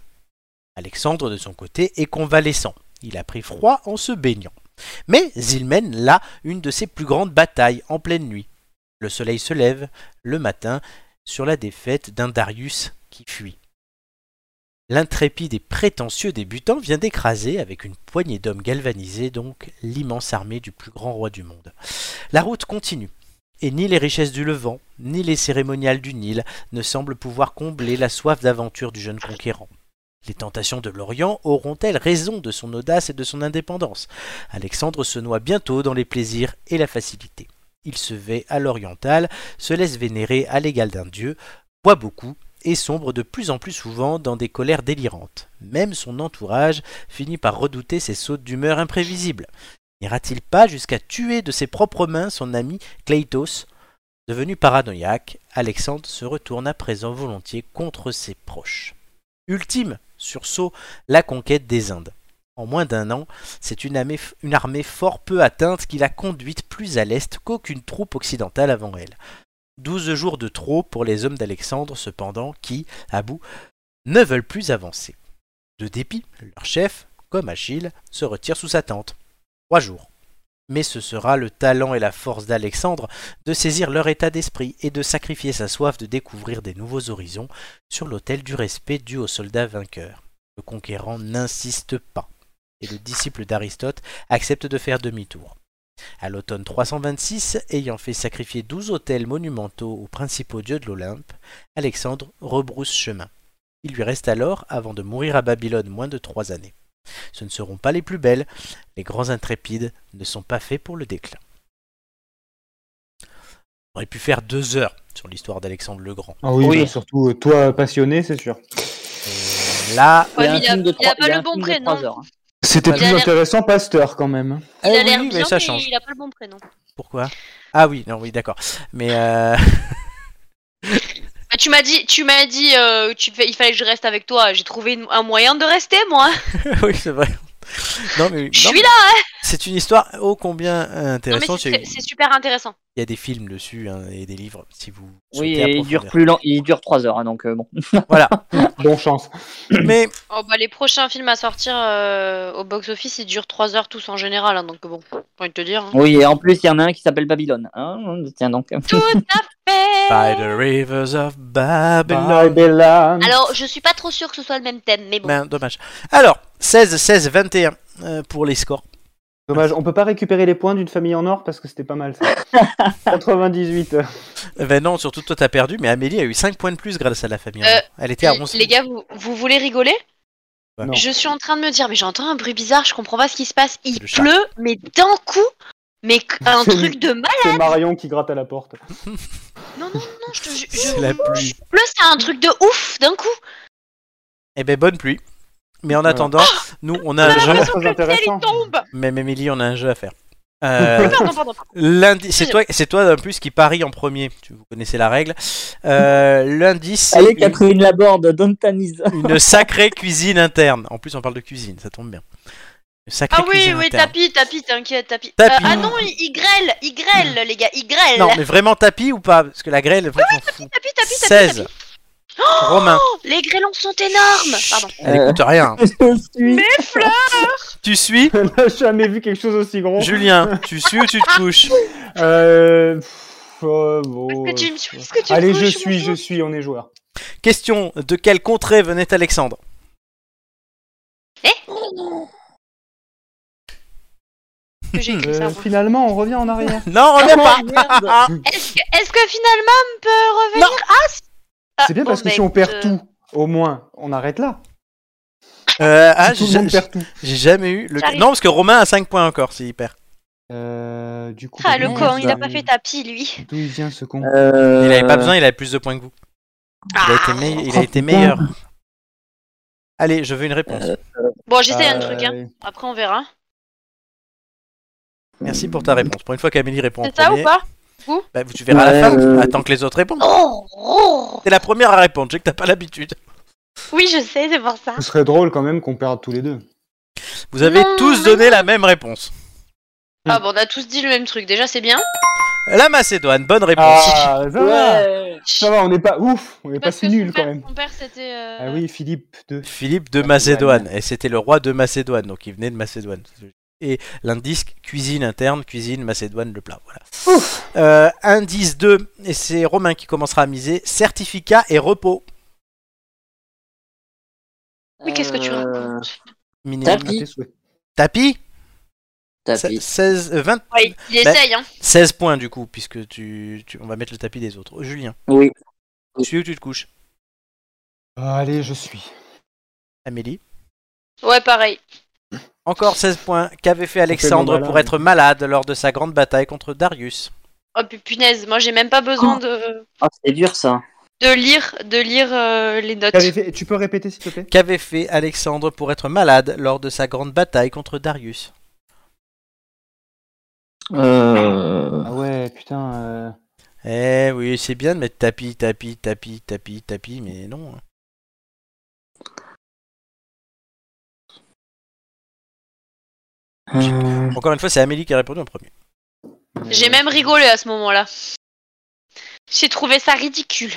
Alexandre, de son côté, est convalescent. Il a pris froid en se baignant. Mais il mène là une de ses plus grandes batailles en pleine nuit. Le soleil se lève le matin sur la défaite d'un Darius qui fuit. L'intrépide et prétentieux débutant vient d'écraser, avec une poignée d'hommes galvanisés donc, l'immense armée du plus grand roi du monde. La route continue, et ni les richesses du Levant, ni les cérémoniales du Nil ne semblent pouvoir combler la soif d'aventure du jeune conquérant. Les tentations de l'Orient auront-elles raison de son audace et de son indépendance Alexandre se noie bientôt dans les plaisirs et la facilité. Il se vêt à l'oriental, se laisse vénérer à l'égal d'un dieu, boit beaucoup et sombre de plus en plus souvent dans des colères délirantes. Même son entourage finit par redouter ses sautes d'humeur imprévisibles. N'ira-t-il pas jusqu'à tuer de ses propres mains son ami Cleitos Devenu paranoïaque, Alexandre se retourne à présent volontiers contre ses proches. Ultime sursaut, la conquête des Indes. En moins d'un an, c'est une armée, une armée fort peu atteinte qui l'a conduite plus à l'est qu'aucune troupe occidentale avant elle. Douze jours de trop pour les hommes d'Alexandre, cependant, qui, à bout, ne veulent plus avancer. De dépit, leur chef, comme Achille, se retire sous sa tente. Trois jours. Mais ce sera le talent et la force d'Alexandre de saisir leur état d'esprit et de sacrifier sa soif de découvrir des nouveaux horizons sur l'autel du respect dû aux soldats vainqueurs. Le conquérant n'insiste pas, et le disciple d'Aristote accepte de faire demi-tour. À l'automne 326, ayant fait sacrifier douze autels monumentaux aux principaux dieux de l'Olympe, Alexandre rebrousse chemin. Il lui reste alors, avant de mourir à Babylone, moins de trois années. Ce ne seront pas les plus belles, les grands intrépides ne sont pas faits pour le déclin. On aurait pu faire deux heures sur l'histoire d'Alexandre le Grand.
Ah oui,
Oui.
bah, surtout euh, toi passionné, c'est sûr.
Et Euh, là,
Ouais,
Il y a
mais
un
il a-
film de
il a
trois-
pas
il y a
le
un
bon
film de
prénom.
trois heures. hein.
C'était
Il a
plus
l'air-
intéressant Pasteur quand même. *laughs*
Eh
Il a
oui,
l'air
mais
bien,
ça
mais
change.
il a pas le bon prénom.
Pourquoi Ah oui, non, oui, d'accord. Mais euh,
Bah, tu m'as dit, tu m'as dit, euh, tu, fais- il fallait que je reste avec toi. J'ai trouvé une- un moyen de rester, moi.
*laughs* oui, c'est vrai. Non, mais
Je
non,
suis là.
c'est une histoire ô combien euh,
Non, mais
intéressante.
c'est-
Il
c'est c'est super intéressant.
y a des films dessus hein, et des livres si vous.
Oui,
souhaitez
et il dure
approfondir.
plus long, il dure 3 heures, hein, donc euh, bon.
Voilà.
Bon chance.
Mais
Oh, bah, les prochains films à sortir euh, au box-office, ils durent 3 heures tous en général. hein, donc bon, j'ai envie de te dire. hein.
Oui, et en plus, il y en a un qui s'appelle Babylone. hein, tiens donc.
*laughs* Tout à fait.
By the rivers of Babylon.
Bye, Bella.
Alors, je suis pas trop sûr que ce soit le même thème, mais bon.
Ben, dommage. Alors, 16, 16, 21 euh, pour les scores.
Dommage, on peut pas récupérer les points d'une famille en or parce que c'était pas
*laughs*
mal ça. 98.
Euh, Ben non, surtout toi t'as perdu, mais Amélie a eu 5 points de plus grâce à la famille. en
Euh,
or. Elle était à 11.
les gars, vous, vous voulez rigoler
Ouais.
Non.
Je suis en train de me dire, mais j'entends un bruit bizarre, je comprends pas ce qui se passe. Il
Le chat.
pleut, mais d'un coup, mais qu-
*laughs*
un truc de mal.
C'est Marion qui gratte à la porte.
Non, non, non, non, je te ju-
C'est
je-
la pluie.
Le c'est un truc de ouf d'un coup.
Eh ben bonne pluie. Mais en
Ouais.
attendant,
Ah
nous on a un
Vraiment
jeu.
très
Ciel, il
intéressant. *laughs*
tombe.
Même Amélie, on a un jeu à faire.
*laughs*
Euh,
Pardon, pardon.
lundi, c'est toi, c'est toi en plus qui parie en premier. Tu vous connaissez la règle. Euh, lundi, c'est
Allez,
une,
Catherine Laborde, donne ta mise.
une sacrée cuisine interne. En plus, on parle de cuisine, ça tombe bien. Une sacrée
Ah oui,
cuisine
oui,
interne.
tapis, tapis, t'inquiète, tapis.
Tapis.
Euh, ah non, il, il grêle, il grêle, les gars, il grêle.
Non, mais vraiment tapis ou pas Parce que la grêle. vraiment, fou.
Tapis, tapis, tapis,
16.
tapis.
Romain,
Oh, les grêlons sont énormes. Pardon.
elle écoute rien.
Je suis.
Tu suis
On n'a jamais vu quelque chose aussi gros.
Julien, tu suis ou tu te couches
Euh, pff, euh, bon,
Est-ce que tu
euh,
me suis- est-ce que tu me
Allez, je
touches,
suis, je
bonjour
suis, on est joueur.
Question de quelle contrée venait Alexandre
Que j'ai écrit ça, Ah,
Euh,
moi.
finalement, on revient en arrière.
Non, on n'est
Ah,
pas.
Est-ce que, est-ce que finalement on peut revenir Ah, si. Ah,
C'est bien
bon,
parce que
bah,
si on perd
écoute, euh,
tout, au moins, on arrête là.
*laughs* Euh, ah,
Si tout
j'ai-
le monde perd tout.
J'ai jamais eu le.
J'arrive.
Non, parce que Romain a 5 points encore, c'est hyper.
Euh, du coup,
Ah,
d'où
le
il
con, il a
vient-
pas fait tapis, lui.
D'où il vient ce
Euh,
con
Il avait pas besoin, il avait plus de points que vous. Il a
Bah, Ah.
été, me- il a
Oh,
été
putain.
meilleur. Allez, je veux une réponse.
Euh.
Bon, j'essaie un
Euh,
truc, hein. Après, on verra.
Merci pour ta réponse. Pour une fois qu'Amélie répond en
C'est ça
premier,
ou pas
bah, tu verras à la
Ouais,
fin.
euh.
Attends que les autres répondent.
oh, oh.
T'es la première à répondre, je sais que t'as pas l'habitude.
Oui, je sais, c'est pour
*laughs*
ça.
Ce serait drôle quand même qu'on perde tous les deux.
Vous avez
Non,
tous
mais
donné la même réponse.
Ah, bon, on a tous dit le même truc. Déjà, c'est bien.
La Macédoine, bonne réponse.
Ah, ça va
Ouais.
Ça va, on n'est pas ouf, on n'est pas
Parce que
si
son
nul
père-
quand même.
Son père, c'était. euh,
Ah oui, Philippe 2.
Philippe de Macédoine. Et c'était le roi de Macédoine, donc il venait de Macédoine. Et l'indice cuisine interne, cuisine Macédoine, le plat. Voilà. Euh, indice 2, et c'est Romain qui commencera à miser certificat et repos.
Mais qu'est-ce que tu
Euh,
racontes
Minimum.
Tapis.
Tapis, Se-
Tapis.
16, euh, 20,
Ouais, Il
Ben-
essaye, hein.
16 points du coup, puisque tu, tu- on va mettre le tapis des autres. Julien,
Oui.
tu suis où tu te couches
Ah, Allez, je suis.
Amélie
Ouais, pareil.
Encore 16 points. Qu'avait fait Alexandre
malin.
pour être malade lors de sa grande bataille contre Darius
Oh, pu- punaise, moi, j'ai même pas besoin de,
Ah, c'est dur ça.
de lire, de lire euh, les notes.
T'avais fait- Tu peux répéter s'il te plaît
Qu'avait fait Alexandre pour être malade lors de sa grande bataille contre Darius
Euh...
Ah ouais, putain. euh,
Eh oui, c'est bien de mettre tapis, tapis, tapis, tapis, tapis, mais non. hein.
euh,
Encore une fois, c'est Amélie qui a répondu en premier.
J'ai
euh,
même rigolé à ce moment-là. J'ai trouvé ça ridicule.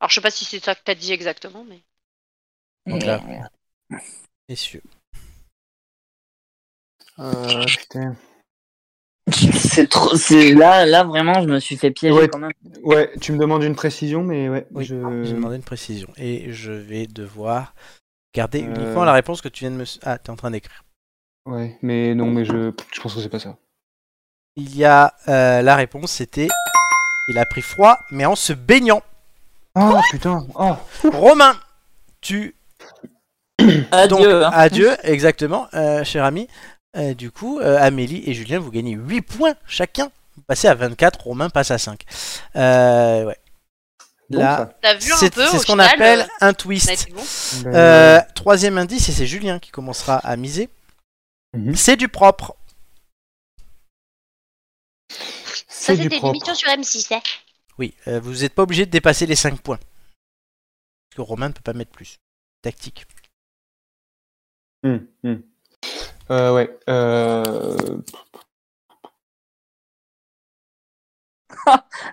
Alors, je sais pas si c'est ça que t'as dit exactement, mais.
Donc là, messieurs.
Euh, putain.
C'est trop. C'est là, là vraiment, je me suis fait piéger
Ouais.
quand même.
Ouais, tu me demandes une précision, mais ouais.
Oui,
je...
J'ai demandé une précision. Et je vais devoir garder
Euh.
uniquement la réponse que tu viens de me. Ah, t'es en train d'écrire.
Ouais, mais non, mais je, je pense que c'est pas ça.
Il y a euh, la réponse, c'était. Il a pris froid, mais en se baignant.
Oh putain Oh
Romain, tu.
Adieu.
donc,
hein.
adieu, exactement, euh, cher ami. Euh, du coup, euh, Amélie et Julien, vous gagnez 8 points chacun passé à 24, Romain passe à 5. Euh, ouais.
Bon,
Là,
ça.
T'as vu un
c'est
peu
c'est
au
ce qu'on
final,
appelle
euh,
un
ça a
twist.
été bon.
Ben,
Euh, troisième indice, et c'est Julien qui commencera à miser.
Mhm.
C'est du propre.
c'est
Ça,
du
c'était une
propre.
émission sur M6, hein.
Oui, euh, vous n'êtes pas obligé de dépasser les 5 points. Parce que Romain ne peut pas mettre plus. Tactique.
Hum, hum. Euh, ouais. euh,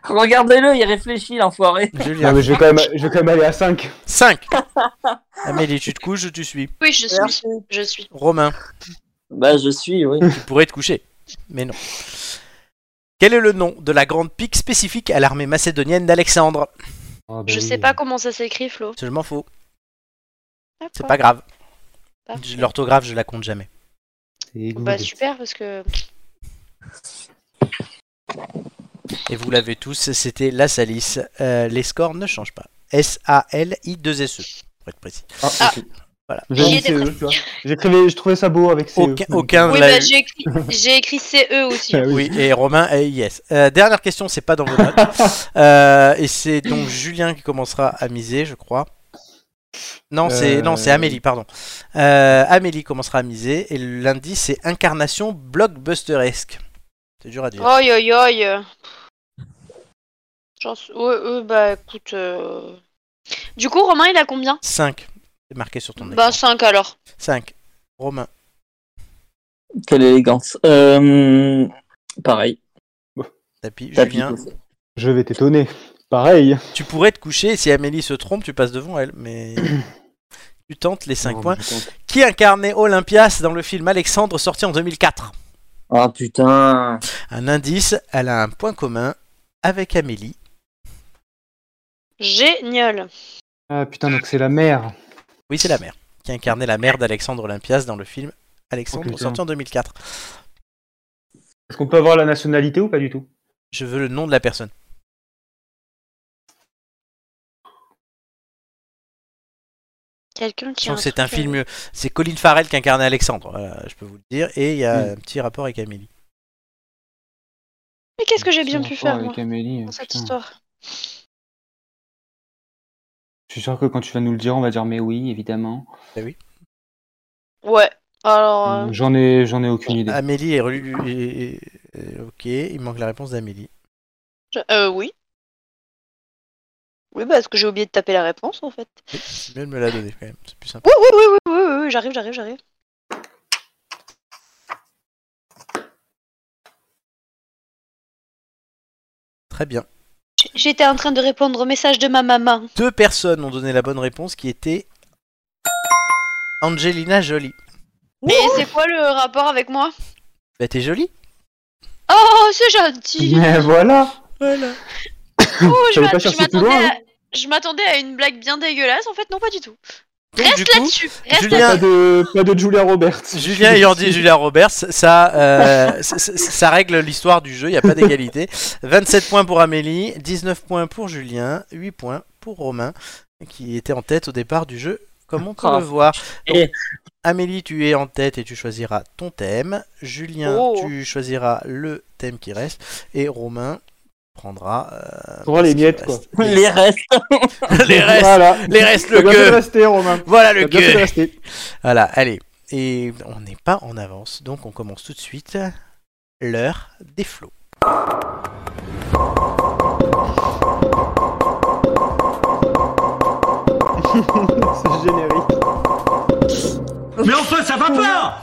Regardez-le, il réfléchit, l'enfoiré.
non,
Julien.
mais je, vais quand même, je vais quand même aller à 5.
*laughs*
5. Amélie, tu te couches ou tu suis
Oui, je suis. Je suis.
Romain,
Bah, je suis, oui.
tu pourrais te coucher. Mais non. Quel est le nom de la grande pique spécifique à l'armée macédonienne d'Alexandre Ah, bah
Je sais pas comment ça s'écrit, Flo.
C'est m'en faux. C'est pas grave.
Parfait.
L'orthographe, je la compte jamais.
Bah super parce que
Et vous l'avez tous, c'était la salisse. Euh, les scores ne changent pas. S-A-L-I-2-S-E, E, pour être précis.
Ah,
Ah.
ok.
Voilà.
J'ai
J'y
mis
étais
CE, euh, tu vois. J'écrivais, je trouvais ça beau avec CE.
Aucun, aucun
oui
Ah, l'a
bah
eu.
j'ai écrit j'ai écrit CE
*laughs*
aussi.
Ah oui.
Oui, et Romain, eh, yes. Euh, dernière question, c'est pas dans vos
*laughs*
notes. Euh, et c'est donc Julien qui commencera à miser, je crois. Non, c'est
Euh,
non, c'est Amélie, pardon. Euh, Amélie commencera à miser et le lundi c'est incarnation blockbusteresque. C'est dur à dire.
Oi oi oi. J'en suis- ouais, ouais, bah écoute. euh. Du coup Romain il a combien
5. C'est marqué sur ton
Bah 5 alors.
5. Romain.
*laughs* Quelle élégance. Euh, pareil.
Tapis.
tapis.
Julien.
Je vais t'étonner. Pareil.
Tu pourrais te coucher, si Amélie se trompe, tu passes devant elle,
*coughs*
mais tu tentes les 5
Non,
points.
mais attends.
Qui incarnait Olympias dans le film Alexandre sorti en 2004
Ah putain.
Un indice, elle a un point commun avec Amélie.
Génial.
Ah putain, donc c'est la mère.
Oui, c'est la mère. Qui incarnait la mère d'Alexandre Olympias dans le film Alexandre
Oh, putain.
sorti en 2004.
Est-ce qu'on peut avoir la nationalité ou pas du tout
Je veux le nom de la personne.
Quelqu'un qui.
Je
a
pense que c'est un
truc, euh,
film. C'est Colin Farrell qui incarnait Alexandre, voilà, je peux vous le dire. Et il y a un petit rapport avec Amélie.
Mais qu'est-ce que j'ai bien pu faire moi
Avec Amélie,
dans cette
putain.
histoire
Je suis sûr que quand tu vas nous le dire, on va dire mais oui, évidemment.
Ouais. Ah, Alors. euh,
J'en ai, j'en ai aucune idée.
Amélie est relu. et- et- et- Ok, il manque la réponse d'Amélie.
je- euh, oui. Oui bah parce que j'ai oublié de taper la réponse en fait.
Oui, c'est mieux de me la donner quand même, c'est plus simple.
Oui oui oui oui oui, oui, oui, j'arrive j'arrive j'arrive.
Très bien.
J'étais en train de répondre au message de ma maman.
deux personnes ont donné la bonne réponse qui était Angelina Jolie.
Mais c'est quoi le rapport avec moi
Bah t'es jolie
Oh, c'est gentil
*laughs* Mais voilà.
Voilà.
Oh, je
Fallait pas
m'a-
chercher
je
plus
m'attendais
loin,
à... je m'attendais à une blague bien dégueulasse, en fait, non, pas du tout.
Donc du
Reste
coup,
là-dessus Reste
Julien-
là-dessus
Pas de, pas de Julia Roberts.
Julien ayant dit Julien Roberts, ça, euh, ça, ça- ça règle l'histoire du jeu, il n'y a pas d'égalité. 27 points pour Amélie, 19 points pour Julien, 8 points pour Romain, qui était en tête au départ du jeu, comme on peut
Oh.
le voir. Donc,
Et-
Amélie, tu es en tête et tu choisiras ton thème. Julien,
Oh.
tu choisiras le thème qui reste. Et Romain prendra... euh,
Prendra les
ce qui
miettes,
reste.
Les restes.
*laughs* les restes,
*laughs* Voilà.
les restes,
*laughs* T'as
le
bien fait de
que.
rester, Romain.
Voilà
*laughs* T'as
le
bien fait de
que.
rester.
Voilà, allez. Et on n'est pas en avance, donc on commence tout de suite l'heure des flots.
C'est générique.
Mais enfin, ça va pas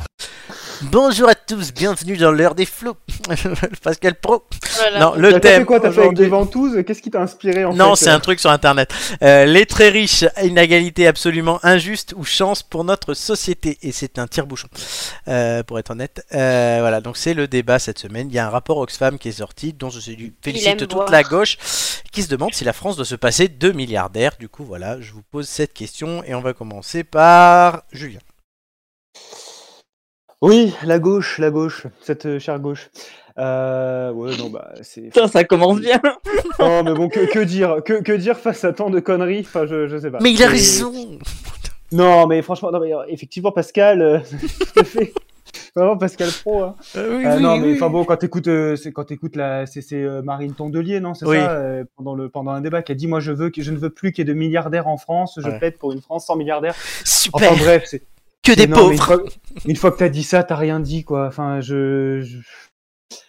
Bonjour à tous, bienvenue dans l'heure des flots. *laughs* Pascal Pro.
Oh là là.
Non,
T'as
le
fait
thème.
quoi T'as fait avec des
aujourd'hui-
ventouses Qu'est-ce qui t'a inspiré en
Non,
fait
c'est un truc sur internet. Euh, les très riches, inégalité absolument injuste ou chance pour notre société. Et c'est un tire-bouchon, euh, pour être honnête. Euh, voilà, donc c'est le débat cette semaine. Il y a un rapport Oxfam qui est sorti, dont je suis-
aime
félicite toute
boire.
la gauche, qui se demande si la France doit se passer de milliardaires. Du coup, voilà, je vous pose cette question et on va commencer par Julien.
Oui, la gauche, la gauche, cette euh, chère gauche. Euh, ouais, non, bah, c'est.
Putain, hein, ça commence bien.
Oh, mais bon, que, que dire que, que dire face à tant de conneries Enfin, je, je sais pas.
Mais il a
C'est-
raison
*laughs* Non, mais franchement, non, mais, euh, effectivement, Pascal, euh, tout à fait. vraiment Pascal Pro. hein. Euh, non, mais enfin bon, quand t'écoutes, euh, c'est quand t'écoutes la, c'est, c'est, euh, Marine Tondelier, non, c'est
Oui.
ça, euh, pendant le pendant un débat, qui a dit, moi je veux, que je ne veux plus qu'il y ait de milliardaires en France, je
Ouais.
plaide pour une France sans milliardaires.
Super,
Enfin bref, c'est
que des
mais non, mais
pauvres.
Une fois, une fois que t'as dit ça, t'as rien dit, quoi. Enfin, je, je,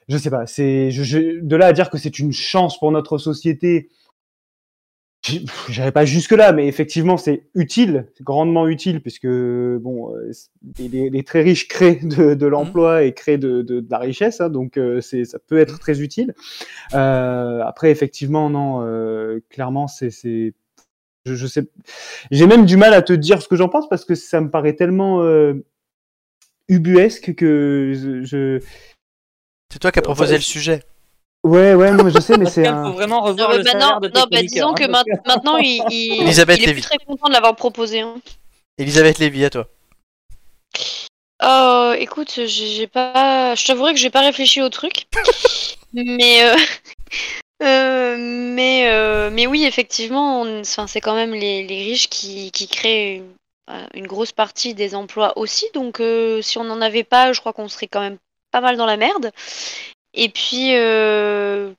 je sais pas. C'est je- je- de là à dire que c'est une chance pour notre société. j'- pff, J'irai pas jusque là, mais effectivement, c'est utile, c'est grandement utile, puisque bon, euh, c'est- les, les- les très riches créent de, de l'emploi et créent de, de- de la richesse, hein, donc euh, c'est ça peut être très utile. Euh, après, effectivement, non, euh, clairement, c'est c'est- je, je sais, j'ai même du mal à te dire ce que j'en pense parce que ça me paraît tellement euh, ubuesque que je, je-
C'est toi qui as proposé le sujet.
ouais ouais non, mais je sais mais
*laughs*
c'est
Pascal, faut
un...
vraiment revoir
Non, mais
le
maintenant-
salaire de tes
non, bah, disons que
chroniqueurs, hein,
ma- maintenant, il, il-
Elisabeth
il est
Lévy.
plus très content de l'avoir proposé. hein.
Elisabeth Lévy, à toi.
Euh, écoute, j'ai j'ai pas. Je t'avouerai que j'ai pas réfléchi au truc. mais. euh, *laughs* euh, mais, euh, mais oui, effectivement, on- enfin, c'est quand même les, les riches qui, qui créent une, voilà, une grosse partie des emplois aussi. Donc, euh, si on n'en avait pas, je crois qu'on serait quand même pas mal dans la merde. Et puis. euh,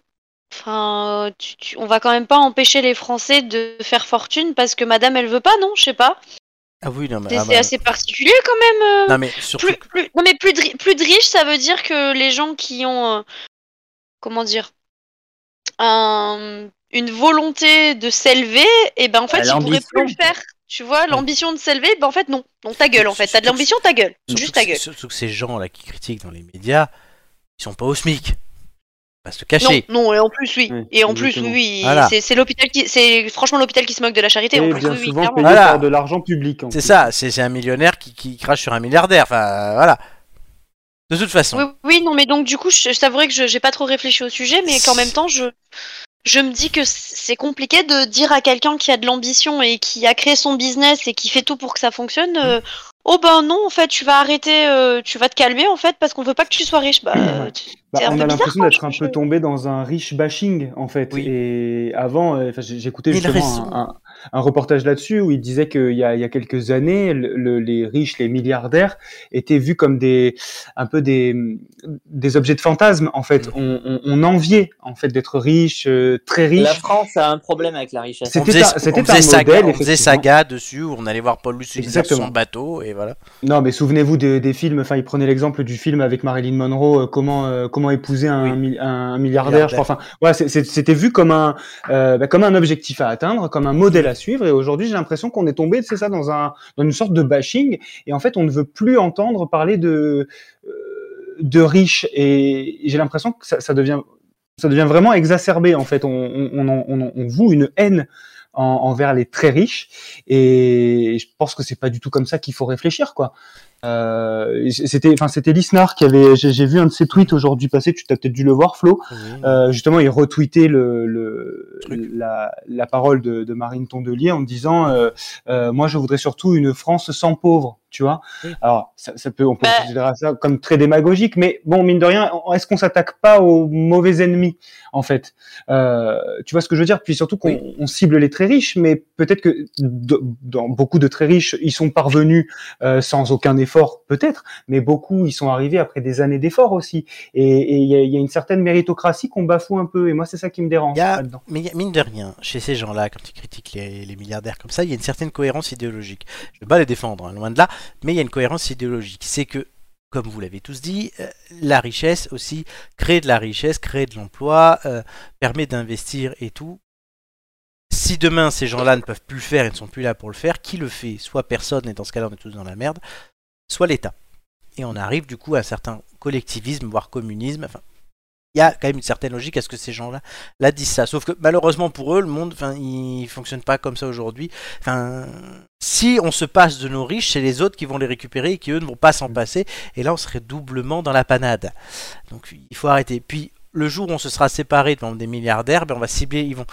Enfin, tu- tu- on va quand même pas empêcher les Français de faire fortune parce que Madame elle veut pas, non Je sais pas.
Ah oui, non, mais.
C'est
ah,
c'est
bah,
assez particulier quand même. euh,
Non, mais surtout.
plus, plus- non mais plus de, ri- plus de riches, ça veut dire que les gens qui ont, euh, comment dire, un- une volonté de s'élever, et ben en fait,
Bah,
ils pourraient
l'ambition.
plus le faire. Tu vois, l'ambition de s'élever, ben en fait, non. Non, ta gueule, en fait. T'as de l'ambition, ta gueule.
surtout que
Juste ta
c'est-
gueule.
Surtout que ces gens-là qui critiquent dans les médias, ils sont pas au SMIC. Pas se le
Non,
cacher.
non, et en plus, oui.
Ouais,
et en plus, oui,
exactement.
oui,
Voilà.
c'est c'est l'hôpital qui. C'est franchement l'hôpital qui se moque de la charité. en
et
plus,
bien
oui, oui,
souvent
clairement.
payé
Voilà.
par de l'argent public en
C'est
plus.
ça, c'est c'est un millionnaire qui, qui crache sur un milliardaire. Enfin, euh, voilà. De toute façon.
Oui, oui, non, mais donc du coup, je, je t'avouerai que je j'ai pas trop réfléchi au sujet, mais qu'en même temps, je, je me dis que c'est compliqué de dire à quelqu'un qui a de l'ambition et qui a créé son business et qui fait tout pour que ça fonctionne.
Mm.
euh, Oh ben non, en fait, tu vas arrêter, euh, tu vas te calmer en fait, parce qu'on veut pas que tu sois riche. Bah, euh, tu-
Bah,
c'est un
on
peu
a
bizarre,
l'impression
quoi,
d'être un
je-
peu tombé dans un riche bashing en fait.
Oui.
Et avant, euh, enfin, j'ai- j'écoutais
Mais il a
justement
raison.
un, un- un reportage là-dessus où il disait qu'il y a, il y a quelques années, le- le- les riches, les milliardaires étaient vus comme des un peu des des objets de fantasme en
Mmh.
fait. On, on- on enviait en fait d'être riche, euh, très
parce que
riche.
La France a un problème avec la richesse.
On
C'était
faisait,
un- c'était
on faisait
un
saga,
modèle,
on faisait
effectivement.
saga dessus où on allait voir Paul Luce sur son
Exactement.
bateau et voilà.
Non, mais souvenez-vous des, des films. Enfin, il prenait l'exemple du film avec Marilyn Monroe, euh, comment euh, comment épouser un,
Oui.
mi- un milliardaire. je crois. Enfin, ouais, c'est- c'est- c'était vu comme un euh, bah, comme un objectif à atteindre, comme un modèle à suivre. Et aujourd'hui, j'ai l'impression qu'on est tombé, c'est ça, dans un dans une sorte de bashing. Et en fait, on ne veut plus entendre parler de euh, de riches. Et j'ai l'impression que ça, ça devient ça devient vraiment exacerbé. En fait, on on on, en- on, en- on voue une haine en- envers les très riches. Et je pense que c'est pas du tout comme ça qu'il faut réfléchir, quoi. Euh, c'était, enfin, c'était Lisnard qui avait, j'ai j'ai vu un de ses tweets aujourd'hui passer, tu t'as peut-être dû le voir, Flo.
Mmh.
Euh, justement, il retweetait le, le-
Truc.
la, la parole de, de Marine Tondelier en disant, euh, euh, moi, je voudrais surtout une France sans pauvres, tu vois.
Oui.
Alors, ça, ça peut, on peut
Bah.
considérer ça comme très démagogique, mais bon, mine de rien, est-ce qu'on s'attaque pas aux mauvais ennemis, en fait Euh, Tu vois ce que je veux dire Puis surtout qu'on on cible les très riches, mais peut-être que de- dans beaucoup de très riches, ils sont parvenus euh, sans aucun effort, peut-être, mais beaucoup ils sont arrivés après des années d'efforts aussi. Et et il y, a- il y a une certaine méritocratie qu'on bafoue un peu, et moi c'est ça qui me dérange
Il y a-
là-dedans.
Mais y a- mine de rien, chez ces gens-là, quand ils critiquent les, les milliardaires comme ça, il y a une certaine cohérence idéologique. Je ne veux pas les défendre, hein, loin de là, mais il y a une cohérence idéologique. C'est que, comme vous l'avez tous dit, euh, la richesse aussi, créer de la richesse, créer de l'emploi, euh, permet d'investir et tout. Si demain ces gens-là ne peuvent plus le faire et ne sont plus là pour le faire, qui le fait Soit personne, et dans ce cas-là on est tous dans la merde, soit l'État. Et on arrive du coup à un certain collectivisme, voire communisme. Enfin, il y a quand même une certaine logique à ce que ces gens-là là disent ça. Sauf que malheureusement pour eux, le monde, enfin, il fonctionne pas comme ça aujourd'hui. Enfin, si on se passe de nos riches, c'est les autres qui vont les récupérer et qui eux ne vont pas s'en passer. Et là, on serait doublement dans la panade. Donc, il faut arrêter. Puis le jour où on se sera séparé de membres des milliardaires, ben on va cibler. Ils vont,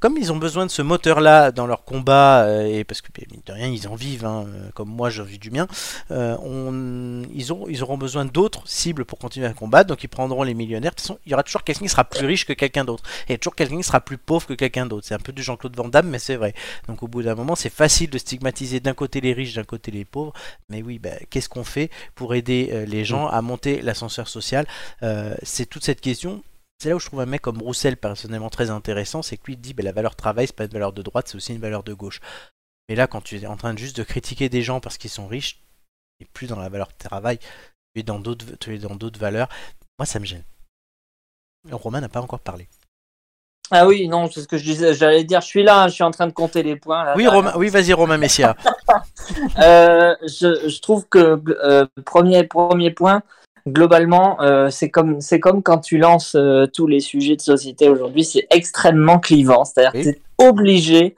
comme ils ont besoin de ce moteur-là dans leur combat, euh, et parce que ben, mine de rien ils en vivent, hein, euh, comme moi j'en vis du mien, euh, on- ils, ont, ils auront besoin d'autres cibles pour continuer à combattre. Donc ils prendront les millionnaires. De toute façon, il y aura toujours quelqu'un qui sera plus riche que quelqu'un d'autre, et toujours quelqu'un qui sera plus pauvre que quelqu'un d'autre. C'est un peu du Jean-Claude Van Damme, mais c'est vrai. Donc au bout d'un moment, c'est facile de stigmatiser d'un côté les riches, d'un côté les pauvres. Mais oui, ben, qu'est-ce qu'on fait pour aider euh, les gens à monter l'ascenseur social Euh, C'est toute cette question. C'est là où je trouve un mec comme Roussel personnellement très intéressant, c'est que lui il dit ben, la valeur travail, c'est pas une valeur de droite, c'est aussi une valeur de gauche. Mais là, quand tu es en train de juste de critiquer des gens parce qu'ils sont riches, tu n'es plus dans la valeur de travail, tu es dans d'autres, tu es dans d'autres valeurs. Moi, ça me gêne. Romain n'a pas encore parlé.
Ah oui, non, c'est ce que je disais. J'allais dire, je suis là, je suis en train de compter les points. là,
Oui,
derrière.
Romain, oui, vas-y, Romain Messia.
Euh, je, je trouve que euh, premier premier point, globalement, euh, c'est comme c'est comme quand tu lances euh, tous les sujets de société aujourd'hui, c'est extrêmement clivant. C'est-à-dire que
Oui.
tu es obligé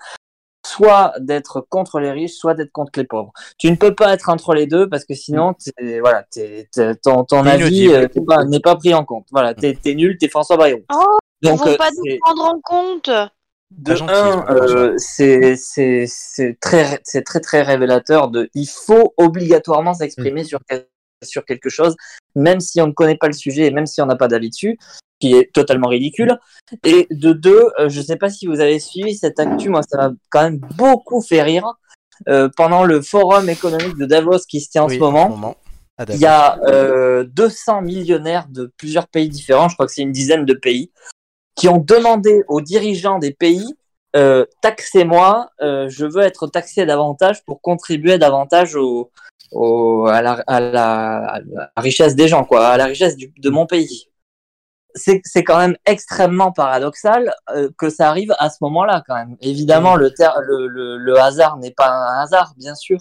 soit d'être contre les riches, soit d'être contre les pauvres. Tu ne peux pas être entre les deux parce que
Mm.
sinon, t'es- voilà, t'es- t'es- ton, ton
T'es
avis
inaudible.
euh, t'es pas- n'est pas pris en compte.
Mm.
Voilà, t'es es nul, t'es François Bayrou.
Oh,
Donc,
ils vont
euh,
pas nous
c'est-
prendre en compte.
de
Pas gentil,
un,
c'est pas
euh, c'est c'est- c'est très, c'est très très révélateur de il faut obligatoirement s'exprimer
Mm.
sur, quel- sur quelque chose, même si on ne connaît pas le sujet et même si on n'a pas d'avis dessus, qui est totalement ridicule.
Mm.
Et de deux, euh, je ne sais pas si vous avez suivi cette actu, moi ça m'a quand même beaucoup fait rire. Euh, pendant le forum économique de Davos qui se tient en
Oui,
ce moment,
Ah,
il y a euh, 200 millionnaires de plusieurs pays différents, je crois que c'est une dizaine de pays, qui ont demandé aux dirigeants des pays euh, taxez-moi, euh, je veux être taxé davantage pour contribuer davantage au, au- à, la, à la- à la richesse des gens, quoi, à la richesse du- de mon pays. C'est c'est quand même extrêmement paradoxal euh, que ça arrive à ce moment-là, quand même. Évidemment, le, ter- le, le- le hasard n'est pas un hasard, bien sûr.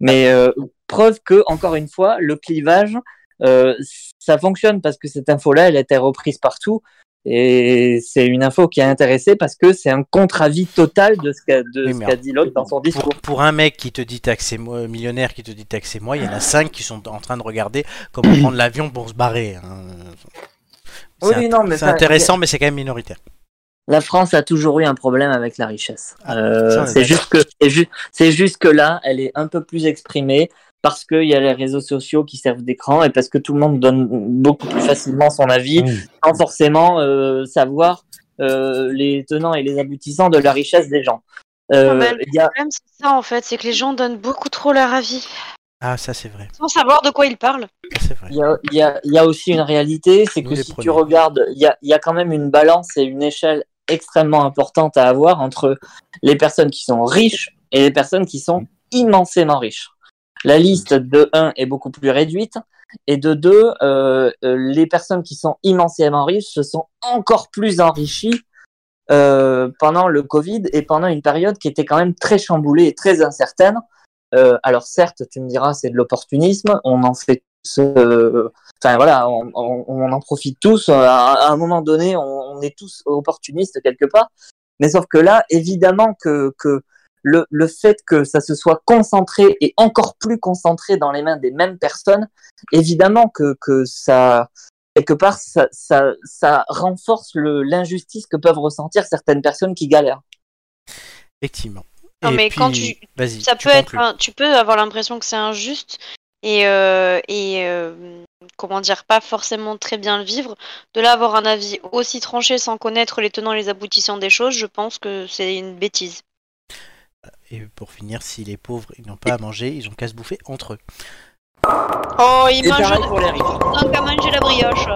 Mais euh, preuve que, encore une fois, le clivage, euh, ça fonctionne parce que cette info-là, elle a été reprise partout. Et c'est une info qui a intéressé parce que c'est un contre-avis total de ce qu'a de
Oui,
ce
mais
qu'a dit l'autre dans son discours.
pour, pour un mec qui te dit taxez-moi, euh, millionnaire qui te dit taxez-moi, il y en a 5 qui sont en train de regarder
*clears throat*
comment prendre l'avion pour se barrer. hein. C'est
Oui,
int-
non, mais
c'est
ça-
intéressant, mais c'est quand même minoritaire.
La France a toujours eu un problème avec la richesse. Euh,
Ah, ça, on est
c'est
d'accord.
juste que c'est ju- c'est juste que là, elle est un peu plus exprimée parce qu'il y a les réseaux sociaux qui servent d'écran et parce que tout le monde donne beaucoup plus facilement son avis sans forcément euh, savoir euh, les tenants et les aboutissants de la richesse des gens. Euh,
Ouais, mais
il y a-
Le problème, c'est ça en fait, c'est que les gens donnent beaucoup trop leur avis
Ah, ça c'est vrai.
sans savoir de quoi ils parlent.
ça, c'est vrai.
Il y a, il y a- il y a aussi une réalité, c'est
Nous,
que
les
si
premiers.
tu regardes, il y a, il y a quand même une balance et une échelle extrêmement importante à avoir entre les personnes qui sont riches et les personnes qui sont immensément riches. La liste de 1 est beaucoup plus réduite et de 2, euh, euh, les personnes qui sont immensément riches se sont encore plus enrichies euh, pendant le Covid et pendant une période qui était quand même très chamboulée et très incertaine. Euh, alors certes, tu me diras, c'est de l'opportunisme. On en fait tous. euh, Enfin voilà, on, on- on en profite tous. Euh, À, à un moment donné, on, on est tous opportunistes quelque part. Mais sauf que là, évidemment que, que le, le fait que ça se soit concentré et encore plus concentré dans les mains des mêmes personnes, évidemment que, que ça quelque part ça, ça, ça renforce le- l'injustice que peuvent ressentir certaines personnes qui galèrent.
Effectivement.
Non,
Et
mais
puis,
quand tu-
vas-y,
ça
tu
peut être
conclus.
un- tu peux avoir l'impression que c'est injuste et euh, et euh, comment dire pas forcément très bien le vivre de là avoir un avis aussi tranché sans connaître les tenants et les aboutissants des choses je pense que c'est une bêtise
Et pour finir, si les pauvres ils n'ont pas à manger, ils ont qu'à se bouffer entre eux.
oh il
Eh ben,
Et
mange
pareil pour les riches.
donc à manger la brioche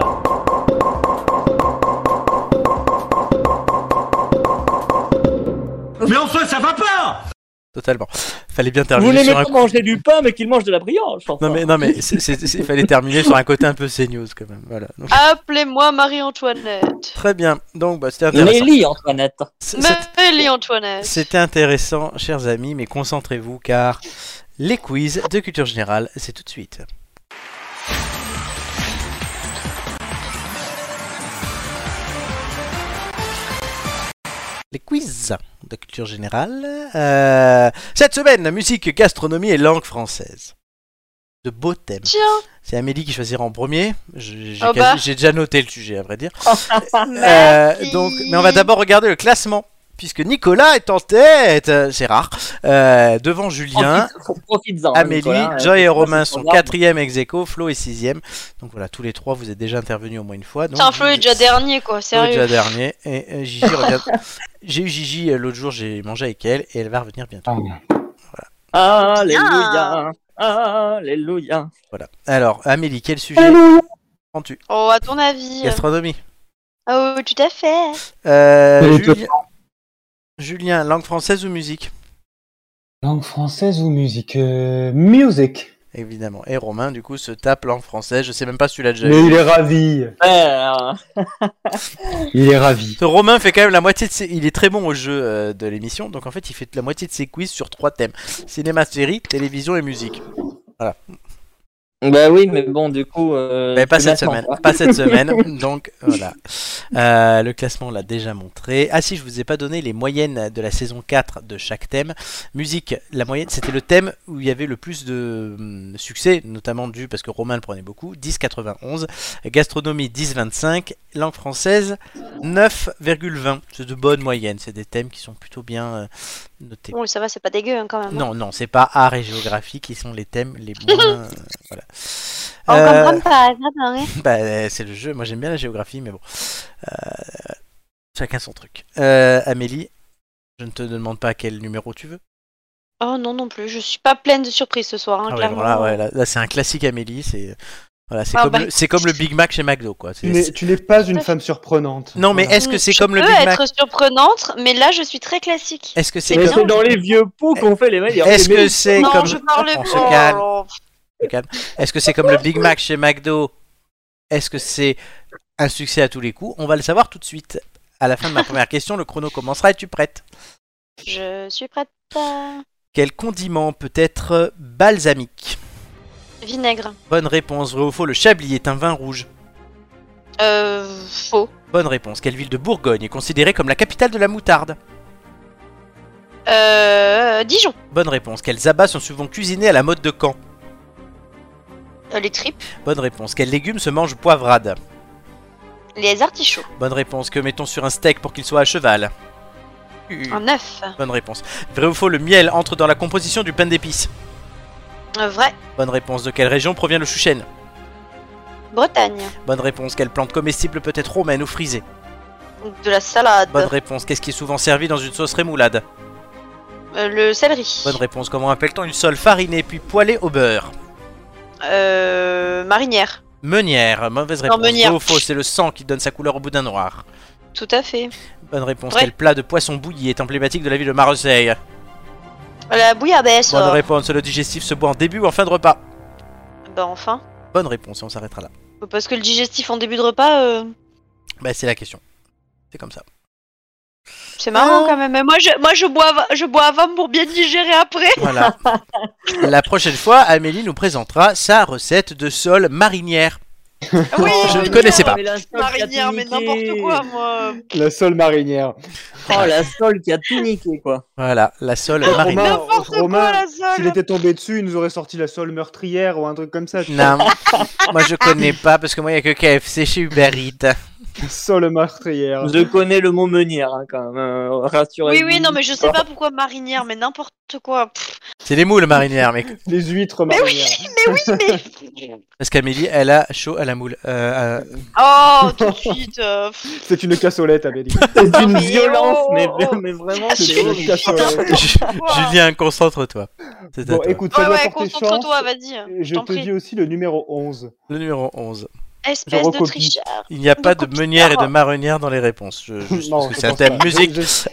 Mais enfin, ça va pas
Totalement. Fallait bien
Vous
terminer
n'aimez
sur
pas
un.
manger du pain, mais qu'il mange de la brioche. enfin.
Non mais non mais c'est- c'est- c'est- il fallait terminer sur un côté un peu saigneuse quand même. Voilà. Donc,
appelez-moi Marie-Antoinette
très bien. Donc bah, c'était intéressant.
Nelly, Antoinette.
C'est- c'est-
Mélie Antoinette
C'était intéressant, chers amis, mais concentrez-vous car les quiz de culture générale, c'est tout de suite. Les quiz de culture générale. Euh, cette semaine, musique, gastronomie et langue française. de beaux thèmes.
Tiens,
C'est Amélie qui choisira en premier. Je- J'ai
Oh
quasi-
bah.
j'ai déjà noté le sujet, à vrai dire.
*laughs* Merci.
Euh, donc, mais on va d'abord regarder le classement. Puisque Nicolas est en tête, euh, c'est rare, euh, devant Julien,
Profites-en.
Amélie,
hein,
Joy et Romain sont quatrième ex aequo, Flo est sixième. Donc voilà, tous les trois, vous êtes déjà intervenus au moins une fois. Donc,
Putain, Flo est déjà dernier, quoi,
Flo est déjà
sérieux.
dernier. Et euh, Gigi,
*laughs*
regarde. J'ai eu Gigi euh, l'autre jour, j'ai mangé avec elle et elle va revenir bientôt.
Alléluia. Ah. Alléluia.
Voilà. Alors, Amélie, quel sujet prends-tu
Oh, à ton avis. euh,
Gastronomie.
Oh, tout à fait.
Euh,
Euh,
Julien... Julien, langue française ou musique
Langue française ou musique Euh, Music.
Évidemment. Et Romain, du coup, se tape langue française. Je sais même pas si tu l'as déjà
Mais
eu.
il est ravi.
Alors,
Il est ravi.
Ce Romain fait quand même la moitié de ses... Il est très bon au jeu euh, de l'émission, donc en fait il fait la moitié de ses quiz sur trois thèmes. Cinéma, série, télévision et musique.
Bah oui, mais bon, du coup. euh,
Mais pas
plus
cette
maintenant,
semaine.
quoi.
Pas
*laughs*
cette semaine, donc voilà. Euh, le classement on l'a déjà montré. Ah si, je vous ai pas donné les moyennes de la saison 4 de chaque thème. Musique, la moyenne, c'était le thème où il y avait le plus de hum, succès, notamment dû parce que Romain le prenait beaucoup, 10,91. Gastronomie, 10,25. Langue française, 9,20. C'est de bonnes moyennes, c'est des thèmes qui sont plutôt bien euh, notés.
Bon, ça va, c'est pas dégueu, hein, quand même. hein.
Non, non, c'est pas art et géographie qui sont les thèmes les moins. euh, voilà.
On
Euh,
comprend pas, ça, non, hein.
*laughs* bah, euh, c'est le jeu. Moi, j'aime bien la géographie, mais bon. Euh, chacun son truc. Euh, Amélie, je ne te demande pas quel numéro tu veux.
Oh non, non plus, je suis pas pleine de surprises ce soir, hein,
Ah ouais,
clairement.
voilà, ouais, là, là, c'est un classique, Amélie. C'est voilà, c'est
Ah
comme,
bah.
le- c'est comme le Big Mac chez McDo, quoi. C'est-
Tu n'es-
c'est-
tu n'es pas une femme surprenante.
Non, mais
Voilà.
est-ce que c'est
Je
comme le
peux
Big Mac
être surprenante, mais là, je suis très classique.
Est-ce que c'est
Mais
bien.
comme...
c'est dans les vieux pots qu'on fait les meilleurs.
Eh, Est-ce
Mais-
que c'est
non,
comme
je parle
On
pas. Oh,
se calme. Est-ce que c'est comme le Big Mac chez McDo Est-ce que c'est un succès à tous les coups On va le savoir tout de suite. À la fin de ma première question, le chrono commencera. Es-tu prête
Je suis prête. euh,
Quel condiment peut être balsamique
Vinaigre.
Bonne réponse, vrai ou faux, le Chablis est un vin rouge.
Euh, faux.
Bonne réponse, quelle ville de Bourgogne est considérée comme la capitale de la moutarde
Euh, Dijon.
Bonne réponse, quels abats sont souvent cuisinés à la mode de Caen
Euh, les tripes.
Bonne réponse, quels légumes se mangent poivrade
Les artichauts.
Bonne réponse, que mettons sur un steak pour qu'il soit à cheval Mm.
Un œuf.
Bonne réponse, vrai ou faux, le miel entre dans la composition du pain d'épices
Euh, vrai.
Bonne réponse, de quelle région provient le chouchen
Bretagne.
Bonne réponse, quelle plante comestible peut être romaine ou frisée
De la salade.
Bonne réponse, qu'est-ce qui est souvent servi dans une sauce rémoulade
Euh, le céleri.
Bonne réponse, comment appelle-t-on une sole farinée puis poêlée au beurre
Euh, marinière.
Meunière, mauvaise
Non,
réponse.
meunière.
Vrai ou faux, c'est le sang qui donne sa couleur au boudin noir.
Tout à fait.
Bonne réponse.
Vrai.
Quel plat de poisson bouilli est emblématique de la ville de Marseille
La bouillabaisse.
Bonne
euh,
réponse. Le digestif se boit en début ou en fin de repas
Bah enfin.
Bonne réponse, et on s'arrêtera là.
Parce que le digestif en début de repas, euh,
Bah, c'est la question. C'est comme ça.
c'est marrant
Ah.
quand même. Mais moi, je, moi je, bois av- je bois avant pour bien digérer
*laughs*
après. *laughs*
Voilà. la prochaine fois, Amélie nous présentera sa recette de sol marinière.
Oui,
Je ne
veux
connaissais
dire,
pas.
Mais la seule qui a
Marinière,
tout
mais
niqué.
n'importe quoi, moi.
La seule marinière.
Oh, la seule qui a tout niqué, quoi.
Voilà, la sol
Oh,
Romain,
marinière.
N'importe
Romain,
quoi, la
S'il
seule.
était tombé dessus, il nous aurait sorti la seule meurtrière ou un truc
*laughs*
comme
oh,
ça. tu
Non, moi je connais pas parce que moi il y a que KFC chez Uber Eats.
vois. Seule
Ah.
meurtrière.
Je connais le mot meunière, hein, quand même. euh, rassurez-vous.
Oui, oui, non, mais je sais pas pourquoi marinière, mais n'importe quoi. Pff,
C'est les moules marinières, mec.
Les huîtres marinières.
Mais oui, mais.
Parce qu'Amélie, elle a chaud à la moule. Euh, euh,
Oh, tout de suite. euh, pff,
C'est une
*laughs*
cassolette, Amélie.
C'est
Non,
une
mais
violence,
oh,
mais,
oh.
*laughs* mais vraiment,
Je
c'est
C'est une
horrible.
*laughs*
cassolette.
Ju-
quoi.
Julien, concentre-toi. C'est à
Bon,
toi.
écoute, ça
Ouais,
doit
ouais,
porter
concentre-toi,
chance.
vas-y.
Je
t'en
te
prie.
dis aussi le numéro 11.
Le numéro 11.
Espèce de
recopie.
tricheur.
Il n'y a pas de
Donc, on
meunière et
part.
de marronnière dans les réponses. Je, juste
Ah. Non,
parce que
je
c'est un
pense
thème
pas.
musique.
Je- je-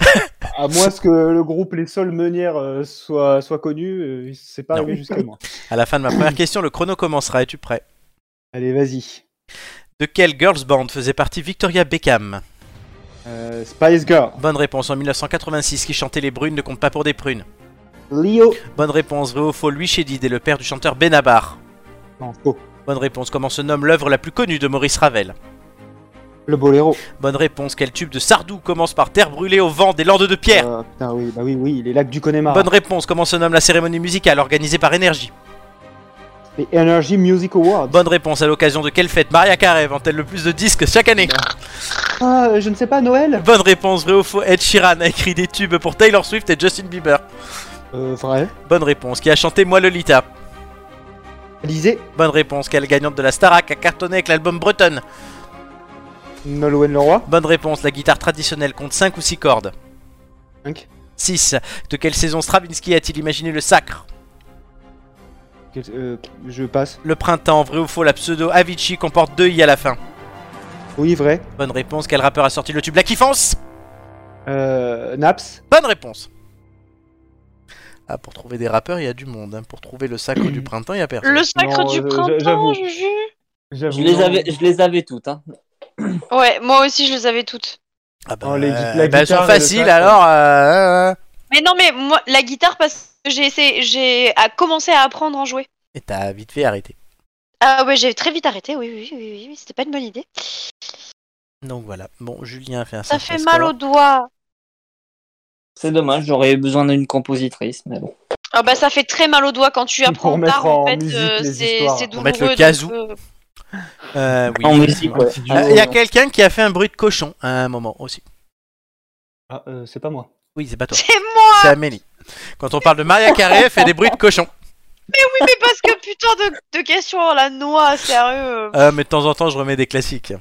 À moins que le groupe Les Sols Meunières euh, soit, soit connu, euh, c'est pas
Non.
arrivé jusqu'à moi.
À la fin de ma première question, le chrono commencera. Es-tu prêt
Allez, vas-y.
De quelle girls band faisait partie Victoria Beckham
Euh, Spice Girl.
Bonne réponse en 1986 qui chantait Les Brunes ne compte pas pour des prunes.
Leo.
Bonne réponse vrai ou faux Louis Chédid est le père du chanteur Benabar.
Non, faux.
Bonne réponse comment se nomme l'œuvre la plus connue de Maurice Ravel.
Le Boléro.
Bonne réponse quel tube de Sardou commence par terre brûlée au vent des landes de pierre.
Euh, putain, oui, bah oui, oui, les lacs du Connemara.
Bonne réponse comment se nomme la cérémonie musicale organisée par Énergie.
Les Energy Music Awards.
Bonne réponse. À l'occasion de quelle fête Maria Carey vend-elle le plus de disques chaque année
Ah, je ne sais pas, Noël
Bonne réponse. Vrai ou faux Ed Sheeran a écrit des tubes pour Taylor Swift et Justin Bieber.
Euh, vrai.
Bonne réponse. Qui a chanté Moi Lolita
Lisez
Bonne réponse. Quelle gagnante de la Starac a cartonné avec l'album Breton
Nolwenn Leroy.
Bonne réponse. La guitare traditionnelle compte 5 ou 6 cordes
Cinq.
6. De quelle saison Stravinsky a-t-il imaginé le sacre
Quel- euh, je passe.
Le printemps, vrai ou faux, la pseudo Avicii comporte deux i à la fin.
Oui, vrai.
Bonne réponse. Quel rappeur a sorti le tube La Kiffance
Euh, Naps.
Bonne réponse. Ah, pour trouver des rappeurs, il y a du monde. hein. Pour trouver le sacre *clears throat* du printemps, il y a personne.
Le sacre
Non,
du
euh,
printemps,
j'avoue.
Juju.
J'avoue.
Je les
non.
avais, je les avais toutes. Hein.
Ouais, moi aussi je les avais toutes.
Ah bah,
Oh, les gui- la
euh, bah, elles sont
guitare et le
faciles
sacre.
alors. euh, euh, euh.
Mais non, mais moi, la guitare, parce que j'ai essayé, j'ai à- commencé à apprendre à en jouer.
Et t'as vite fait arrêter.
Ah ouais, j'ai très vite arrêté, oui, oui, oui, oui, oui, c'était pas une bonne idée.
Donc voilà. Bon, Julien a fait un
Ça
sacré
fait mal
score.
aux doigts.
C'est dommage, j'aurais eu besoin d'une compositrice, mais bon.
Ah bah ça fait très mal aux doigts quand tu
Pour
apprends
mettre
tard, en,
en
fait,
musique
euh,
les
c'est
histoires.
c'est
Pour
douloureux.
mettre le
donc,
kazoo.
euh,
Euh, oui. Euh,
en musique, ouais. Euh,
Il y a quelqu'un qui a fait un bruit de cochon à un moment aussi.
Ah, euh, c'est pas moi.
Oui, c'est pas toi.
C'est moi,
C'est Amélie. Quand on parle de Maria Carré, elle fait des bruits de cochon.
mais parce que putain de, de questions, la noix, sérieux.
*laughs* Euh, mais de temps en temps, je remets des classiques.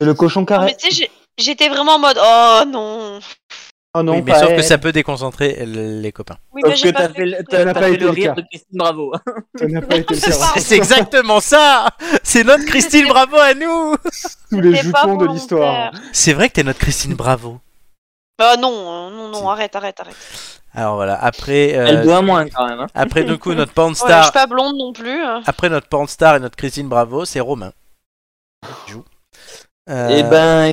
C'est le cochon
Ah
Non,
carré.
mais tu sais, j'ai- j'étais vraiment en mode, oh non. Ah,
Oh non,
oui, mais
pas
sauf que
elle.
ça peut déconcentrer les copains.
Oui, mais
Parce que
j'ai pas
t'as
fait
fait, le-
exprès.
t'as-
n'a
t'as
pas
fait
été
le
le
rire
cas.
de Christine Bravo.
Ça n'a pas
*laughs*
été le
C'est
cas.
Pardon.
c'est exactement ça C'est notre Christine Bravo à nous
Tous les
C'était pas
jutons de
volontaire.
l'histoire.
C'est vrai que t'es notre Christine Bravo.
Ah non, euh, non, non, arrête, arrête, arrête.
Alors voilà, après, euh,
Elle doit moins quand même. hein.
après du coup, notre porn
Ouais, je
star,
suis pas blonde non plus. hein.
après notre porn star et notre Christine Bravo, c'est Romain. Qui Joue. Euh,
Eh ben,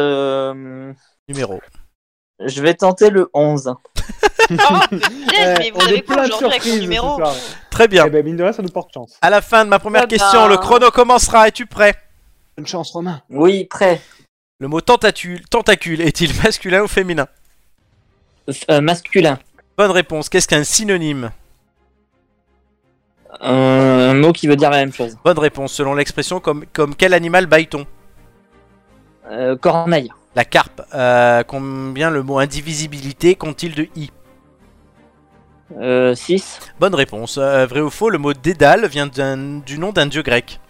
euh,
numéro.
je vais tenter le 11.
Oh, punaise, mais
Eh,
vous
on est
avez quoi aujourd'hui
plein de
avec mon
surprises ce
numéro
soir.
Très bien.
Eh ben, mine de là, ça nous porte chance.
À la fin de ma première
Eh ben-
question, le chrono commencera. Es-tu prêt
Bonne chance, Romain.
Oui, prêt.
Le mot tentacule, tentacule est-il *laughs* masculin ou féminin
Euh, masculin.
Bonne réponse. Qu'est-ce qu'un synonyme
Euh, un mot qui veut dire la même chose.
Bonne réponse. Selon l'expression, comme, comme quel animal baille-t-on
Euh, corneille.
La carpe. Euh, combien le mot indivisibilité compte-t-il de i
6.
Bonne réponse. Euh, vrai ou faux, le mot dédale vient d'un- du nom d'un dieu grec.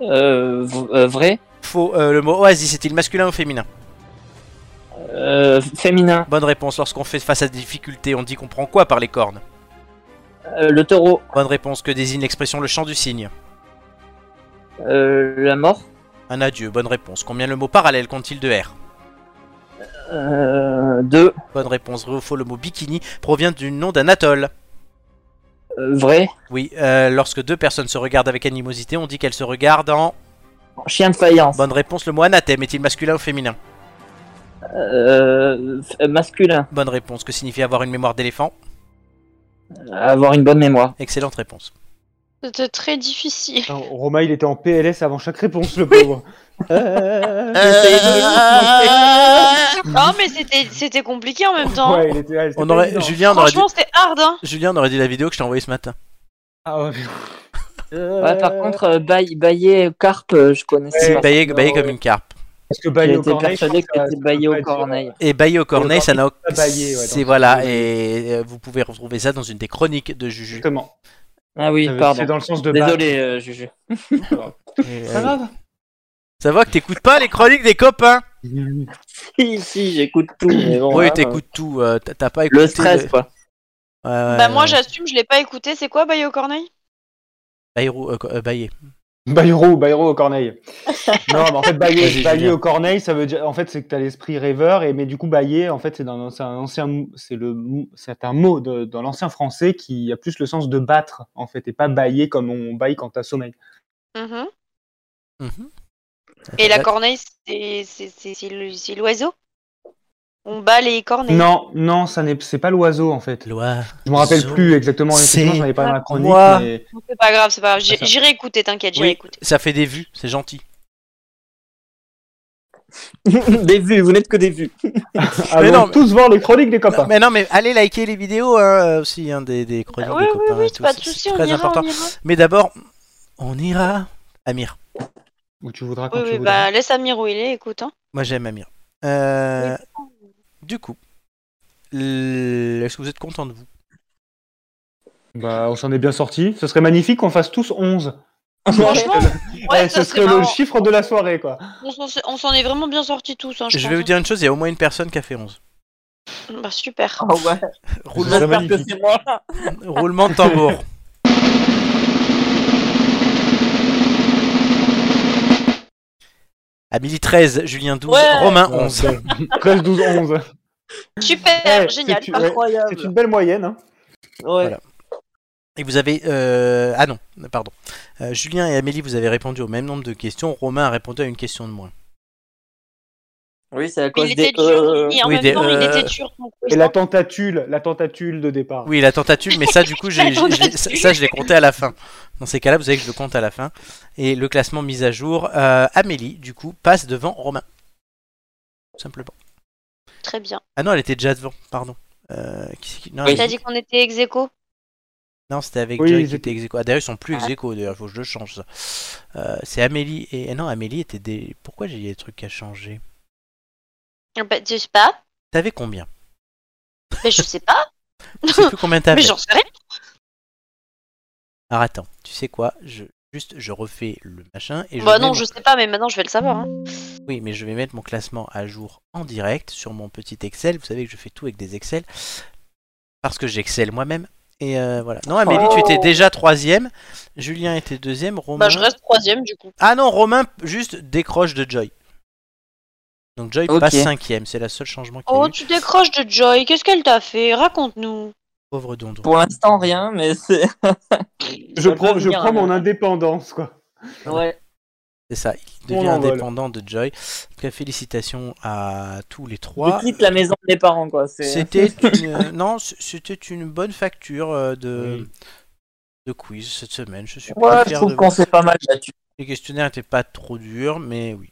Euh, vrai.
Faux. Euh, le mot oasis est-il masculin ou féminin
Euh, féminin.
Bonne réponse. Lorsqu'on fait face à des difficultés, on dit qu'on prend quoi par les cornes
Euh, le taureau.
Bonne réponse. Que désigne l'expression le chant du cygne
Euh, la mort.
Un adieu. Bonne réponse. Combien le mot parallèle compte-t-il de r
2.
Bonne réponse. Vrai ou faux, le mot bikini provient du nom d'un atoll
vrai.
Oui. Euh, lorsque deux personnes se regardent avec animosité, on dit qu'elles se regardent en.
Chien de faïence.
Bonne réponse. Le mot anathème est-il masculin ou féminin
Euh, f- euh, masculin.
Bonne réponse. Que signifie avoir une mémoire d'éléphant
Avoir une bonne mémoire.
Excellente réponse.
C'était très *laughs* difficile.
Non, Romain, il était en PLS avant chaque réponse, le pauvre. Euh,
Non, Ah, mais c'était c'était compliqué en même temps.
ouais, il était, ouais, c'était
On
pas
aurait,
euh,
évident.
Julien, on aurait dit,
Franchement, c'était hard, hein.
Julien, on aurait dit la vidéo que je t'ai envoyée ce matin.
Ah, ouais.
Ouais, par contre, euh, baille- bailler carpe, euh, je connaissais
Si,
pas.
bailler,
non,
bailler
ouais.
comme une carpe.
Parce que
J'ai
bailler au
été
corneille, je
persuadé que
pense que
c'était
ça-
bailler
ça
au
va être dur.
corneille.
Et bailler au corneille, ça n'a aucun.
pas bailler, ouais, dans
C'est
ce
voilà,
sens-là.
et euh, vous pouvez retrouver ça dans une des chroniques de Juju.
Exactement.
Ah oui,
Ça veut-
pardon.
C'est dans le sens de
Désolé, euh, Juju.
Et,
balle.
euh,
Pas grave.
ça va que t'écoutes pas les chroniques des copains
si, si, j'écoute tout. Mais bon,
Oui,
hein,
t'écoutes tout. euh, t'as- T'as pas
euh,
écouté.
Le stress, quoi. *laughs*
Ouais, ouais,
Bah, moi,
ouais.
j'assume, je l'ai pas écouté. C'est quoi, Bayo Corneille
Bayrou- euh, co- euh, bailler.
Bayrou, Bayrou
*laughs*
au corneille. non, mais en fait,
Vas-y,
bailler, bailler
Julien.
au corneille, ça veut dire. En fait, c'est que t'as l'esprit rêveur, et mais du coup, bailler, en fait, c'est dans- c'est un ancien, mou- c'est le, mou- c'est un mot de- dans l'ancien français qui a plus le sens de battre, en fait, et pas bailler comme on baille quand t'as sommeil.
Mhm.
Mhm.
Et la
Ouais.
corneille, c'est- c'est c'est- c'est le- c'est l'oiseau On bat les corneilles.
Non, non, ça n'est, c'est pas l'oiseau, en fait.
Loi.
Je me rappelle
Zo-
plus exactement. Effectivement,
c'est
je n'avais pas dans la chronique.
moi.
mais-
C'est pas grave, c'est pas grave.
C'est
J'ai-
ça.
J'irai écouter, t'inquiète, j'irai
Oui.
écouter.
Ça fait des vues, c'est gentil.
des vues, vous n'êtes que des vues.
Mais
Allons
non, mais-
tous voir les chroniques des copains.
Mais non, mais allez liker les vidéos hein, aussi hein, des, des chroniques
oui,
des
oui,
copains et
oui,
tout,
pas de
c'est-
soucis,
c'est
on
très
ira, hein.
important.
on ira.
Mais d'abord, on ira. Amir.
Ou tu voudras quand
Oui,
tu
oui,
voudras.
bah laisse Amir où il est, écoute. Hein.
Moi j'aime Amir. Euh, Du coup, l- est-ce que vous êtes content de vous
Bah, on s'en est bien sorti. Ce serait magnifique qu'on fasse tous 11.
Franchement, ouais,
Eh, ce
ça
serait
serait
le
marrant.
chiffre de la soirée, quoi.
On s'en- on s'en est vraiment bien sortis tous, hein, je,
Je
pense,
vais vous
hein.
dire une chose, il y a au moins une personne qui a fait 11.
Bah, super.
Oh ouais,
Roulement,
serait
j'espère que
magnifique.
c'est moi.
roulement de tambour. Amélie 13, Julien 12,
Ouais.
Romain 11.
*laughs* 13, 12, 11.
Super,
Eh,
Ouais,
génial.
c'est tu- ouais,
Incroyable.
C'est une belle moyenne. Hein.
Ouais.
Et vous avez... euh, Ah non, pardon. Euh, Julien et Amélie, vous avez répondu au même nombre de questions. Romain a répondu à une question de moins.
Oui, c'est à
Il
cause
était
des.
dur,
euh,
et en
oui,
même
des,
temps, il
euh,
était dur. donc,
Et la tentatule, la tentatule de départ.
Oui, la tentative, mais ça, du coup, j'ai, j'ai- j'ai- ça, ça, je l'ai compté à la fin. Dans ces cas-là, vous savez que je le compte à la fin. Et le classement mis à jour, euh, Amélie, du coup, passe devant Romain. Tout simplement.
Très bien.
Ah non, elle était déjà devant, pardon. Euh, qui c'est qui- non,
Oui.
elle-
T'as dit qu'on était ex aequo
non, c'était avec
Oui,
Joy
ils
qui était ex aequo. Ah, d'ailleurs, ils sont plus ex aequo, d'ailleurs, faut que je le change ça. Euh, c'est Amélie et. eh Non, Amélie était des. Pourquoi j'ai des trucs à changer
bah, Je sais pas.
T'avais combien
Mais je sais pas.
Je sais plus combien t'avais.
*laughs* mais j'en sais rien.
Alors attends, tu sais quoi je... Juste, je refais le machin et je.
Bah
mets
non,
mon-
je sais pas, mais maintenant je vais le savoir. hein.
Oui, mais je vais mettre mon classement à jour en direct sur mon petit Excel. Vous savez que je fais tout avec des Excel parce que j'excelle moi-même. Et euh, voilà. Non, Amélie, tu étais déjà troisième. Julien était deuxième. Romain.
Oh. Bah je reste troisième du coup.
Ah non, Romain juste décroche de Joy. Donc Joy
Ok.
passe cinquième. C'est la seule changement qu'il y a
Oh,
eu.
tu décroches de Joy. Qu'est-ce qu'elle t'a fait Raconte-nous.
Pauvre Dondon.
Pour l'instant, rien, mais c'est. *laughs*
Je
Ça
prends,
peut
je
venir,
prends mon
hein.
indépendance, quoi.
Ouais.
C'est ça. Il
On
devient
l'envole.
indépendant de Joy. Donc, euh, félicitations à tous les trois.
Je quitte la maison de mes parents, quoi. C'est.
C'était une... euh, non, c- c'était une bonne facture euh, de
Oui.
de quiz cette semaine. Je suis
*laughs* Ouais,
pas
je
fier de
trouve qu'on
vous.
s'est pas mal battu.
Les questionnaires n'étaient pas trop durs, mais oui.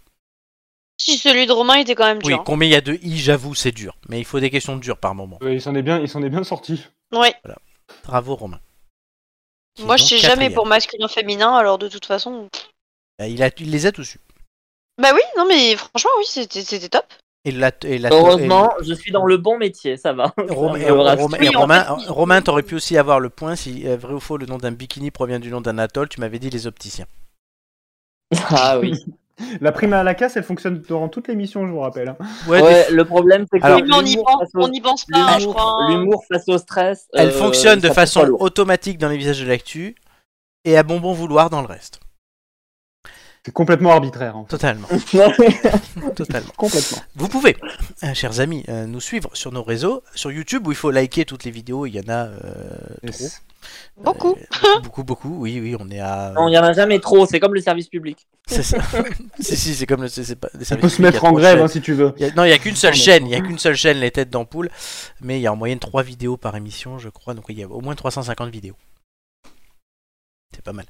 Si celui de Romain était quand même
Oui,
dur.
combien il y a de i, j'avoue, c'est dur. Mais il faut des questions dures par moment.
Euh, Il s'en est bien, il s'en est bien sorti.
hein. Ouais.
Bravo Romain. Qui est
Moi je
donc
sais jamais
quatrième.
pour masculin féminin, alors de toute façon.
Bah, Il, a, il les a tous eus.
Bah oui, non mais franchement oui, c'était c'était top.
Et la, et la-
Heureusement, je suis dans le bon métier,
*laughs*
ça va.
et- Romain,
Ça
et-
me rassure.
Romain-
Oui,
et
en
Romain,
fait, il-
Romain, t'aurais pu aussi avoir le point si euh, vrai ou faux le nom d'un bikini provient du nom d'un atoll. Tu m'avais dit les opticiens.
Ah oui.
La prime à la casse, elle fonctionne durant toute l'émission, je vous rappelle. hein.
*laughs* Ouais, des-
Ouais, euh, le problème, c'est que.
Alors,
Oui, mais on y
l'humour
pense,
face au-
on y pense pas, hein, je
l'humour-
crois. hein.
L'humour face au stress.
elle
euh,
fonctionne de
ça
façon
fait pas lourd.
automatique dans les visages de l'actu et à bon bon vouloir dans le reste.
C'est complètement arbitraire, hein.
Totalement. *laughs* totalement.
complètement.
Vous pouvez, euh, chers amis, euh, nous suivre sur nos réseaux, sur YouTube où il faut liker toutes les vidéos. Il y en a euh, trop.
Yes.
Beaucoup.
Euh, beaucoup, beaucoup. Oui, oui, on est à.
Non, il n'y en a jamais trop, c'est comme le service public.
*laughs* C'est ça. si, si, c'est comme le. c'est- c'est pas- les
On
services
peut se
publics, il y a
mettre en
trois
grève
chaînes.
hein, si tu veux.
Il y a- non, il n'y a qu'une seule
Pardon.
chaîne, il y a qu'une seule chaîne, les têtes d'ampoule, mais il y a en moyenne 3 vidéos par émission, je crois, donc il y a au moins 350 vidéos. C'est pas mal.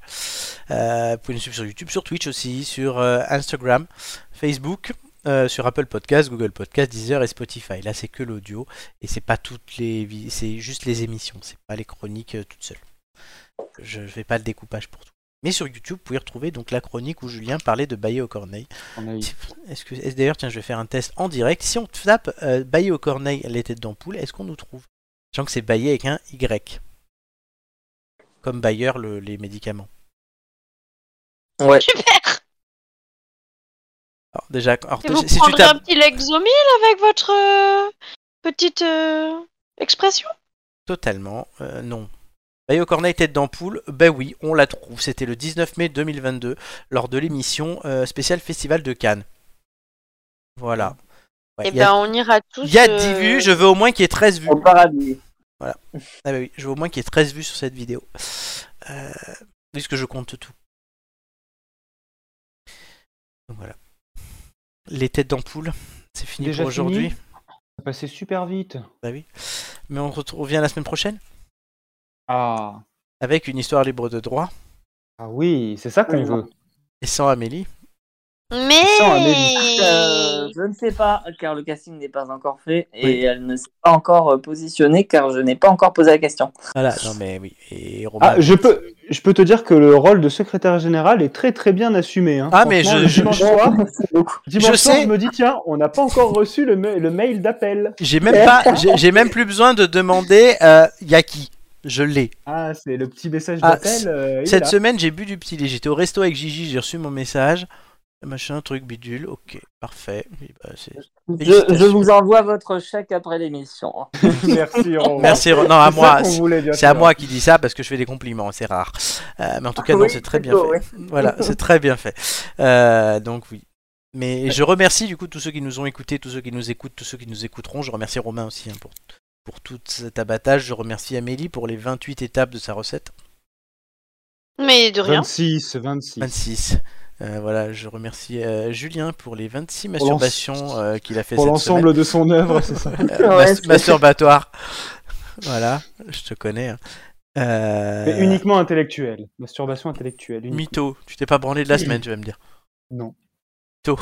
Euh, vous pouvez nous suivre sur YouTube, sur Twitch aussi, sur euh, Instagram, Facebook, euh, sur Apple Podcast, Google Podcast, Deezer et Spotify. Là, c'est que l'audio et c'est pas toutes les, vi- c'est juste les émissions, c'est pas les chroniques euh, toutes seules. Je fais pas le découpage pour tout. Mais sur YouTube, vous pouvez retrouver donc la chronique où Julien parlait de Bayer au Corneille.
On a eu-
Est-ce que est-ce- d'ailleurs tiens je vais faire un test en direct. Si on tape euh, Baillet au Corneille les têtes d'ampoule, est-ce qu'on nous trouve Sachant que c'est Baillet avec un Y. Comme Bayer le- les médicaments.
Ouais.
Super.
Alors déjà alors,
Et vous
si tu
prendrez un
tapes
petit Lexomil avec votre euh, petite euh, expression
totalement euh, non. Baillet au Corneille tête d'ampoule, ben oui, on la trouve. C'était le 19 mai 2022 lors de l'émission euh, spéciale Festival de Cannes. Voilà. Ouais,
Eh
Il y a,
ben on ira tous.
il y a
euh,
10 vues, je veux au moins qu'il y ait 13 vues.
Au paradis.
Ah bah oui, je veux au moins qu'il y ait 13 vues sur cette vidéo. Euh, puisque je compte tout. Donc voilà. Les têtes d'ampoule, c'est fini
Déjà
pour aujourd'hui. Bah
fini Ça passait super vite.
Mais on se revient la semaine prochaine
Ah,
avec une histoire libre de droit
ah oui, c'est ça qu'on
Oui.
veut.
et sans Amélie.
Mais.
Non, mais, euh, je ne sais pas, car le casting n'est pas encore fait et elle ne s'est pas encore euh, positionnée, car je n'ai pas encore posé la question.
Voilà, non mais oui. Et Romain.
Ah, je peux, je peux te dire que le rôle de secrétaire général est très très bien assumé. hein.
Ah, mais
Franchement,
je-
le
je-
dimanche *laughs* soir, dimanche
Je
soir,
sais.
je me dis tiens, on n'a pas encore reçu le, ma- le mail d'appel.
J'ai même pas, j'ai j'ai même plus besoin de demander euh, y a qui. Je l'ai.
Ah, c'est le petit message
Ah,
d'appel. euh, il est
Cette
là.
semaine, j'ai bu du petit lait. J'étais au resto avec Gigi, j'ai reçu mon message. Machin, truc bidule. Ok, parfait. Oui, bah, c'est-
Je, je vous envoie votre chèque après l'émission. *laughs*
*laughs*
Merci. Romain.
Merci. Ro- Non, à
C'est ça
moi.
qu'on voulait, bien
C'est à
sûr.
moi qui dis ça parce que je fais des compliments, c'est rare. Euh, mais en tout cas,
Ah
non,
oui,
c'est très bien
plutôt,
fait. *laughs* Voilà, c'est très bien fait. Euh, donc oui. Mais je remercie du coup tous ceux qui nous ont écoutés, tous ceux qui nous écoutent, tous ceux qui nous écouteront. Je remercie Romain aussi hein, pour, pour tout cet abattage. Je remercie Amélie pour les 28 étapes de sa recette.
Mais de rien.
26, 26.
26. Euh, voilà, je remercie euh, Julien pour les 26
Pour l'en-
masturbations euh, qu'il a fait
Pour
cette semaine.
l'ensemble de son œuvre, c'est ça.
Euh,
Ouais,
mas-
c'est-
masturbatoire. *laughs* voilà, je te connais. hein. Euh,
Mais uniquement intellectuel. Masturbation intellectuelle. uniquement.
Mytho, tu t'es pas branlé de la semaine, tu vas me dire. *laughs*
Non.
Tôt.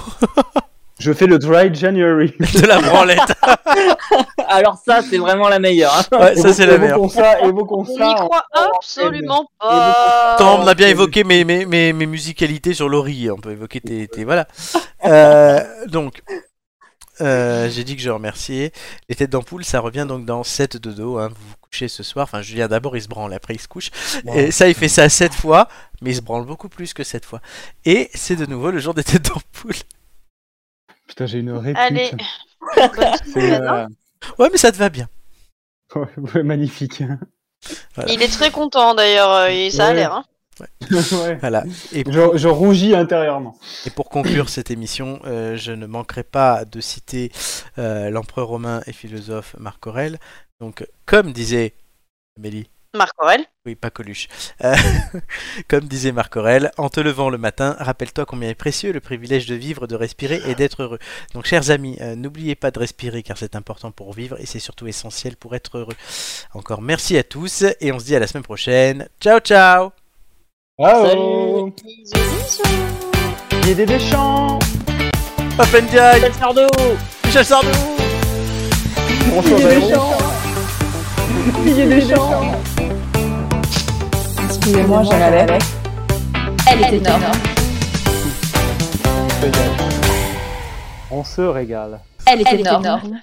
Je fais le dry January.
De la branlette.
Alors ça, c'est vraiment la meilleure. hein.
*laughs* Ouais, ça c'est la meilleure.
Évoquons ça,
On
évoquons
n'y
ça. en-
croit absolument pas.
Tant, on a bien évoqué mes, mes, mes, mes musicalités sur Laurie, on peut évoquer tes... tes- *laughs* voilà. Euh, donc, euh, j'ai dit que je remerciais. Les têtes d'ampoule, ça revient donc dans 7 dodo. Hein. Vous vous couchez ce soir. Enfin, Julien d'abord, il se branle, après il se couche. Et ça, il fait ça 7 fois, mais il se branle beaucoup plus que 7 fois. Et c'est de nouveau le jour des têtes d'ampoule.
Putain, j'ai une
*laughs*
réplique.
Allez.
C'est, euh,
Ouais, mais ça te va bien.
*laughs* ouais, magnifique.
Il est très content d'ailleurs, euh, et ça a
Ouais.
l'air. hein.
*laughs* Ouais.
Voilà. Et
Je, je rougis intérieurement.
Et pour conclure cette émission, euh, je ne manquerai pas de citer euh, l'empereur romain et philosophe Marc Aurèle. Donc, comme disait Amélie,
Marc Aurel.
oui, pas Coluche, Euh, *laughs* comme disait Marc Aurèle, en te levant le matin, rappelle-toi combien est précieux le privilège de vivre, de respirer et d'être heureux. Donc, chers amis, euh, n'oubliez pas de respirer car c'est important pour vivre et c'est surtout essentiel pour être heureux. Encore merci à tous et on se dit à la semaine prochaine. Ciao, ciao
Oh.
Ciao Guider des champs
Hop and die
Michel Sardou
Michel Sardou
François Bayrou.
Excusez-moi, j'avais l'air.
Elle est énorme.
On se régale.
Elle est énorme.